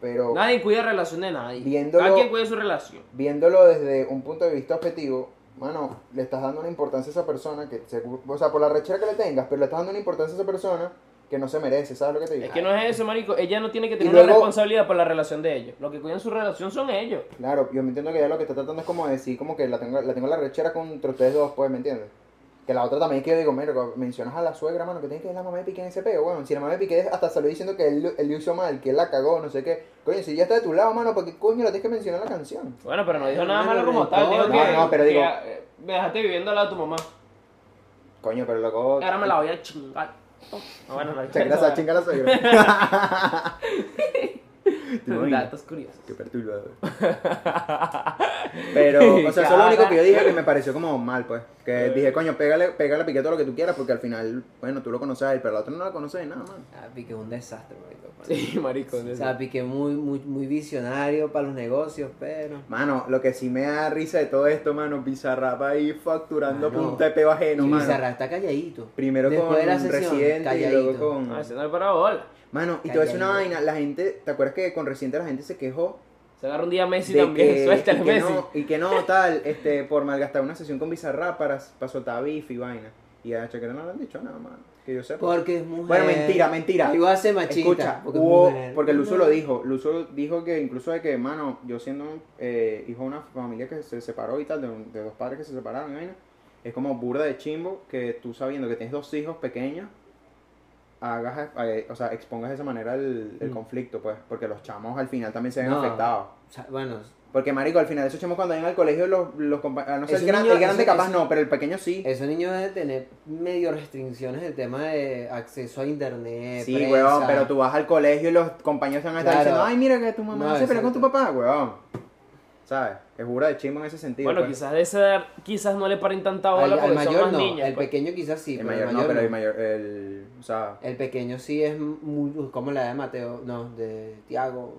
[SPEAKER 1] pero
[SPEAKER 2] Nadie cuida relación de nadie.
[SPEAKER 1] Viéndolo-
[SPEAKER 2] Cada quien cuida su relación.
[SPEAKER 1] viéndolo desde un punto de vista objetivo, mano, le estás dando una importancia a esa persona, que se- o sea, por la rechera que le tengas, pero le estás dando una importancia a esa persona que no se merece, ¿sabes lo que te digo?
[SPEAKER 2] Es que no es eso, marico. Ella no tiene que tener una
[SPEAKER 1] luego-
[SPEAKER 2] responsabilidad por la relación de ellos. Los que cuidan su relación son ellos.
[SPEAKER 1] Claro, yo me entiendo que ella lo que está tratando es como decir, como que la tengo la, tengo la rechera contra ustedes dos, pues, ¿me entiendes? Que la otra también es que yo digo, mira, cuando mencionas a la suegra, mano, que tiene que es la mamá de Piqué en ese peo, bueno, si la mamá de Piqué hasta salió diciendo que él, él le hizo mal, que él la cagó, no sé qué, coño, si ya está de tu lado, mano, ¿por qué coño la tienes que mencionar en la canción?
[SPEAKER 2] Bueno, pero no dijo
[SPEAKER 3] Ay,
[SPEAKER 2] nada
[SPEAKER 3] hermano,
[SPEAKER 2] malo como tal. Dijo
[SPEAKER 3] no,
[SPEAKER 2] que,
[SPEAKER 1] no, pero
[SPEAKER 2] que,
[SPEAKER 1] digo-
[SPEAKER 2] eh, me dejaste viviendo al lado de tu mamá.
[SPEAKER 1] Coño, pero loco...
[SPEAKER 2] Ahora me la voy a chingar. No, bueno, no.
[SPEAKER 1] Te quedas a chingar a la
[SPEAKER 2] *laughs*
[SPEAKER 1] suegra. ¿Te imaginas?
[SPEAKER 2] Datos curiosos.
[SPEAKER 1] Qué
[SPEAKER 3] *laughs*
[SPEAKER 1] perturbador. Pero, o sea, eso es lo único que yo dije que me pareció como mal, pues. Que dije, coño, pégale, pégale a Piqué todo lo que tú quieras, porque al final, bueno, tú lo conoces a él, pero la otra no la conoces de nada, man.
[SPEAKER 3] Ah, Piqué es un desastre,
[SPEAKER 1] *laughs*
[SPEAKER 3] marico.
[SPEAKER 2] Sí, marico.
[SPEAKER 3] O
[SPEAKER 2] eso.
[SPEAKER 3] sea, Piqué muy, muy, muy visionario para los negocios, pero...
[SPEAKER 1] Mano, lo que sí me da risa de todo esto, mano, Pizarrapa ahí facturando
[SPEAKER 3] Mano.
[SPEAKER 1] punta de peo ajeno,
[SPEAKER 3] y
[SPEAKER 1] mano.
[SPEAKER 3] Bizarra está calladito.
[SPEAKER 1] Primero
[SPEAKER 3] Después
[SPEAKER 1] con
[SPEAKER 3] de la sesión,
[SPEAKER 1] Residente y luego
[SPEAKER 3] calladito. Ah,
[SPEAKER 1] con...
[SPEAKER 2] No, ese no es para bola.
[SPEAKER 1] Mano, y te voy a decir una
[SPEAKER 3] Calladito.
[SPEAKER 1] vaina, la gente, ¿te acuerdas que con Residente la gente se quejó?
[SPEAKER 2] Se agarra un día Messi
[SPEAKER 1] de
[SPEAKER 2] también.
[SPEAKER 1] que-
[SPEAKER 2] *laughs* Suéltale,
[SPEAKER 1] y que
[SPEAKER 2] Messi.
[SPEAKER 1] No, y que no, tal, este, por malgastar una sesión con Bizarrap para, para soltar beef y vaina. Y a Shakira no le han dicho nada, mano. Que yo sepa.
[SPEAKER 3] Porque es mujer.
[SPEAKER 1] Bueno, mentira, mentira.
[SPEAKER 3] Igual hace machista.
[SPEAKER 1] Escucha, porque,
[SPEAKER 3] porque es
[SPEAKER 1] hubo,
[SPEAKER 3] mujer.
[SPEAKER 1] porque Luzo
[SPEAKER 3] No.
[SPEAKER 1] lo dijo. Luzo dijo que incluso de que, mano, yo siendo eh, hijo de una familia que se separó y tal, de, un- de dos padres que se separaron, y vaina, es como burda de chimbo que tú sabiendo que tienes dos hijos pequeños, hagas, eh, o sea, expongas de esa manera el, el
[SPEAKER 3] Mm.
[SPEAKER 1] conflicto, pues, porque los chamos al final también se ven
[SPEAKER 3] No.
[SPEAKER 1] afectados.
[SPEAKER 3] O sea, bueno,
[SPEAKER 1] Porque, marico, al final esos chamos cuando llegan al colegio, los, los compa- a no ser
[SPEAKER 3] Esos
[SPEAKER 1] el, gran-
[SPEAKER 3] niños-
[SPEAKER 1] el grande
[SPEAKER 3] esos-
[SPEAKER 1] capaz
[SPEAKER 3] esos-
[SPEAKER 1] no, pero el pequeño sí.
[SPEAKER 3] esos niños deben tener medio restricciones del tema de acceso a internet.
[SPEAKER 1] Sí,
[SPEAKER 3] prensa.
[SPEAKER 1] weón, pero tú vas al colegio y los compañeros te van a estar
[SPEAKER 3] Claro.
[SPEAKER 1] diciendo, ay, mira que tu mamá
[SPEAKER 3] No,
[SPEAKER 1] se peleó con tu
[SPEAKER 3] exacto.
[SPEAKER 1] papá, weón. ¿Sabes? Es jura de chimbo en ese sentido.
[SPEAKER 2] Bueno,
[SPEAKER 1] pues.
[SPEAKER 2] quizás de esa edad quizás no le paren tanta
[SPEAKER 3] Al,
[SPEAKER 2] bola
[SPEAKER 3] al
[SPEAKER 2] porque son
[SPEAKER 3] mayor
[SPEAKER 2] más
[SPEAKER 3] no,
[SPEAKER 2] niñas.
[SPEAKER 3] el
[SPEAKER 2] pues.
[SPEAKER 3] pequeño quizás sí,
[SPEAKER 1] El
[SPEAKER 3] pero
[SPEAKER 1] mayor no, pero el
[SPEAKER 3] no.
[SPEAKER 1] mayor, el, o sea,
[SPEAKER 3] El pequeño sí es muy, como la de Mateo, no, de Tiago,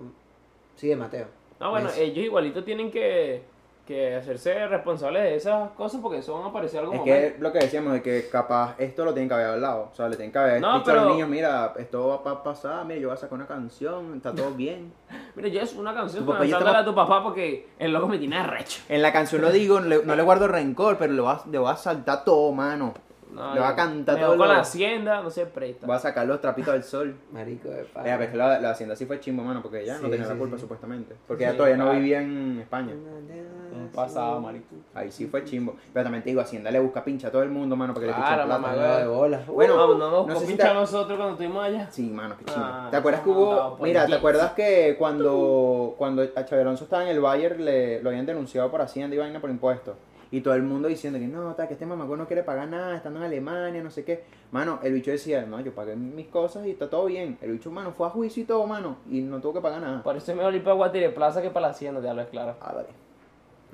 [SPEAKER 3] sí de Mateo.
[SPEAKER 2] No, bueno,
[SPEAKER 3] Messi.
[SPEAKER 2] ellos igualito tienen que, que hacerse responsables de esas cosas porque eso van a aparecer algún
[SPEAKER 1] es
[SPEAKER 2] momento.
[SPEAKER 1] que lo que decíamos de que capaz esto lo tienen que haber hablado, o sea, le tienen que haber
[SPEAKER 2] No,
[SPEAKER 1] dicho a los
[SPEAKER 2] pero-
[SPEAKER 1] niños, mira, esto va a pasar, mira, yo voy a sacar una canción, está todo bien.
[SPEAKER 2] Mira, yo es una canción
[SPEAKER 1] Tu papá ya
[SPEAKER 2] cantándole a
[SPEAKER 1] estaba-
[SPEAKER 2] tu papá porque el loco me tiene arrecho.
[SPEAKER 1] En la canción lo digo, no le, no le guardo rencor, pero le voy a, le voy a saltar todo, mano.
[SPEAKER 2] No,
[SPEAKER 1] le voy a cantar
[SPEAKER 2] me
[SPEAKER 1] todo.
[SPEAKER 2] voy con
[SPEAKER 1] lo-
[SPEAKER 2] la hacienda, no se presta.
[SPEAKER 1] Voy a sacar los trapitos al sol.
[SPEAKER 3] Marico de
[SPEAKER 1] Eh, pero es que
[SPEAKER 3] padre.
[SPEAKER 1] la, la hacienda sí fue chimbo, mano, porque ella no
[SPEAKER 3] Sí,
[SPEAKER 1] tenía la
[SPEAKER 3] sí,
[SPEAKER 1] culpa,
[SPEAKER 3] sí.
[SPEAKER 1] supuestamente. Porque ella
[SPEAKER 2] Sí,
[SPEAKER 1] todavía no
[SPEAKER 2] claro.
[SPEAKER 1] vivía en España.
[SPEAKER 3] Un
[SPEAKER 2] pasado, marico.
[SPEAKER 1] Ahí sí fue chimbo. Pero también te digo, Hacienda le busca pincha a todo el mundo, mano, porque le
[SPEAKER 2] Claro,
[SPEAKER 1] pichan plata.
[SPEAKER 2] mamá,
[SPEAKER 3] Mano de bola.
[SPEAKER 1] Bueno,
[SPEAKER 2] no, no nos
[SPEAKER 1] no
[SPEAKER 2] no
[SPEAKER 1] sé si te-
[SPEAKER 2] nosotros cuando estuvimos allá.
[SPEAKER 1] Sí, mano, qué chimbo.
[SPEAKER 2] Ah,
[SPEAKER 1] ¿Te acuerdas que
[SPEAKER 2] no, no,
[SPEAKER 1] hubo...?
[SPEAKER 2] por
[SPEAKER 1] Mira, ¿te
[SPEAKER 2] Jets.
[SPEAKER 1] acuerdas que cuando, cuando a Xabi Alonso estaba en el Bayern le, lo habían denunciado por Hacienda y vaina por impuestos? Y todo el mundo diciendo que no, ta, que este mamagüe no quiere pagar nada, estando en Alemania, no sé qué. Mano, el bicho decía, no, yo pagué mis cosas y está todo bien. El bicho, mano, fue a juicio y todo, mano, y no tuvo que pagar nada.
[SPEAKER 2] Por eso es mejor ir para Guatire Plaza que para la hacienda, ya lo es claro. *laughs*
[SPEAKER 1] Ah, vale.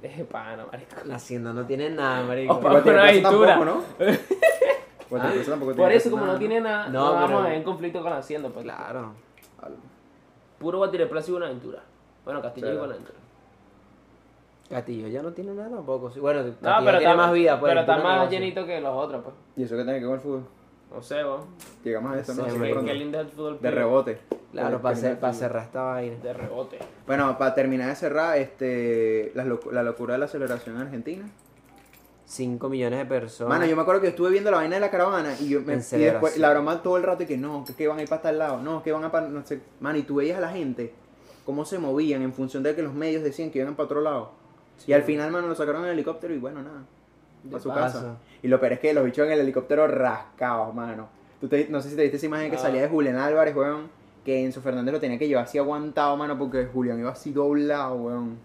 [SPEAKER 2] Deje pana, marico.
[SPEAKER 3] La hacienda no tiene nada, marico.
[SPEAKER 2] O
[SPEAKER 1] Igual
[SPEAKER 2] para
[SPEAKER 1] tiene
[SPEAKER 2] una
[SPEAKER 1] plaza
[SPEAKER 2] aventura. *laughs* Ah,
[SPEAKER 1] tampoco, ¿no? Igual tiene plaza tampoco
[SPEAKER 2] Por
[SPEAKER 1] tiene
[SPEAKER 2] eso,
[SPEAKER 1] plaza.
[SPEAKER 2] como no tiene nada,
[SPEAKER 3] No,
[SPEAKER 2] no, vamos
[SPEAKER 3] pero-
[SPEAKER 2] a ver en conflicto con la hacienda. Pues.
[SPEAKER 3] Claro.
[SPEAKER 2] Puro Guatire Plaza y una aventura. Bueno, Castillo
[SPEAKER 1] Claro.
[SPEAKER 2] y una aventura.
[SPEAKER 3] Gatillo ya no tiene nada tampoco. sí. Bueno, Gatillo
[SPEAKER 2] No, pero
[SPEAKER 3] tiene
[SPEAKER 2] está
[SPEAKER 3] más vida, pues.
[SPEAKER 2] Pero está
[SPEAKER 3] puro
[SPEAKER 2] más
[SPEAKER 3] negocio.
[SPEAKER 2] llenito que los otros, pues.
[SPEAKER 1] ¿Y eso que tiene que ver con el fútbol?
[SPEAKER 2] No sé, vos.
[SPEAKER 1] Llegamos a eso, ¿no?
[SPEAKER 3] Sí,
[SPEAKER 1] Así
[SPEAKER 2] Qué
[SPEAKER 1] que
[SPEAKER 3] marico.
[SPEAKER 1] pronto.
[SPEAKER 2] qué lindo es el fútbol.
[SPEAKER 1] De
[SPEAKER 2] pibe.
[SPEAKER 1] rebote.
[SPEAKER 3] Claro,
[SPEAKER 1] Por-
[SPEAKER 3] para,
[SPEAKER 1] por-
[SPEAKER 3] cer- para cerrar esta vaina.
[SPEAKER 2] De rebote.
[SPEAKER 1] Bueno, para terminar de cerrar, este, las locu- la, locura de la celebración en Argentina.
[SPEAKER 3] 5 millones de personas.
[SPEAKER 1] Mano, yo me acuerdo que estuve viendo la vaina de la caravana y yo me
[SPEAKER 3] En
[SPEAKER 1] y después
[SPEAKER 3] celebración.
[SPEAKER 1] la broma todo el rato y que no, que, es que van a ir para tal lado, no, que van a para, no sé. Mano, y tú veías a la gente cómo se movían en función de que los medios decían que iban para otro lado. Y al final, mano, lo sacaron en el helicóptero y bueno, nada.
[SPEAKER 3] De
[SPEAKER 1] Para su
[SPEAKER 3] paso.
[SPEAKER 1] casa. Y lo peor es que los bichos en el helicóptero rascados, mano. Tú te- no sé si te viste esa imagen que
[SPEAKER 2] Ah.
[SPEAKER 1] salía de Julián Álvarez, weón. Que Enzo Fernández lo tenía que llevar así aguantado, mano, porque Julián iba así doblado, weón.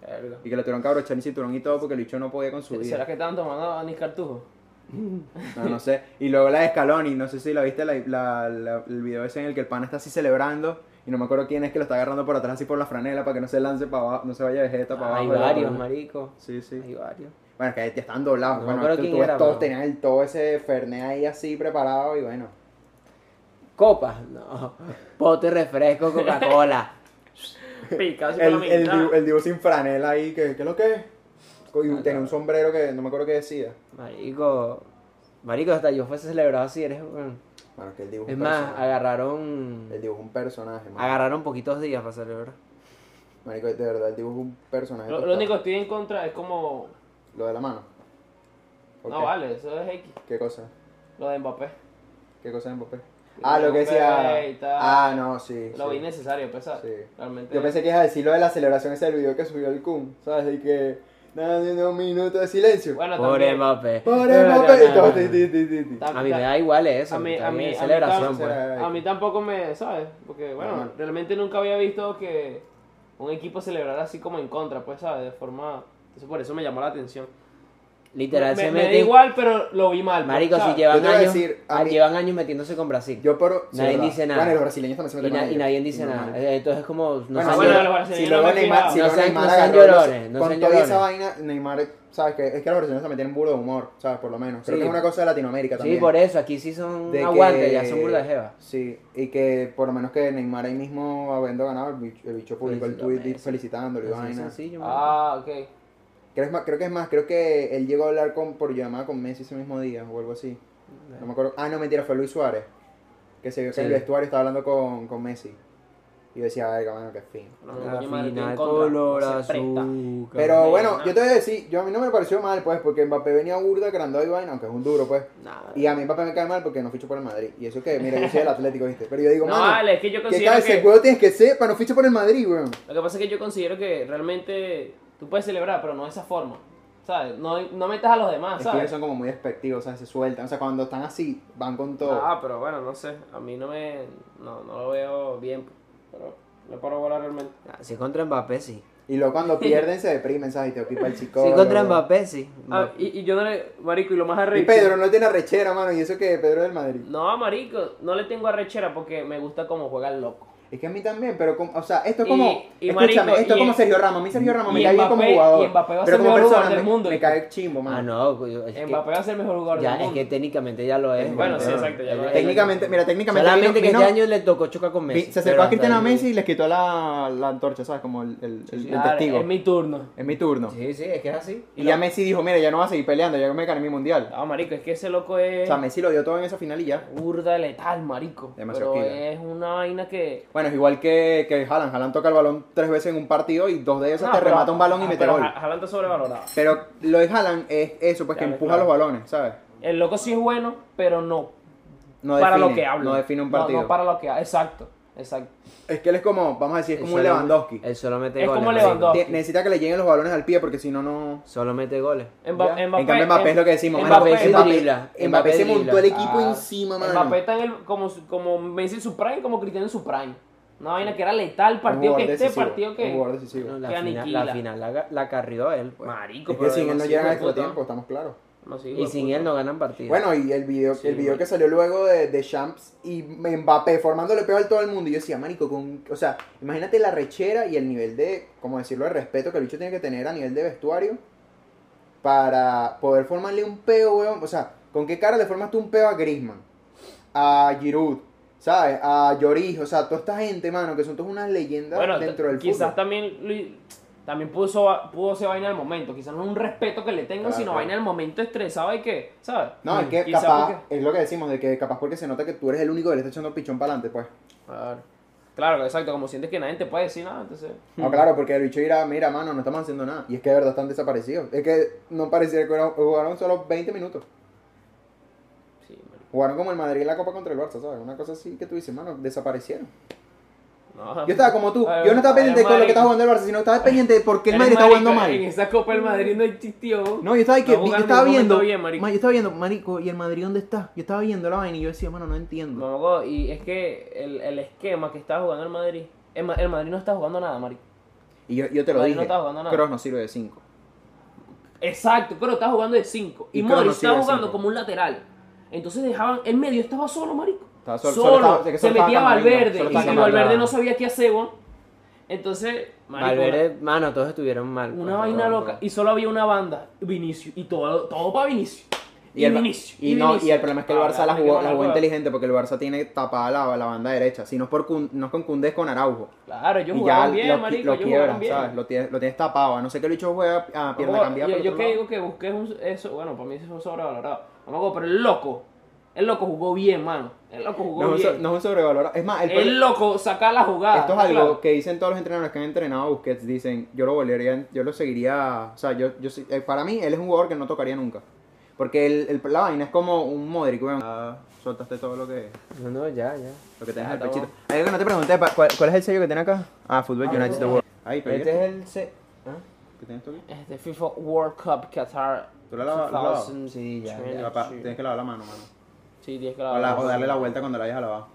[SPEAKER 2] Verga.
[SPEAKER 1] Y que le tuvieron que abrochar el cinturón y todo porque el bicho no podía con su
[SPEAKER 2] ¿Será
[SPEAKER 1] vida.
[SPEAKER 2] que estaban tomando
[SPEAKER 1] *laughs*
[SPEAKER 2] anís cartujo?
[SPEAKER 1] No, no sé. Y luego la de Scaloni, no sé si la viste la, la- la- el video ese en el que el pana está así celebrando. Y no me acuerdo quién es que lo está agarrando por atrás así por la franela para que no se lance para abajo, no se vaya vegeta para
[SPEAKER 3] Ah, hay
[SPEAKER 1] abajo.
[SPEAKER 3] varios, marico.
[SPEAKER 1] Sí, sí.
[SPEAKER 3] Hay varios.
[SPEAKER 1] Bueno, que ya están doblados.
[SPEAKER 3] No me
[SPEAKER 1] bueno,
[SPEAKER 3] acuerdo
[SPEAKER 1] tú-
[SPEAKER 3] quién
[SPEAKER 1] tú ves
[SPEAKER 3] era,
[SPEAKER 1] todos
[SPEAKER 3] pero-
[SPEAKER 1] tenían el- todo ese fernet ahí así preparado y bueno.
[SPEAKER 3] Copas, no. Pote, refresco, Coca-Cola.
[SPEAKER 2] Picado así por
[SPEAKER 1] El,
[SPEAKER 2] la
[SPEAKER 1] el,
[SPEAKER 2] mitad.
[SPEAKER 1] Dibu- el Dibu sin franela ahí, que, que lo que es. y
[SPEAKER 3] Ah,
[SPEAKER 1] tenía
[SPEAKER 3] claro.
[SPEAKER 1] un sombrero que no me acuerdo qué decía.
[SPEAKER 3] Marico. Marico, hasta yo fuese celebrado así, eres. bueno.
[SPEAKER 1] Bueno, es que el dibujo
[SPEAKER 3] Es más,
[SPEAKER 1] personaje.
[SPEAKER 3] agarraron.
[SPEAKER 1] El dibujo es un personaje, man.
[SPEAKER 3] Agarraron poquitos días para celebrar.
[SPEAKER 1] Marico, de verdad, el dibujo es un personaje.
[SPEAKER 2] Lo, lo
[SPEAKER 1] total.
[SPEAKER 2] único que estoy en contra es como.
[SPEAKER 1] Lo de la mano. ¿Por
[SPEAKER 2] No
[SPEAKER 1] qué?
[SPEAKER 2] vale, eso es X.
[SPEAKER 1] ¿Qué cosa?
[SPEAKER 2] Lo de Mbappé.
[SPEAKER 1] ¿Qué cosa en Mbappé?
[SPEAKER 2] Lo
[SPEAKER 1] Ah,
[SPEAKER 2] de
[SPEAKER 1] lo que
[SPEAKER 2] Mbappé
[SPEAKER 1] decía.
[SPEAKER 2] y tal.
[SPEAKER 1] Ah, no, sí.
[SPEAKER 2] Lo Este- vi
[SPEAKER 1] sí.
[SPEAKER 2] innecesario, pesar.
[SPEAKER 1] Sí.
[SPEAKER 2] Realmente.
[SPEAKER 1] Yo pensé que ibas a decir lo de la celebración ese del video que subió el Kun, ¿sabes? Y que. Nada, ni un minuto de silencio.
[SPEAKER 2] Bueno,
[SPEAKER 3] Pobre
[SPEAKER 2] también.
[SPEAKER 3] Mbappé.
[SPEAKER 1] Pobre Mbappé. Y todo, ti, ti, ti, ti, ti.
[SPEAKER 2] Tam-
[SPEAKER 3] A mí me da igual eso.
[SPEAKER 2] A mí,
[SPEAKER 3] está
[SPEAKER 2] a mí,
[SPEAKER 3] bien,
[SPEAKER 2] a mí
[SPEAKER 3] celebración,
[SPEAKER 2] tam-
[SPEAKER 1] tampoco-
[SPEAKER 3] pues.
[SPEAKER 2] A mí tampoco me, ¿sabes? Porque, bueno,
[SPEAKER 1] Normal.
[SPEAKER 2] realmente nunca había visto que un equipo celebrara así como en contra, pues, ¿sabes? De forma... Entonces, por eso me llamó la atención.
[SPEAKER 3] Literal,
[SPEAKER 2] me,
[SPEAKER 3] se
[SPEAKER 2] me da
[SPEAKER 3] meten-
[SPEAKER 2] igual, pero lo vi mal. pues,
[SPEAKER 3] Marico, si
[SPEAKER 2] ¿sabes?
[SPEAKER 1] Yo
[SPEAKER 3] llevan
[SPEAKER 1] te voy a
[SPEAKER 3] años,
[SPEAKER 1] decir, a
[SPEAKER 3] ah,
[SPEAKER 1] mí-
[SPEAKER 3] llevan años metiéndose con Brasil.
[SPEAKER 1] Yo por.
[SPEAKER 3] Nadie
[SPEAKER 1] ¿verdad?
[SPEAKER 3] dice nada.
[SPEAKER 1] Bueno, y los brasileños también se
[SPEAKER 3] y,
[SPEAKER 1] meten
[SPEAKER 3] na- y nadie dice
[SPEAKER 1] Normal.
[SPEAKER 3] nada. Eh, Entonces es como. No
[SPEAKER 1] Bueno,
[SPEAKER 3] sé,
[SPEAKER 1] bueno,
[SPEAKER 3] yo-
[SPEAKER 2] los brasileños
[SPEAKER 1] si luego
[SPEAKER 2] no me
[SPEAKER 1] Neymar,
[SPEAKER 2] fijaban.
[SPEAKER 1] si
[SPEAKER 3] No
[SPEAKER 1] luego
[SPEAKER 3] sean-
[SPEAKER 1] Neymar
[SPEAKER 3] no sean
[SPEAKER 1] agarró los-
[SPEAKER 3] llorones, no
[SPEAKER 1] con
[SPEAKER 3] sean
[SPEAKER 1] toda
[SPEAKER 3] llorones.
[SPEAKER 1] esa vaina, Neymar, sabes que es que los brasileños se meten en burdo de humor, sabes, por lo menos. Creo
[SPEAKER 3] Sí.
[SPEAKER 1] que es una cosa de Latinoamérica también.
[SPEAKER 3] Sí, por eso, aquí sí son
[SPEAKER 1] De
[SPEAKER 3] aguantes,
[SPEAKER 1] que-
[SPEAKER 3] ya son burda de jeva.
[SPEAKER 1] Sí, y que por lo menos que Neymar ahí mismo habiendo ganado, el bicho, el bicho publicó el
[SPEAKER 3] Felicitó a
[SPEAKER 1] tweet
[SPEAKER 3] Messi.
[SPEAKER 1] felicitándolo y
[SPEAKER 3] Así de
[SPEAKER 1] vaina.
[SPEAKER 3] sencillo, marico.
[SPEAKER 2] Ah, ok.
[SPEAKER 1] Creo, es más- creo que es más, creo que él llegó a hablar con, por llamada con Messi ese mismo día o algo así. No me acuerdo. Ah, no, mentira, fue Luis Suárez. Que se vio que en el
[SPEAKER 3] Sí.
[SPEAKER 1] vestuario estaba hablando con, con Messi. Y yo decía, verga, bueno, qué fin.
[SPEAKER 2] No,
[SPEAKER 3] La
[SPEAKER 2] coño, madre, estoy
[SPEAKER 3] final
[SPEAKER 2] en contra,
[SPEAKER 3] color
[SPEAKER 2] no se presta.
[SPEAKER 3] azul.
[SPEAKER 1] Pero
[SPEAKER 2] Mira,
[SPEAKER 1] bueno,
[SPEAKER 2] nada.
[SPEAKER 1] yo te voy a decir, yo a mí no me pareció mal, pues, porque Mbappé venía burda, grandado y vaina, aunque es un duro, pues.
[SPEAKER 3] Nada.
[SPEAKER 1] Y a mí Mbappé me cae mal porque no fichó por el Madrid. Y eso que, mira, yo soy el Atlético, ¿viste? Pero yo digo,
[SPEAKER 2] No,
[SPEAKER 1] mano,
[SPEAKER 2] vale, es que yo
[SPEAKER 1] ¿qué
[SPEAKER 2] considero
[SPEAKER 1] cabeza
[SPEAKER 2] que-
[SPEAKER 1] de huevo tienes que ser para no fichar por el Madrid, weón?
[SPEAKER 2] Lo que pasa es que yo considero que realmente tú puedes celebrar, pero no de esa forma. ¿Sabes? No, no metas a los demás,
[SPEAKER 1] Es que ellos
[SPEAKER 2] Ah, ¿sabes?
[SPEAKER 1] son como muy despectivos, o sea, se sueltan. O sea, cuando están así, van con todo.
[SPEAKER 2] Ah, pero bueno, no sé. A mí no me. No, no lo veo bien. Pero le paro bola realmente.
[SPEAKER 3] Ah, Si es contra Mbappé, sí.
[SPEAKER 1] Y luego cuando pierden se deprimen, ¿sabes? Y te ocupa
[SPEAKER 2] *laughs*
[SPEAKER 1] el chico.
[SPEAKER 3] Si es contra Mbappé, sí.
[SPEAKER 2] Ah, y, y yo no le. Marico, y lo más arrecho.
[SPEAKER 1] Y Pedro no tiene rechera, mano. Y eso que Pedro es del Madrid.
[SPEAKER 2] No, marico, no le tengo arrechera porque me gusta cómo juega el loco.
[SPEAKER 1] Es que a mí también, pero como, o sea, esto es
[SPEAKER 2] Y-
[SPEAKER 1] como,
[SPEAKER 2] y
[SPEAKER 1] escúchame,
[SPEAKER 2] marico,
[SPEAKER 1] esto es
[SPEAKER 2] y-
[SPEAKER 1] como Sergio Ramos, a mí Sergio Ramos me
[SPEAKER 2] y
[SPEAKER 1] cae bien como
[SPEAKER 2] Mbappé-
[SPEAKER 1] jugador,
[SPEAKER 2] y Mbappé va a
[SPEAKER 1] pero
[SPEAKER 2] ser
[SPEAKER 1] como
[SPEAKER 2] el mejor
[SPEAKER 1] persona
[SPEAKER 2] jugador
[SPEAKER 1] me,
[SPEAKER 2] del mundo,
[SPEAKER 1] me
[SPEAKER 2] y-
[SPEAKER 1] cae chimbo, mano.
[SPEAKER 3] Ah, no. es que-
[SPEAKER 2] Mbappé va a ser el mejor jugador
[SPEAKER 3] Ya,
[SPEAKER 2] del
[SPEAKER 3] es
[SPEAKER 2] mundo.
[SPEAKER 3] que técnicamente ya lo es.
[SPEAKER 2] Bueno, sí,
[SPEAKER 3] weón.
[SPEAKER 2] exacto, ya lo es.
[SPEAKER 1] Técnicamente, mira, técnicamente
[SPEAKER 3] Solamente que
[SPEAKER 1] vino-
[SPEAKER 3] este
[SPEAKER 1] vino-
[SPEAKER 3] año le tocó chocar con Messi.
[SPEAKER 1] vi- se
[SPEAKER 3] pero
[SPEAKER 1] acercó a
[SPEAKER 3] hasta
[SPEAKER 1] Cristiano a
[SPEAKER 3] ahí-
[SPEAKER 1] Messi y les quitó la, la antorcha, ¿sabes? Como el, el, el- el
[SPEAKER 2] Claro,
[SPEAKER 1] testigo.
[SPEAKER 2] Ah, Es mi turno.
[SPEAKER 1] Es mi turno.
[SPEAKER 3] Sí, sí, es que es así.
[SPEAKER 1] Y ya Messi dijo, mira, ya no vas a seguir peleando, ya me gané mi mundial.
[SPEAKER 2] No, Ah, marico, es que ese loco es
[SPEAKER 1] O sea, Messi lo dio todo en esa final y ya.
[SPEAKER 2] burda letal, marico.
[SPEAKER 1] Demasiado
[SPEAKER 2] pero
[SPEAKER 1] killer.
[SPEAKER 2] es una vaina que.
[SPEAKER 1] Bueno, es igual que, que Haaland. Haaland toca el balón tres veces en un partido y dos de esas
[SPEAKER 2] No,
[SPEAKER 1] te
[SPEAKER 2] pero-
[SPEAKER 1] remata un balón y
[SPEAKER 2] ah,
[SPEAKER 1] mete
[SPEAKER 2] pero
[SPEAKER 1] gol.
[SPEAKER 2] Ja- Haaland está sobrevalorado.
[SPEAKER 1] Pero lo de Haaland es eso, pues que
[SPEAKER 2] Ya ves,
[SPEAKER 1] empuja los
[SPEAKER 2] claro.
[SPEAKER 1] balones, ¿sabes?
[SPEAKER 2] El loco sí es bueno, pero no.
[SPEAKER 1] No
[SPEAKER 2] para
[SPEAKER 1] define,
[SPEAKER 2] lo que habla.
[SPEAKER 1] No define un partido.
[SPEAKER 2] No, para lo que habla. Exacto, exacto.
[SPEAKER 1] Es que él es como, vamos a decir, es como un
[SPEAKER 3] Él solo-
[SPEAKER 1] Lewandowski.
[SPEAKER 3] Él solo mete
[SPEAKER 2] Es
[SPEAKER 3] goles.
[SPEAKER 2] como
[SPEAKER 3] marico.
[SPEAKER 2] Lewandowski.
[SPEAKER 1] Tie- Necesita que le lleguen los balones al pie porque si no, no...
[SPEAKER 3] Solo mete goles.
[SPEAKER 2] Mba-
[SPEAKER 1] Ya. en cambio, Mbappé es lo que decimos. mano.
[SPEAKER 2] Mbappé-
[SPEAKER 1] Mbappé,
[SPEAKER 2] Mbappé-
[SPEAKER 3] dribla,
[SPEAKER 1] Mbappé
[SPEAKER 3] Mbappé
[SPEAKER 1] se
[SPEAKER 3] dribla.
[SPEAKER 1] montó el equipo
[SPEAKER 2] Ah,
[SPEAKER 1] encima, mano.
[SPEAKER 2] Mbappé está en el, como, su- como Messi en su prime, como Cristiano en su prime. Una vaina que era letal, partido
[SPEAKER 1] Un
[SPEAKER 2] que
[SPEAKER 1] jugador
[SPEAKER 2] este,
[SPEAKER 1] decisivo,
[SPEAKER 2] partido
[SPEAKER 1] Un
[SPEAKER 2] que.
[SPEAKER 1] jugador decisivo.
[SPEAKER 3] No, la,
[SPEAKER 2] Que
[SPEAKER 3] final,
[SPEAKER 2] aniquila.
[SPEAKER 3] la final la, la carrió él. pues.
[SPEAKER 2] Marico,
[SPEAKER 1] es que sin él no llegan a
[SPEAKER 2] este
[SPEAKER 1] extra tiempo, estamos claros.
[SPEAKER 3] Y sin él no ganan partido.
[SPEAKER 1] Bueno, y el video, el video que salió luego de, de Champs y Mbappé formándole peor a todo el mundo. Y yo decía, marico, con, o sea, imagínate la rechera y el nivel de, como decirlo, de respeto que el bicho tiene que tener a nivel de vestuario para poder formarle un peo, weón. O sea, ¿con qué cara le formas tú un peo a Grisman? A Giroud, ¿sabes? A Lloris, o sea, toda esta gente, mano, que son todas unas leyendas
[SPEAKER 2] Bueno,
[SPEAKER 1] dentro del
[SPEAKER 2] quizás
[SPEAKER 1] fútbol.
[SPEAKER 2] también li- también puso, pudo ser vaina del momento. Quizás no es un respeto que le tengo,
[SPEAKER 1] Claro,
[SPEAKER 2] sino
[SPEAKER 1] claro.
[SPEAKER 2] vaina del momento estresado y que, ¿sabes? Mm,
[SPEAKER 1] No, es que
[SPEAKER 2] Quizás
[SPEAKER 1] capaz,
[SPEAKER 2] porque-
[SPEAKER 1] es lo que decimos, de que capaz porque se nota que tú eres el único que le está echando pichón para adelante, pues.
[SPEAKER 2] Claro. Claro, exacto. Como sientes que nadie te puede decir nada, entonces.
[SPEAKER 1] No, claro, porque el bicho dirá, mira, mano, no estamos haciendo nada. Y es que de verdad están desaparecidos. Es que no parecía que era- jugaron solo 20 minutos.
[SPEAKER 2] Sí, marico.
[SPEAKER 1] Jugaron como el Madrid en la Copa contra el Barça, ¿sabes? Una cosa así que tú dices, mano, desaparecieron.
[SPEAKER 2] No.
[SPEAKER 1] Yo estaba como tú.
[SPEAKER 2] *laughs* Ay,
[SPEAKER 1] Yo no estaba
[SPEAKER 2] ay,
[SPEAKER 1] pendiente con lo
[SPEAKER 2] marico.
[SPEAKER 1] que estaba jugando el Barça, sino estaba pendiente de por qué el
[SPEAKER 2] Eres
[SPEAKER 1] Madrid está jugando
[SPEAKER 2] marico, En
[SPEAKER 1] mal.
[SPEAKER 2] esa Copa el Madrid no existió.
[SPEAKER 1] No, yo estaba, ahí que,
[SPEAKER 2] No
[SPEAKER 1] yo
[SPEAKER 2] jugaron
[SPEAKER 1] estaba
[SPEAKER 2] ningún momento
[SPEAKER 1] viendo.
[SPEAKER 2] bien, marico.
[SPEAKER 1] ma- yo estaba viendo, marico, ¿y el Madrid dónde está? Yo estaba viendo la vaina y yo decía, mano, no entiendo.
[SPEAKER 2] Mamagó, y es que el, el esquema que estaba jugando el Madrid. El, Ma- el Madrid no está jugando nada, marico.
[SPEAKER 1] Y yo, yo te lo
[SPEAKER 2] Madrid
[SPEAKER 1] dije.
[SPEAKER 2] no está jugando nada.
[SPEAKER 1] Kroos no sirve de 5.
[SPEAKER 2] Exacto, pero estaba jugando de 5. Y,
[SPEAKER 1] Y Kroos
[SPEAKER 2] Modric
[SPEAKER 1] no sirve
[SPEAKER 2] estaba
[SPEAKER 1] de
[SPEAKER 2] jugando
[SPEAKER 1] cinco.
[SPEAKER 2] como un lateral. Entonces dejaban, el medio estaba solo, marico.
[SPEAKER 1] Estaba solo-
[SPEAKER 2] solo,
[SPEAKER 1] solo estaba- es que
[SPEAKER 2] se
[SPEAKER 1] solo
[SPEAKER 2] metía
[SPEAKER 1] estaba Camavinga,
[SPEAKER 2] Valverde.
[SPEAKER 1] solo
[SPEAKER 2] Y
[SPEAKER 1] estaba
[SPEAKER 2] si
[SPEAKER 1] Camavinga.
[SPEAKER 2] Valverde no sabía qué hacer, weón, entonces, marico,
[SPEAKER 3] Valverde, mano, todos estuvieron mal.
[SPEAKER 2] una
[SPEAKER 3] pues,
[SPEAKER 2] vaina
[SPEAKER 3] todo,
[SPEAKER 2] loca. Y solo había una banda, Vinicius. Y todo, todo para Vinicius.
[SPEAKER 1] Y, el, Ba-
[SPEAKER 2] Vinicius,
[SPEAKER 1] y,
[SPEAKER 2] y
[SPEAKER 1] no,
[SPEAKER 2] Vinicius.
[SPEAKER 1] y el problema es que el
[SPEAKER 2] Ah,
[SPEAKER 1] Barça la
[SPEAKER 2] tiene que
[SPEAKER 1] jugó,
[SPEAKER 2] ganar
[SPEAKER 1] la jugó
[SPEAKER 2] el Barça.
[SPEAKER 1] inteligente porque el Barça tiene tapada la, la banda derecha. Si no es, por, Kun- no es con Koundé, es con Araujo.
[SPEAKER 2] Claro, ellos
[SPEAKER 1] y ya
[SPEAKER 2] jugaron bien,
[SPEAKER 1] lo,
[SPEAKER 2] marico.
[SPEAKER 1] lo
[SPEAKER 2] ellos
[SPEAKER 1] quiebran,
[SPEAKER 2] jugaron bien.
[SPEAKER 1] ¿sabes? Lo tienes, lo tienes tapado. A no sé que el bicho juega a pierna
[SPEAKER 2] Ojo,
[SPEAKER 1] cambiada.
[SPEAKER 2] Yo,
[SPEAKER 1] por
[SPEAKER 2] yo
[SPEAKER 1] otro
[SPEAKER 2] que
[SPEAKER 1] lado.
[SPEAKER 2] digo que busqué un, eso, bueno, para mí eso es sobrevalorado. No me acuerdo, pero el loco, el loco jugó bien, mano. El loco jugó
[SPEAKER 1] No, es un so-
[SPEAKER 2] bien.
[SPEAKER 1] no es un sobrevalorado. Es más, el,
[SPEAKER 2] el loco saca la jugada.
[SPEAKER 1] Esto es algo
[SPEAKER 2] claro.
[SPEAKER 1] que dicen todos los entrenadores que han entrenado a Busquets. Dicen, yo lo volvería, yo lo seguiría. O sea, yo, yo sí- eh, para mí, él es un jugador que no tocaría nunca. Porque el, el- la vaina es como un Modric, weón. Ah, soltaste todo lo que,
[SPEAKER 3] No, no, ya, ya.
[SPEAKER 1] lo que tenés en el
[SPEAKER 2] Ya,
[SPEAKER 1] pechito.
[SPEAKER 2] estamos.
[SPEAKER 1] Hay algo que no te pregunté, pa- ¿cuál, cuál es el sello que tiene acá? Ah, Football United The World. Ay, pero
[SPEAKER 3] Este
[SPEAKER 1] ¿y
[SPEAKER 3] es
[SPEAKER 1] esto?
[SPEAKER 3] el... se-
[SPEAKER 1] ¿Ah? ¿Qué tienes tú aquí?
[SPEAKER 2] Este FIFA World Cup Qatar.
[SPEAKER 1] ¿Tú la lavas- la lavas? Eh,
[SPEAKER 2] 2000.
[SPEAKER 3] Sí, Ah, ya, ya.
[SPEAKER 1] Papá,
[SPEAKER 2] Sí.
[SPEAKER 1] tienes que lavar la mano, mano.
[SPEAKER 2] Sí, tienes que
[SPEAKER 1] O, la- o
[SPEAKER 2] lavar.
[SPEAKER 1] darle la vuelta cuando la hayas lavado.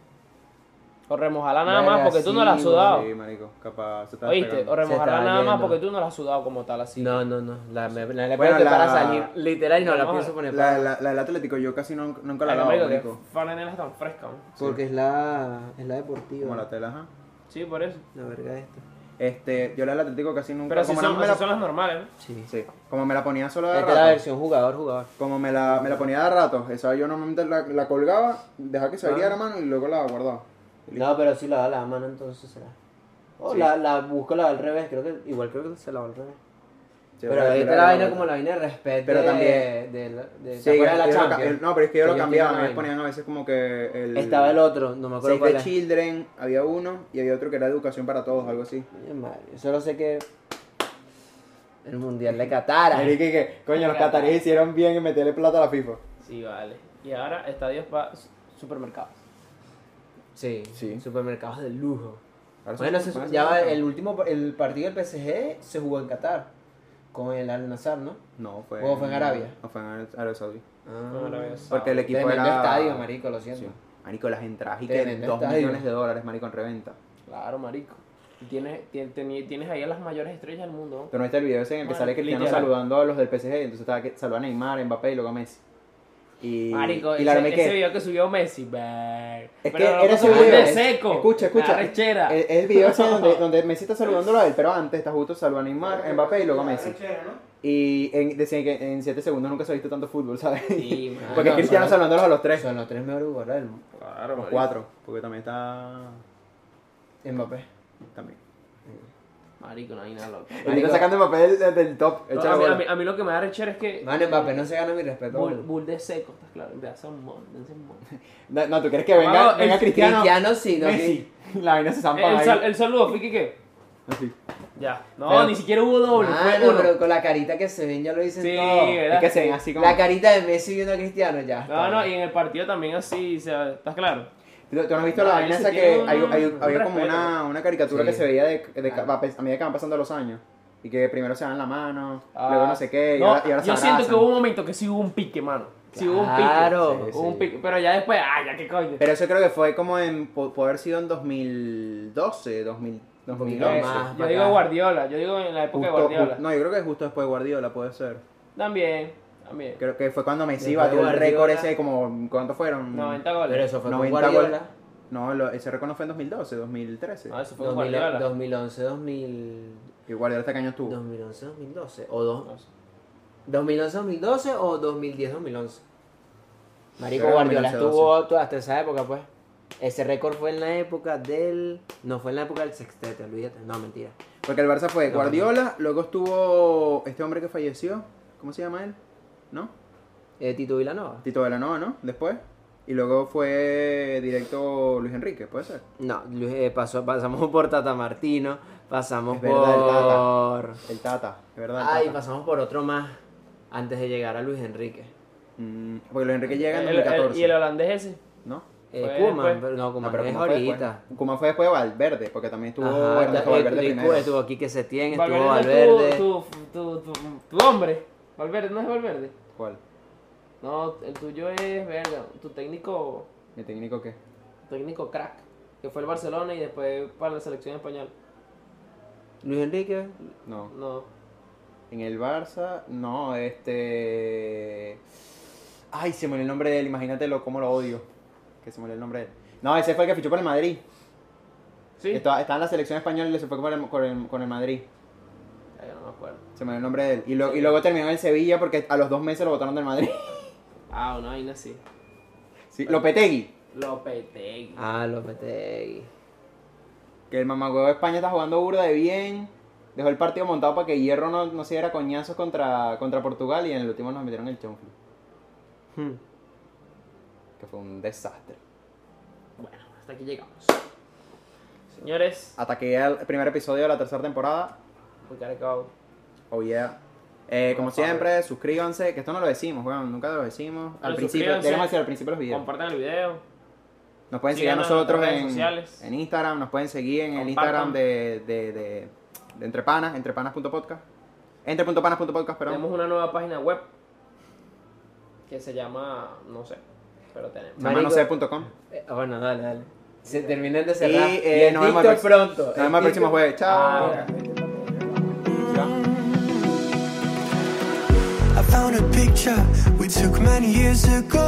[SPEAKER 2] O remojarla nada
[SPEAKER 3] Verga,
[SPEAKER 2] más porque tú no la has
[SPEAKER 3] sí,
[SPEAKER 2] sudado.
[SPEAKER 1] Sí, marico, capaz se está
[SPEAKER 2] Oíste,
[SPEAKER 1] despegando.
[SPEAKER 2] o remojarla
[SPEAKER 3] estaba
[SPEAKER 2] nada más
[SPEAKER 3] yendo.
[SPEAKER 2] porque tú no la has sudado como tal así.
[SPEAKER 3] No, no, no. La, me, la,
[SPEAKER 1] Bueno,
[SPEAKER 3] la voy a preparar
[SPEAKER 1] la-
[SPEAKER 3] a salir literal y no la
[SPEAKER 2] Vamos a
[SPEAKER 3] pienso
[SPEAKER 2] ver.
[SPEAKER 3] poner
[SPEAKER 1] La,
[SPEAKER 3] pa-
[SPEAKER 1] la- la del Atlético yo casi nun- nunca la
[SPEAKER 2] Ay, no,
[SPEAKER 1] lavo,
[SPEAKER 2] marico, que
[SPEAKER 1] marico.
[SPEAKER 2] franela es tan fresca. ¿no?
[SPEAKER 3] Porque es la, es la deportiva.
[SPEAKER 1] Como la tela, ajá.
[SPEAKER 2] Sí, por eso.
[SPEAKER 3] La verga esta.
[SPEAKER 1] Este, yo la del Atlético casi nunca.
[SPEAKER 2] Pero si
[SPEAKER 1] como
[SPEAKER 2] son,
[SPEAKER 1] no me
[SPEAKER 2] si
[SPEAKER 1] la,
[SPEAKER 2] son las normales, ¿eh? ¿no?
[SPEAKER 3] Sí.
[SPEAKER 1] sí, como me la ponía solo de
[SPEAKER 3] Esta es la
[SPEAKER 1] rato.
[SPEAKER 3] versión jugador-jugador.
[SPEAKER 1] Como me la, me la ponía de rato. Esa yo normalmente la, la colgaba, dejaba que se
[SPEAKER 3] Ah.
[SPEAKER 1] abriera mano y luego la guardaba.
[SPEAKER 3] No, pero si la da la mano entonces será. O
[SPEAKER 1] Sí.
[SPEAKER 3] la, la busco la da al revés, creo que igual creo que se la va al revés.
[SPEAKER 1] Sí,
[SPEAKER 3] Pero
[SPEAKER 1] yo la-
[SPEAKER 3] ahí
[SPEAKER 1] yo
[SPEAKER 3] está la vaina
[SPEAKER 1] daba
[SPEAKER 3] como la vaina de respeto.
[SPEAKER 1] Pero
[SPEAKER 3] de-
[SPEAKER 1] también-
[SPEAKER 3] De, la- de,
[SPEAKER 1] vuelta.
[SPEAKER 3] ¿te acuerdas de
[SPEAKER 1] yo
[SPEAKER 3] la
[SPEAKER 1] lo ca-
[SPEAKER 3] Champions?
[SPEAKER 1] el- no, pero es que yo lo
[SPEAKER 3] Ellos
[SPEAKER 1] cambiaba.
[SPEAKER 3] tienen
[SPEAKER 1] A
[SPEAKER 3] la
[SPEAKER 1] mí me
[SPEAKER 3] vaina.
[SPEAKER 1] ponían a veces como que el.
[SPEAKER 3] Estaba el otro, no me acuerdo
[SPEAKER 1] Save
[SPEAKER 3] cuál
[SPEAKER 1] the
[SPEAKER 3] era.
[SPEAKER 1] Children, había uno y había otro que era educación para todos, algo así.
[SPEAKER 3] Coño, madre, yo solo sé que. El mundial de Qatar.
[SPEAKER 1] Marico, y que, coño, los cataríes hicieron bien en meterle plata a la FIFA.
[SPEAKER 2] Sí, vale. Y ahora estadios para supermercados.
[SPEAKER 3] Sí,
[SPEAKER 1] Sí.
[SPEAKER 3] supermercados de lujo.
[SPEAKER 1] Ahora sí,
[SPEAKER 3] Bueno, se-
[SPEAKER 1] van a
[SPEAKER 3] ya
[SPEAKER 1] hacer
[SPEAKER 3] va,
[SPEAKER 1] plata.
[SPEAKER 3] el último el partido del PSG se jugó en Qatar con el Al Nassr, ¿no?
[SPEAKER 1] No, fue.
[SPEAKER 3] ¿O fue en Arabia? Ah,
[SPEAKER 1] No, fue en Ar- Arabia Saudí.
[SPEAKER 2] Con Arabia Saudita.
[SPEAKER 1] Porque el Ah. equipo
[SPEAKER 3] Tremendo
[SPEAKER 1] era.
[SPEAKER 3] estadio, marico, lo siento.
[SPEAKER 1] Sí. Marico, las entradas y que
[SPEAKER 3] Tremendo
[SPEAKER 1] 2
[SPEAKER 3] estadio.
[SPEAKER 1] millones de dólares, marico, en reventa.
[SPEAKER 2] Claro, marico. Y Tienes, tien- teni- tienes ahí a las mayores estrellas del mundo.
[SPEAKER 1] ¿Tú no viste el video ese en el que
[SPEAKER 2] Bueno,
[SPEAKER 1] sale Cristiano
[SPEAKER 2] literal.
[SPEAKER 1] saludando a los del PSG? Entonces estaba que saludó a Neymar, Mbappé y luego a Messi. Y,
[SPEAKER 2] Marico,
[SPEAKER 1] y
[SPEAKER 2] ese,
[SPEAKER 1] la verdad
[SPEAKER 2] ese
[SPEAKER 1] que-
[SPEAKER 2] video que subió Messi, ver.
[SPEAKER 1] Es que
[SPEAKER 2] Pero
[SPEAKER 1] era
[SPEAKER 2] loco,
[SPEAKER 1] ese
[SPEAKER 2] se
[SPEAKER 1] video.
[SPEAKER 2] pone
[SPEAKER 1] es-
[SPEAKER 2] seco.
[SPEAKER 1] Escucha,
[SPEAKER 2] La
[SPEAKER 1] escucha. Eh,
[SPEAKER 2] rechera.
[SPEAKER 1] Es, es el video
[SPEAKER 2] *laughs*
[SPEAKER 1] ese donde, donde Messi está saludándolo a él, pero antes está justo saluda a Neymar, Ah, Mbappé y
[SPEAKER 4] Ah,
[SPEAKER 1] luego a Messi. Y en, decían que en 7 segundos nunca se ha visto tanto fútbol, ¿sabes?
[SPEAKER 2] Sí, mano.
[SPEAKER 1] *laughs* Porque
[SPEAKER 3] no,
[SPEAKER 1] Cristiano
[SPEAKER 3] son-
[SPEAKER 1] saludándolos a los tres.
[SPEAKER 3] Son los tres mejores jugadores del mundo.
[SPEAKER 2] Claro,
[SPEAKER 1] Los
[SPEAKER 2] marico.
[SPEAKER 1] cuatro, porque también está...
[SPEAKER 3] Mbappé.
[SPEAKER 1] También.
[SPEAKER 2] Marico, no hay nada loco.
[SPEAKER 1] Él está sacando el papel del, del top.
[SPEAKER 2] No,
[SPEAKER 1] Échale
[SPEAKER 2] a, mí,
[SPEAKER 1] bola.
[SPEAKER 2] a mí- a mí lo que me da rechera es
[SPEAKER 1] Eh,
[SPEAKER 2] que.
[SPEAKER 3] Mano, Mbappé no se gana mi respeto.
[SPEAKER 2] Bull,
[SPEAKER 3] mano.
[SPEAKER 2] bull de seco, estás claro. Ve, hace un mon, dense un mon.
[SPEAKER 1] No, no, ¿tú crees que venga,
[SPEAKER 2] Vamos,
[SPEAKER 1] venga
[SPEAKER 2] el-
[SPEAKER 1] Cristiano?
[SPEAKER 3] Cristiano sí, no
[SPEAKER 1] Messi. *laughs* La vaina se zampa
[SPEAKER 2] Eh, El,
[SPEAKER 1] ahí. Ah,
[SPEAKER 2] sal- el saludo, Fiki, ¿qué?
[SPEAKER 1] Así.
[SPEAKER 2] Ya. No,
[SPEAKER 3] Pero-
[SPEAKER 2] ni siquiera hubo doble.
[SPEAKER 3] Mano,
[SPEAKER 2] fue uno.
[SPEAKER 3] pero con la carita que se ven ya lo dicen
[SPEAKER 2] Sí,
[SPEAKER 3] todo.
[SPEAKER 1] Es que se ven así como...
[SPEAKER 3] La carita de Messi viendo a Cristiano ya.
[SPEAKER 2] No,
[SPEAKER 3] está.
[SPEAKER 2] no, y en el partido también así, o sea, ¿estás claro?
[SPEAKER 1] ¿Tú, tú no has visto la
[SPEAKER 2] No,
[SPEAKER 1] vaina
[SPEAKER 2] ese
[SPEAKER 1] esa
[SPEAKER 2] tiene
[SPEAKER 1] que
[SPEAKER 2] un-
[SPEAKER 1] hay, hay-
[SPEAKER 2] un
[SPEAKER 1] había como
[SPEAKER 2] respeto.
[SPEAKER 1] una, una caricatura
[SPEAKER 3] Sí.
[SPEAKER 1] que se veía de, de ca- pues,
[SPEAKER 3] Ah.
[SPEAKER 1] a pe- a medida que van pasando los años? Y que primero se dan la mano,
[SPEAKER 2] Ah,
[SPEAKER 1] luego no sé qué, y
[SPEAKER 2] no,
[SPEAKER 1] ahora, y ahora se
[SPEAKER 2] yo siento que
[SPEAKER 1] abrazan.
[SPEAKER 2] hubo un momento que sí hubo un pique, mano. Sí hubo un pique.
[SPEAKER 3] Claro.
[SPEAKER 1] Sí,
[SPEAKER 2] Hubo un
[SPEAKER 1] sí.
[SPEAKER 2] pique, pero ya después, ah, ya qué coño.
[SPEAKER 1] Pero eso creo que fue como en... po- Puede haber sido en 2012, 2000,
[SPEAKER 3] poquito
[SPEAKER 2] Eso,
[SPEAKER 1] 2011.
[SPEAKER 3] más.
[SPEAKER 2] Eh, yo
[SPEAKER 3] para
[SPEAKER 2] digo
[SPEAKER 3] acá.
[SPEAKER 2] Guardiola, yo digo en la época
[SPEAKER 1] Justo-
[SPEAKER 2] de Guardiola.
[SPEAKER 1] ju- no, yo creo que justo después de Guardiola puede ser.
[SPEAKER 2] También, también.
[SPEAKER 1] Creo que fue cuando Messi
[SPEAKER 3] Después de
[SPEAKER 1] batió el récord
[SPEAKER 3] Guardiola.
[SPEAKER 1] ese, como... ¿Cuánto fueron?
[SPEAKER 2] 90 goles.
[SPEAKER 3] Pero eso fue con
[SPEAKER 1] 90 goles.
[SPEAKER 3] Guardiola.
[SPEAKER 1] No, lo- ese récord no fue en 2012, 2013.
[SPEAKER 2] No, eso fue con
[SPEAKER 3] 2000
[SPEAKER 2] Guardiola.
[SPEAKER 3] 2011, 2000,
[SPEAKER 1] Que Guardiola este caño estuvo.
[SPEAKER 3] 2011, 2012. O dos,
[SPEAKER 2] No sé.
[SPEAKER 3] 2011, 2012 o 2010, 2011. Marico
[SPEAKER 1] Creo que
[SPEAKER 3] Guardiola
[SPEAKER 1] 2011,
[SPEAKER 3] estuvo to- hasta esa época, pues. Ese récord fue en la época del. No fue en la época del sextete, olvídate. No, mentira.
[SPEAKER 1] Porque el Barça fue
[SPEAKER 3] No,
[SPEAKER 1] Guardiola, luego estuvo este hombre que falleció, ¿cómo se llama él? ¿No?
[SPEAKER 3] Eh, Tito Vilanova.
[SPEAKER 1] Tito Velanova, ¿no? Después. Y luego fue directo Luis Enrique, puede ser.
[SPEAKER 3] No, Luis, eh, pasó, pasamos por Tata Martino. Pasamos
[SPEAKER 1] Es verdad, el Tata.
[SPEAKER 3] por.
[SPEAKER 1] El Tata, es verdad. el
[SPEAKER 3] Ay,
[SPEAKER 1] Tata.
[SPEAKER 3] pasamos por otro más. Antes de llegar a Luis Enrique.
[SPEAKER 1] Mm, porque Luis Enrique llega en
[SPEAKER 2] El- el-
[SPEAKER 1] 2014.
[SPEAKER 2] y el holandés ese.
[SPEAKER 1] ¿no?
[SPEAKER 3] Eh,
[SPEAKER 2] Fue
[SPEAKER 3] Koeman,
[SPEAKER 2] después.
[SPEAKER 3] Ah, pero no, Kuman
[SPEAKER 1] No, pero Koeman
[SPEAKER 3] es
[SPEAKER 1] fue
[SPEAKER 3] ahorita.
[SPEAKER 1] después. Koeman fue después de Valverde, porque también estuvo
[SPEAKER 3] Ajá,
[SPEAKER 1] Ernesto
[SPEAKER 3] eh,
[SPEAKER 1] Valverde
[SPEAKER 3] de Cuba
[SPEAKER 1] primero.
[SPEAKER 3] estuvo aquí que Setién, estuvo
[SPEAKER 2] Valverde, no
[SPEAKER 3] Valverde.
[SPEAKER 2] estuvo- tu, tu, tu- tu hombre. Valverde no es Valverde.
[SPEAKER 1] ¿Cuál?
[SPEAKER 2] No, el tuyo es, verga, tu técnico,
[SPEAKER 1] ¿Mi técnico qué?
[SPEAKER 2] técnico crack, que fue el Barcelona y después para la selección española.
[SPEAKER 3] Luis Enrique.
[SPEAKER 1] No.
[SPEAKER 2] No,
[SPEAKER 1] En el Barça, no, este. Ay, se me olvidó el nombre de él, imagínatelo, cómo lo odio. Que se me olvidó el nombre de él. No, ese fue el que fichó por el Madrid.
[SPEAKER 2] sí,
[SPEAKER 1] Estaba, estaba en la selección española y se fue con el, con el- con el Madrid.
[SPEAKER 2] Ay, yo no me acuerdo.
[SPEAKER 1] Se me olvidó el nombre de él. Y, lo- y luego terminó en el Sevilla porque a los dos meses lo botaron del Madrid. *laughs*
[SPEAKER 2] Ah, una vaina así.
[SPEAKER 1] Sí, Lopetegui.
[SPEAKER 2] Lopetegui.
[SPEAKER 3] Ah, Lopetegui.
[SPEAKER 1] Que el mamagüevo de España está jugando burda de bien. Dejó el partido montado para que Hierro no, no se diera coñazos contra, contra Portugal y en el último nos metieron el chonfli.
[SPEAKER 3] Hmm.
[SPEAKER 1] Que fue un desastre.
[SPEAKER 2] Bueno, hasta aquí llegamos. Señores,
[SPEAKER 1] Ataqué el primer episodio de la tercera temporada.
[SPEAKER 2] muy cargado.
[SPEAKER 1] Oh yeah. Eh, como siempre, suscríbanse, que esto no lo decimos, weón, nunca lo decimos. Al
[SPEAKER 2] Pero
[SPEAKER 1] principio,
[SPEAKER 2] suscríbanse.
[SPEAKER 1] deberíamos decir al principio de los videos.
[SPEAKER 2] Compartan el video.
[SPEAKER 1] Nos pueden seguir a
[SPEAKER 2] Síganos en
[SPEAKER 1] nosotros
[SPEAKER 2] nuestras redes
[SPEAKER 1] en,
[SPEAKER 2] sociales.
[SPEAKER 1] en Instagram, nos pueden seguir en el
[SPEAKER 2] Compartan.
[SPEAKER 1] Instagram de, de, de, de Entrepanas, entrepanas.podcast. Entre.panas.podcast, perdón.
[SPEAKER 2] Tenemos una nueva página web que se llama, no sé, pero tenemos.
[SPEAKER 1] Se llama
[SPEAKER 3] Marico.
[SPEAKER 1] noce.com.
[SPEAKER 3] Eh, bueno, dale, dale. Se terminan de cerrar.
[SPEAKER 1] Y, eh,
[SPEAKER 3] el
[SPEAKER 1] nos vemos
[SPEAKER 3] TikTok
[SPEAKER 1] el prox-
[SPEAKER 3] pronto.
[SPEAKER 1] Nos vemos el próximo
[SPEAKER 3] TikTok-
[SPEAKER 1] jueves. Chao.
[SPEAKER 2] Ah,
[SPEAKER 1] Chao.
[SPEAKER 5] I found a picture we took many years ago.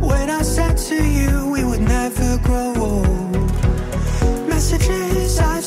[SPEAKER 5] When I said to you we would never grow old, messages I